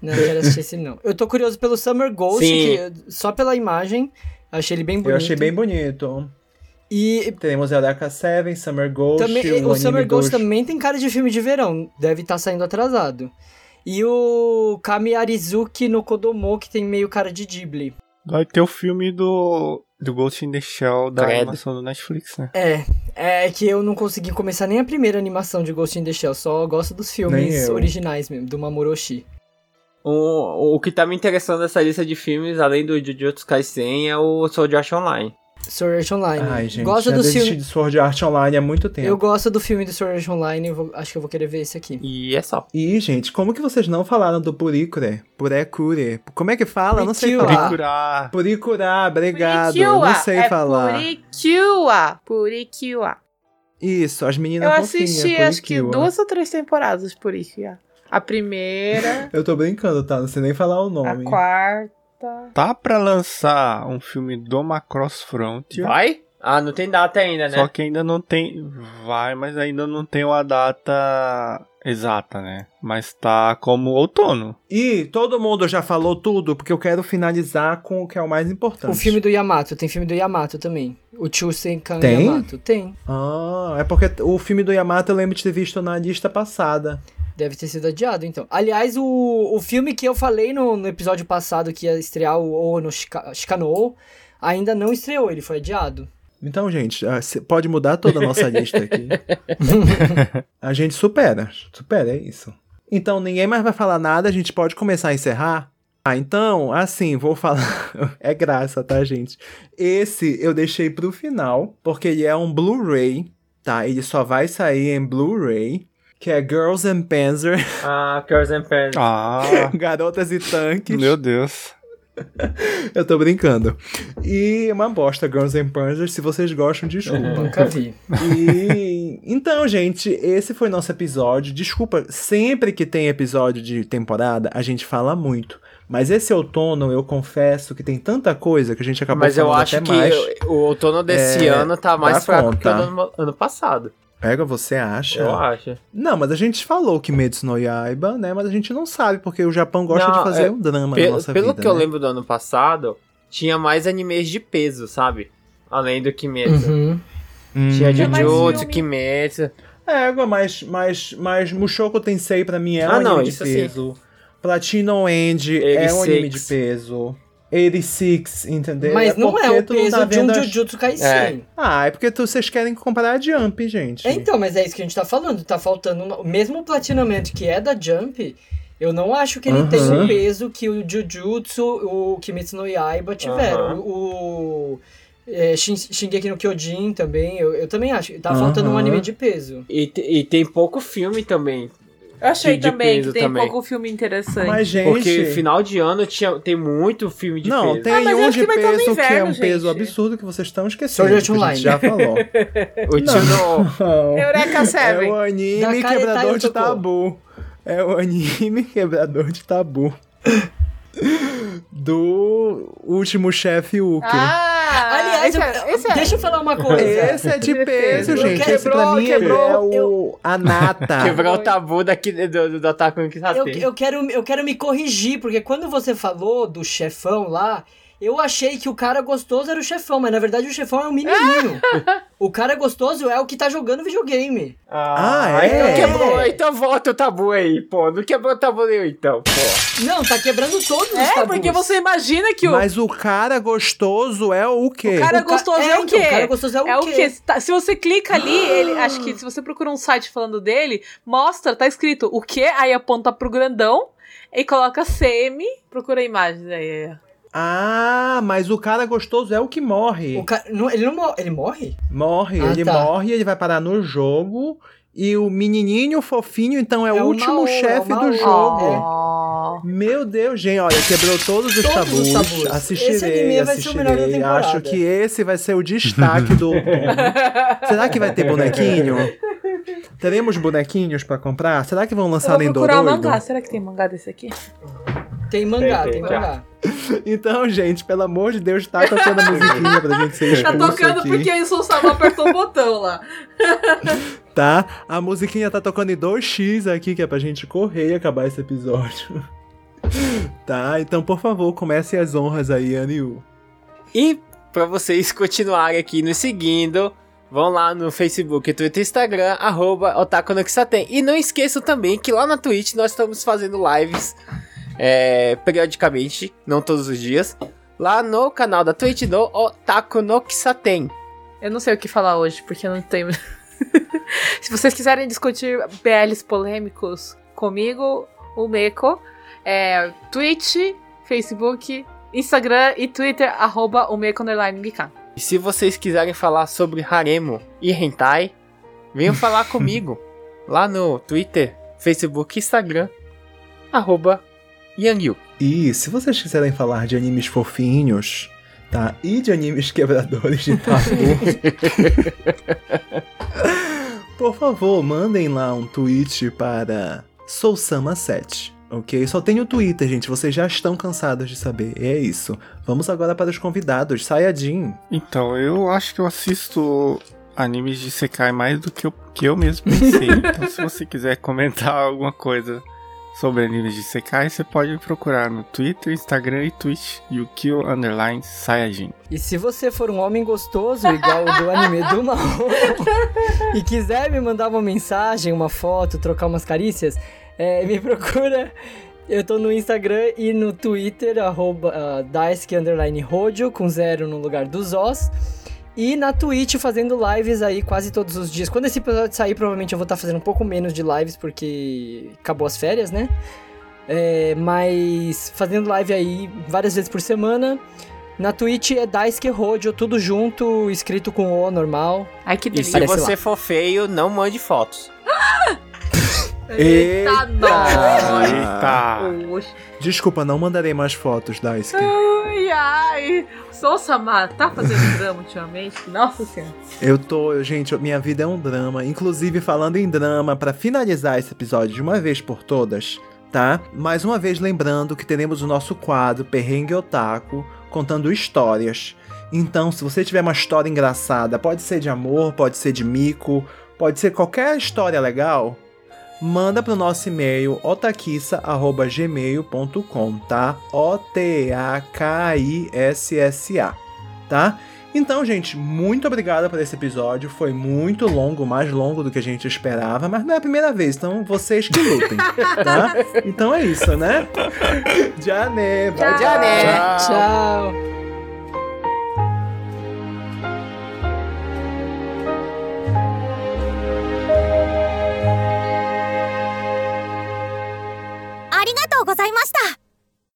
[SPEAKER 5] Não, não quero assistir esse não. Eu tô curioso pelo Summer Ghost,
[SPEAKER 1] Sim.
[SPEAKER 5] que só pela imagem, achei ele bem bonito.
[SPEAKER 4] Eu achei bem bonito.
[SPEAKER 5] E
[SPEAKER 4] Teremos Eureka Seven, Summer Ghost,
[SPEAKER 5] também,
[SPEAKER 4] um
[SPEAKER 5] o
[SPEAKER 4] anime
[SPEAKER 5] Summer Ghost
[SPEAKER 4] dos-
[SPEAKER 5] também tem cara de filme de verão, deve estar saindo atrasado. E o Kami Arizuki no Kodomo, que tem meio cara de Ghibli.
[SPEAKER 2] Vai ter o filme do, do Ghost in the Shell da
[SPEAKER 1] Credo.
[SPEAKER 2] animação do Netflix, né?
[SPEAKER 5] É, é que eu não consegui começar nem a primeira animação de Ghost in the Shell, só gosto dos
[SPEAKER 4] Nem
[SPEAKER 5] filmes
[SPEAKER 4] eu.
[SPEAKER 5] originais mesmo, do Mamoroshi.
[SPEAKER 1] Um, O, o que tá me interessando nessa lista de filmes, além do Jujutsu Kaisen, é o Sword Art Online.
[SPEAKER 5] Sword Art Online.
[SPEAKER 4] Ai, gente,
[SPEAKER 5] gosto
[SPEAKER 4] já
[SPEAKER 5] do
[SPEAKER 4] desisti
[SPEAKER 5] filme.
[SPEAKER 4] de Sword Art Online há muito tempo.
[SPEAKER 5] Eu gosto do filme do Sword Art Online, eu vou- acho que eu vou querer ver esse aqui.
[SPEAKER 1] E é só.
[SPEAKER 4] Ih, gente, como que vocês não falaram do Puricure? Purecure. Como é que fala? Eu Não sei
[SPEAKER 5] Puricure.
[SPEAKER 4] falar.
[SPEAKER 2] Bicurar.
[SPEAKER 4] Puricurá, obrigado. Eu
[SPEAKER 3] Purikiwa.
[SPEAKER 4] Não sei
[SPEAKER 3] é
[SPEAKER 4] falar.
[SPEAKER 3] Purikiwa. Purikiwa.
[SPEAKER 4] Isso, as meninas
[SPEAKER 3] Eu
[SPEAKER 4] fofinhas,
[SPEAKER 3] assisti acho que
[SPEAKER 4] Purikiwa.
[SPEAKER 3] duas ou três temporadas de Purikiwa. A primeira,
[SPEAKER 4] Eu tô brincando, tá? Não sei nem falar o
[SPEAKER 3] a
[SPEAKER 4] nome.
[SPEAKER 3] quarta.
[SPEAKER 2] Tá pra lançar um filme do Macross Frontier.
[SPEAKER 1] Vai? Ah, não tem data ainda, né?
[SPEAKER 2] Só que ainda não tem. Vai, mas ainda não tem uma data exata, né? Mas tá como outono.
[SPEAKER 4] E todo mundo já falou tudo, porque eu quero finalizar com o que é o mais importante.
[SPEAKER 5] O filme do Yamato, tem filme do Yamato também. O Chusenkan
[SPEAKER 4] Tem?
[SPEAKER 5] Yamato. Tem.
[SPEAKER 4] Ah, é porque o filme do Yamato eu lembro de ter visto na lista passada.
[SPEAKER 5] Deve ter sido adiado, então. Aliás, o, o filme que eu falei no, no episódio passado que ia estrear o Ou no Shika- Shikano ainda não estreou, ele foi adiado.
[SPEAKER 4] Então, gente, ah, cê pode mudar toda a nossa lista aqui. a gente supera, supera, é isso. Então, ninguém mais vai falar nada, a gente pode começar a encerrar? Ah, então, assim, vou falar. é graça, tá, gente? Esse eu deixei pro final, porque ele é um Blu-ray, tá? Ele só vai sair em Blu-ray, que é Girls and Panzer,
[SPEAKER 1] Ah, Curse and Friends.
[SPEAKER 2] Ah,
[SPEAKER 4] Garotas e Tanques.
[SPEAKER 2] meu Deus.
[SPEAKER 4] Eu tô brincando. E é uma bosta, Girls and Panzer, se vocês gostam, desculpa.
[SPEAKER 5] Nunca vi.
[SPEAKER 4] E então, gente, esse foi nosso episódio. Desculpa, sempre que tem episódio de temporada, a gente fala muito. Mas esse outono, eu confesso que tem tanta coisa que a gente acabou
[SPEAKER 1] Mas eu
[SPEAKER 4] falando
[SPEAKER 1] acho
[SPEAKER 4] até
[SPEAKER 1] que
[SPEAKER 4] mais.
[SPEAKER 1] o outono desse
[SPEAKER 4] É,
[SPEAKER 1] ano tá mais
[SPEAKER 4] dá
[SPEAKER 1] fraco
[SPEAKER 4] conta. É.
[SPEAKER 1] que o do ano, ano passado.
[SPEAKER 4] Pega, você acha?
[SPEAKER 1] Eu acho.
[SPEAKER 4] Não, mas a gente falou que Kimetsu no Yaiba, né? Mas a gente não sabe, porque o Japão gosta
[SPEAKER 1] Não,
[SPEAKER 4] de fazer
[SPEAKER 1] é,
[SPEAKER 4] um drama
[SPEAKER 1] Pe-
[SPEAKER 4] na nossa
[SPEAKER 1] pelo
[SPEAKER 4] vida,
[SPEAKER 1] que eu
[SPEAKER 4] né?
[SPEAKER 1] lembro do ano passado, tinha mais animes de peso, sabe? Além do Kimetsu.
[SPEAKER 5] Uhum.
[SPEAKER 1] Tinha
[SPEAKER 3] Tinha mais
[SPEAKER 1] Jujutsu,
[SPEAKER 3] filme.
[SPEAKER 1] Kimetsu.
[SPEAKER 4] Hum. É, mas, mas, mas Mushoku Tensei pra mim é um
[SPEAKER 1] Ah, não,
[SPEAKER 4] anime de
[SPEAKER 1] isso sim.
[SPEAKER 4] peso. Platino End é um
[SPEAKER 1] 86.
[SPEAKER 4] anime de peso. 86, entendeu?
[SPEAKER 5] Mas não é
[SPEAKER 4] porque
[SPEAKER 5] o
[SPEAKER 4] tu não
[SPEAKER 5] peso
[SPEAKER 4] tá
[SPEAKER 5] de um
[SPEAKER 4] vendo as-
[SPEAKER 5] Jujutsu Kaisen.
[SPEAKER 1] É.
[SPEAKER 4] Ah, é porque tu- vocês querem comparar a Jump, gente.
[SPEAKER 5] Então, mas é isso que a gente tá falando. Tá faltando. uma- Mesmo o platinamento que é da Jump, eu não acho que ele
[SPEAKER 4] Aham.
[SPEAKER 5] tem o peso que o Jujutsu, o Kimetsu no Yaiba tiveram.
[SPEAKER 1] Aham.
[SPEAKER 5] O. é, Shin- Shingeki no Kyojin também, eu, eu também acho. Tá faltando um
[SPEAKER 4] Aham.
[SPEAKER 5] anime de peso.
[SPEAKER 1] E, te- e tem pouco filme também.
[SPEAKER 3] Eu achei
[SPEAKER 1] De- de
[SPEAKER 3] também que
[SPEAKER 1] peso
[SPEAKER 3] tem
[SPEAKER 1] também.
[SPEAKER 3] pouco filme interessante.
[SPEAKER 4] Mas, gente.
[SPEAKER 1] Porque final de ano tinha, tem muito filme de
[SPEAKER 4] não,
[SPEAKER 1] peso.
[SPEAKER 4] tem
[SPEAKER 3] Ah, mas eu
[SPEAKER 4] um
[SPEAKER 3] acho
[SPEAKER 4] de
[SPEAKER 3] que vai estar no
[SPEAKER 4] peso que é um
[SPEAKER 3] inverno,
[SPEAKER 4] peso
[SPEAKER 3] gente.
[SPEAKER 4] absurdo que vocês estão esquecendo.
[SPEAKER 5] Sword Art
[SPEAKER 4] que a gente
[SPEAKER 5] Online.
[SPEAKER 4] já falou.
[SPEAKER 1] O tio do-
[SPEAKER 3] Eureka
[SPEAKER 4] é o
[SPEAKER 3] Seven.
[SPEAKER 4] anime
[SPEAKER 5] Da cara
[SPEAKER 4] quebrador
[SPEAKER 5] Itaio
[SPEAKER 4] de
[SPEAKER 5] tocou.
[SPEAKER 4] tabu. É o anime quebrador de tabu. Do último chefe Uke.
[SPEAKER 3] Ah,
[SPEAKER 5] Aliás,
[SPEAKER 3] esse
[SPEAKER 5] eu-
[SPEAKER 3] é, esse é-
[SPEAKER 5] deixa eu falar uma coisa.
[SPEAKER 4] Esse é de peso,
[SPEAKER 3] Eu
[SPEAKER 4] gente. Esse
[SPEAKER 5] quebrou,
[SPEAKER 4] pra mim
[SPEAKER 5] quebrou.
[SPEAKER 4] é o Anata.
[SPEAKER 1] Quebrar Ah. o tabu daqui, do, do, do Ataque no
[SPEAKER 5] Eu,
[SPEAKER 1] Kisaten.
[SPEAKER 5] eu, quero, eu quero me corrigir, porque quando você falou do chefão lá, Eu achei que o cara gostoso era o chefão, mas na verdade o chefão é o menininho. o cara gostoso é o que tá jogando videogame.
[SPEAKER 4] Ah,
[SPEAKER 1] então
[SPEAKER 4] é?
[SPEAKER 1] quebrou, então volta o tabu aí, pô. Não quebrou o tabu nenhum, então, pô.
[SPEAKER 5] Não, tá quebrando todos os
[SPEAKER 3] É,
[SPEAKER 5] tabus.
[SPEAKER 3] porque você imagina que o,
[SPEAKER 4] Mas o cara gostoso é o quê?
[SPEAKER 3] o cara
[SPEAKER 5] O ca-
[SPEAKER 3] gostoso é,
[SPEAKER 5] é,
[SPEAKER 3] o
[SPEAKER 5] então,
[SPEAKER 3] quê?
[SPEAKER 5] o cara gostoso é o quê? Ah.
[SPEAKER 3] Se tá- Se você clica ali, ele, acho que se você procura um site falando dele, mostra, tá escrito o quê? Aí aponta pro grandão e coloca CM. Procura a imagem aí.
[SPEAKER 4] Ah, mas o cara gostoso é o que morre.
[SPEAKER 5] O cara, não, ele não morre. Ele morre?
[SPEAKER 4] Morre,
[SPEAKER 5] Ah,
[SPEAKER 4] ele
[SPEAKER 5] tá.
[SPEAKER 4] morre, ele vai parar no jogo. E o menininho fofinho, então, é,
[SPEAKER 5] É
[SPEAKER 4] o
[SPEAKER 5] o
[SPEAKER 4] último
[SPEAKER 5] Maô, é o É.
[SPEAKER 4] chefe do
[SPEAKER 5] Maô.
[SPEAKER 4] jogo.
[SPEAKER 3] Ó.
[SPEAKER 4] Meu Deus, gente, olha, quebrou todos os
[SPEAKER 5] Todos
[SPEAKER 4] tabus.
[SPEAKER 5] os tabus.
[SPEAKER 4] Assistirei,
[SPEAKER 5] Esse anime vai ser o
[SPEAKER 4] assistirei.
[SPEAKER 5] melhor da temporada.
[SPEAKER 4] Acho que esse vai ser o destaque do... Será que vai ter bonequinho? Teremos bonequinhos pra comprar? Será que vão lançar
[SPEAKER 3] Eu vou
[SPEAKER 4] Lendo
[SPEAKER 3] procurar o mangá.
[SPEAKER 4] Doido?
[SPEAKER 3] Será que tem mangá desse aqui?
[SPEAKER 5] Tem mangá,
[SPEAKER 1] Tem,
[SPEAKER 5] tem,
[SPEAKER 1] tem, já.
[SPEAKER 5] mangá.
[SPEAKER 4] Então, gente, pelo amor de Deus, tá tocando a musiquinha pra gente ser
[SPEAKER 3] Tá
[SPEAKER 4] expulso
[SPEAKER 3] tocando
[SPEAKER 4] aqui.
[SPEAKER 3] porque a Insulsava apertou o botão lá.
[SPEAKER 4] Tá? A musiquinha tá tocando em 2x aqui, que é pra gente correr e acabar esse episódio. Tá, então por favor, comece as honras aí, Aniu.
[SPEAKER 1] E pra vocês continuarem aqui nos seguindo, vão lá no Facebook, Twitter e Instagram, arroba Otaku no Kisaten. E não esqueçam também que lá na Twitch nós estamos fazendo lives é, periodicamente, não todos os dias, lá no canal da Twitch do Otaku no Kisaten.
[SPEAKER 3] Eu não sei o que falar hoje, porque eu não tenho. Se vocês quiserem discutir BLs polêmicos comigo, o Meco, é Twitch, Facebook, Instagram e Twitter, arroba o Meco underline MK.
[SPEAKER 1] E se vocês quiserem falar sobre Haremo e Hentai, venham falar comigo lá no Twitter, Facebook e Instagram, arroba Yangyu.
[SPEAKER 4] E se vocês quiserem falar de animes fofinhos, tá? E de animes quebradores de tabu. por favor, mandem lá um tweet para Sousama7. Ok? Só tem o Twitter, gente. Vocês já estão cansados de saber. É isso. Vamos agora para os convidados. Sayajin.
[SPEAKER 2] Então, eu acho que eu assisto animes de Sekai mais do que eu, que eu mesmo pensei. Então, se você quiser comentar alguma coisa sobre animes de Sekai, você pode me procurar no Twitter, Instagram e Twitch, Yukio Underline Sayajin.
[SPEAKER 5] E se você for um homem gostoso, igual o do anime do Mahou, e quiser me mandar uma mensagem, uma foto, trocar umas carícias, é, me procura. Eu tô no Instagram e no Twitter, arroba ah, Daisuke underline Rodio, com zero no lugar dos Os. E na Twitch fazendo lives aí quase todos os dias. Quando esse episódio sair, provavelmente eu vou estar fazendo um pouco menos de lives, porque acabou as férias, né? É, mas fazendo live aí várias vezes por semana. Na Twitch é Daisuke Rodio, tudo junto, escrito com O normal.
[SPEAKER 3] Ai, que
[SPEAKER 1] E se
[SPEAKER 3] delícia.
[SPEAKER 5] Aparece
[SPEAKER 1] você for feio, não mande fotos.
[SPEAKER 3] Eita, nós!
[SPEAKER 2] Eita!
[SPEAKER 3] Oxe.
[SPEAKER 4] Desculpa, não mandarei mais fotos, Daisuke.
[SPEAKER 3] Ai, ai. Sou Samar, tá fazendo drama ultimamente? Nossa senhora.
[SPEAKER 4] Eu tô, gente, minha vida é um drama. Inclusive, falando em drama, pra finalizar esse episódio de uma vez por todas, tá? Mais uma vez lembrando que teremos o nosso quadro Perrengue Otaku, contando histórias. Então, se você tiver uma história engraçada, pode ser de amor, pode ser de mico, pode ser qualquer história legal, manda pro nosso e-mail otakissa@gmail.com, tá? O T A K I S S A, tá? Então, gente, muito obrigado por esse episódio. Foi muito longo, mais longo do que a gente esperava, mas não é a primeira vez, então vocês que lutem, tá? Então é isso, né? Jané, vai
[SPEAKER 3] Tchau. Jané.
[SPEAKER 5] Tchau!
[SPEAKER 8] ありがとうございました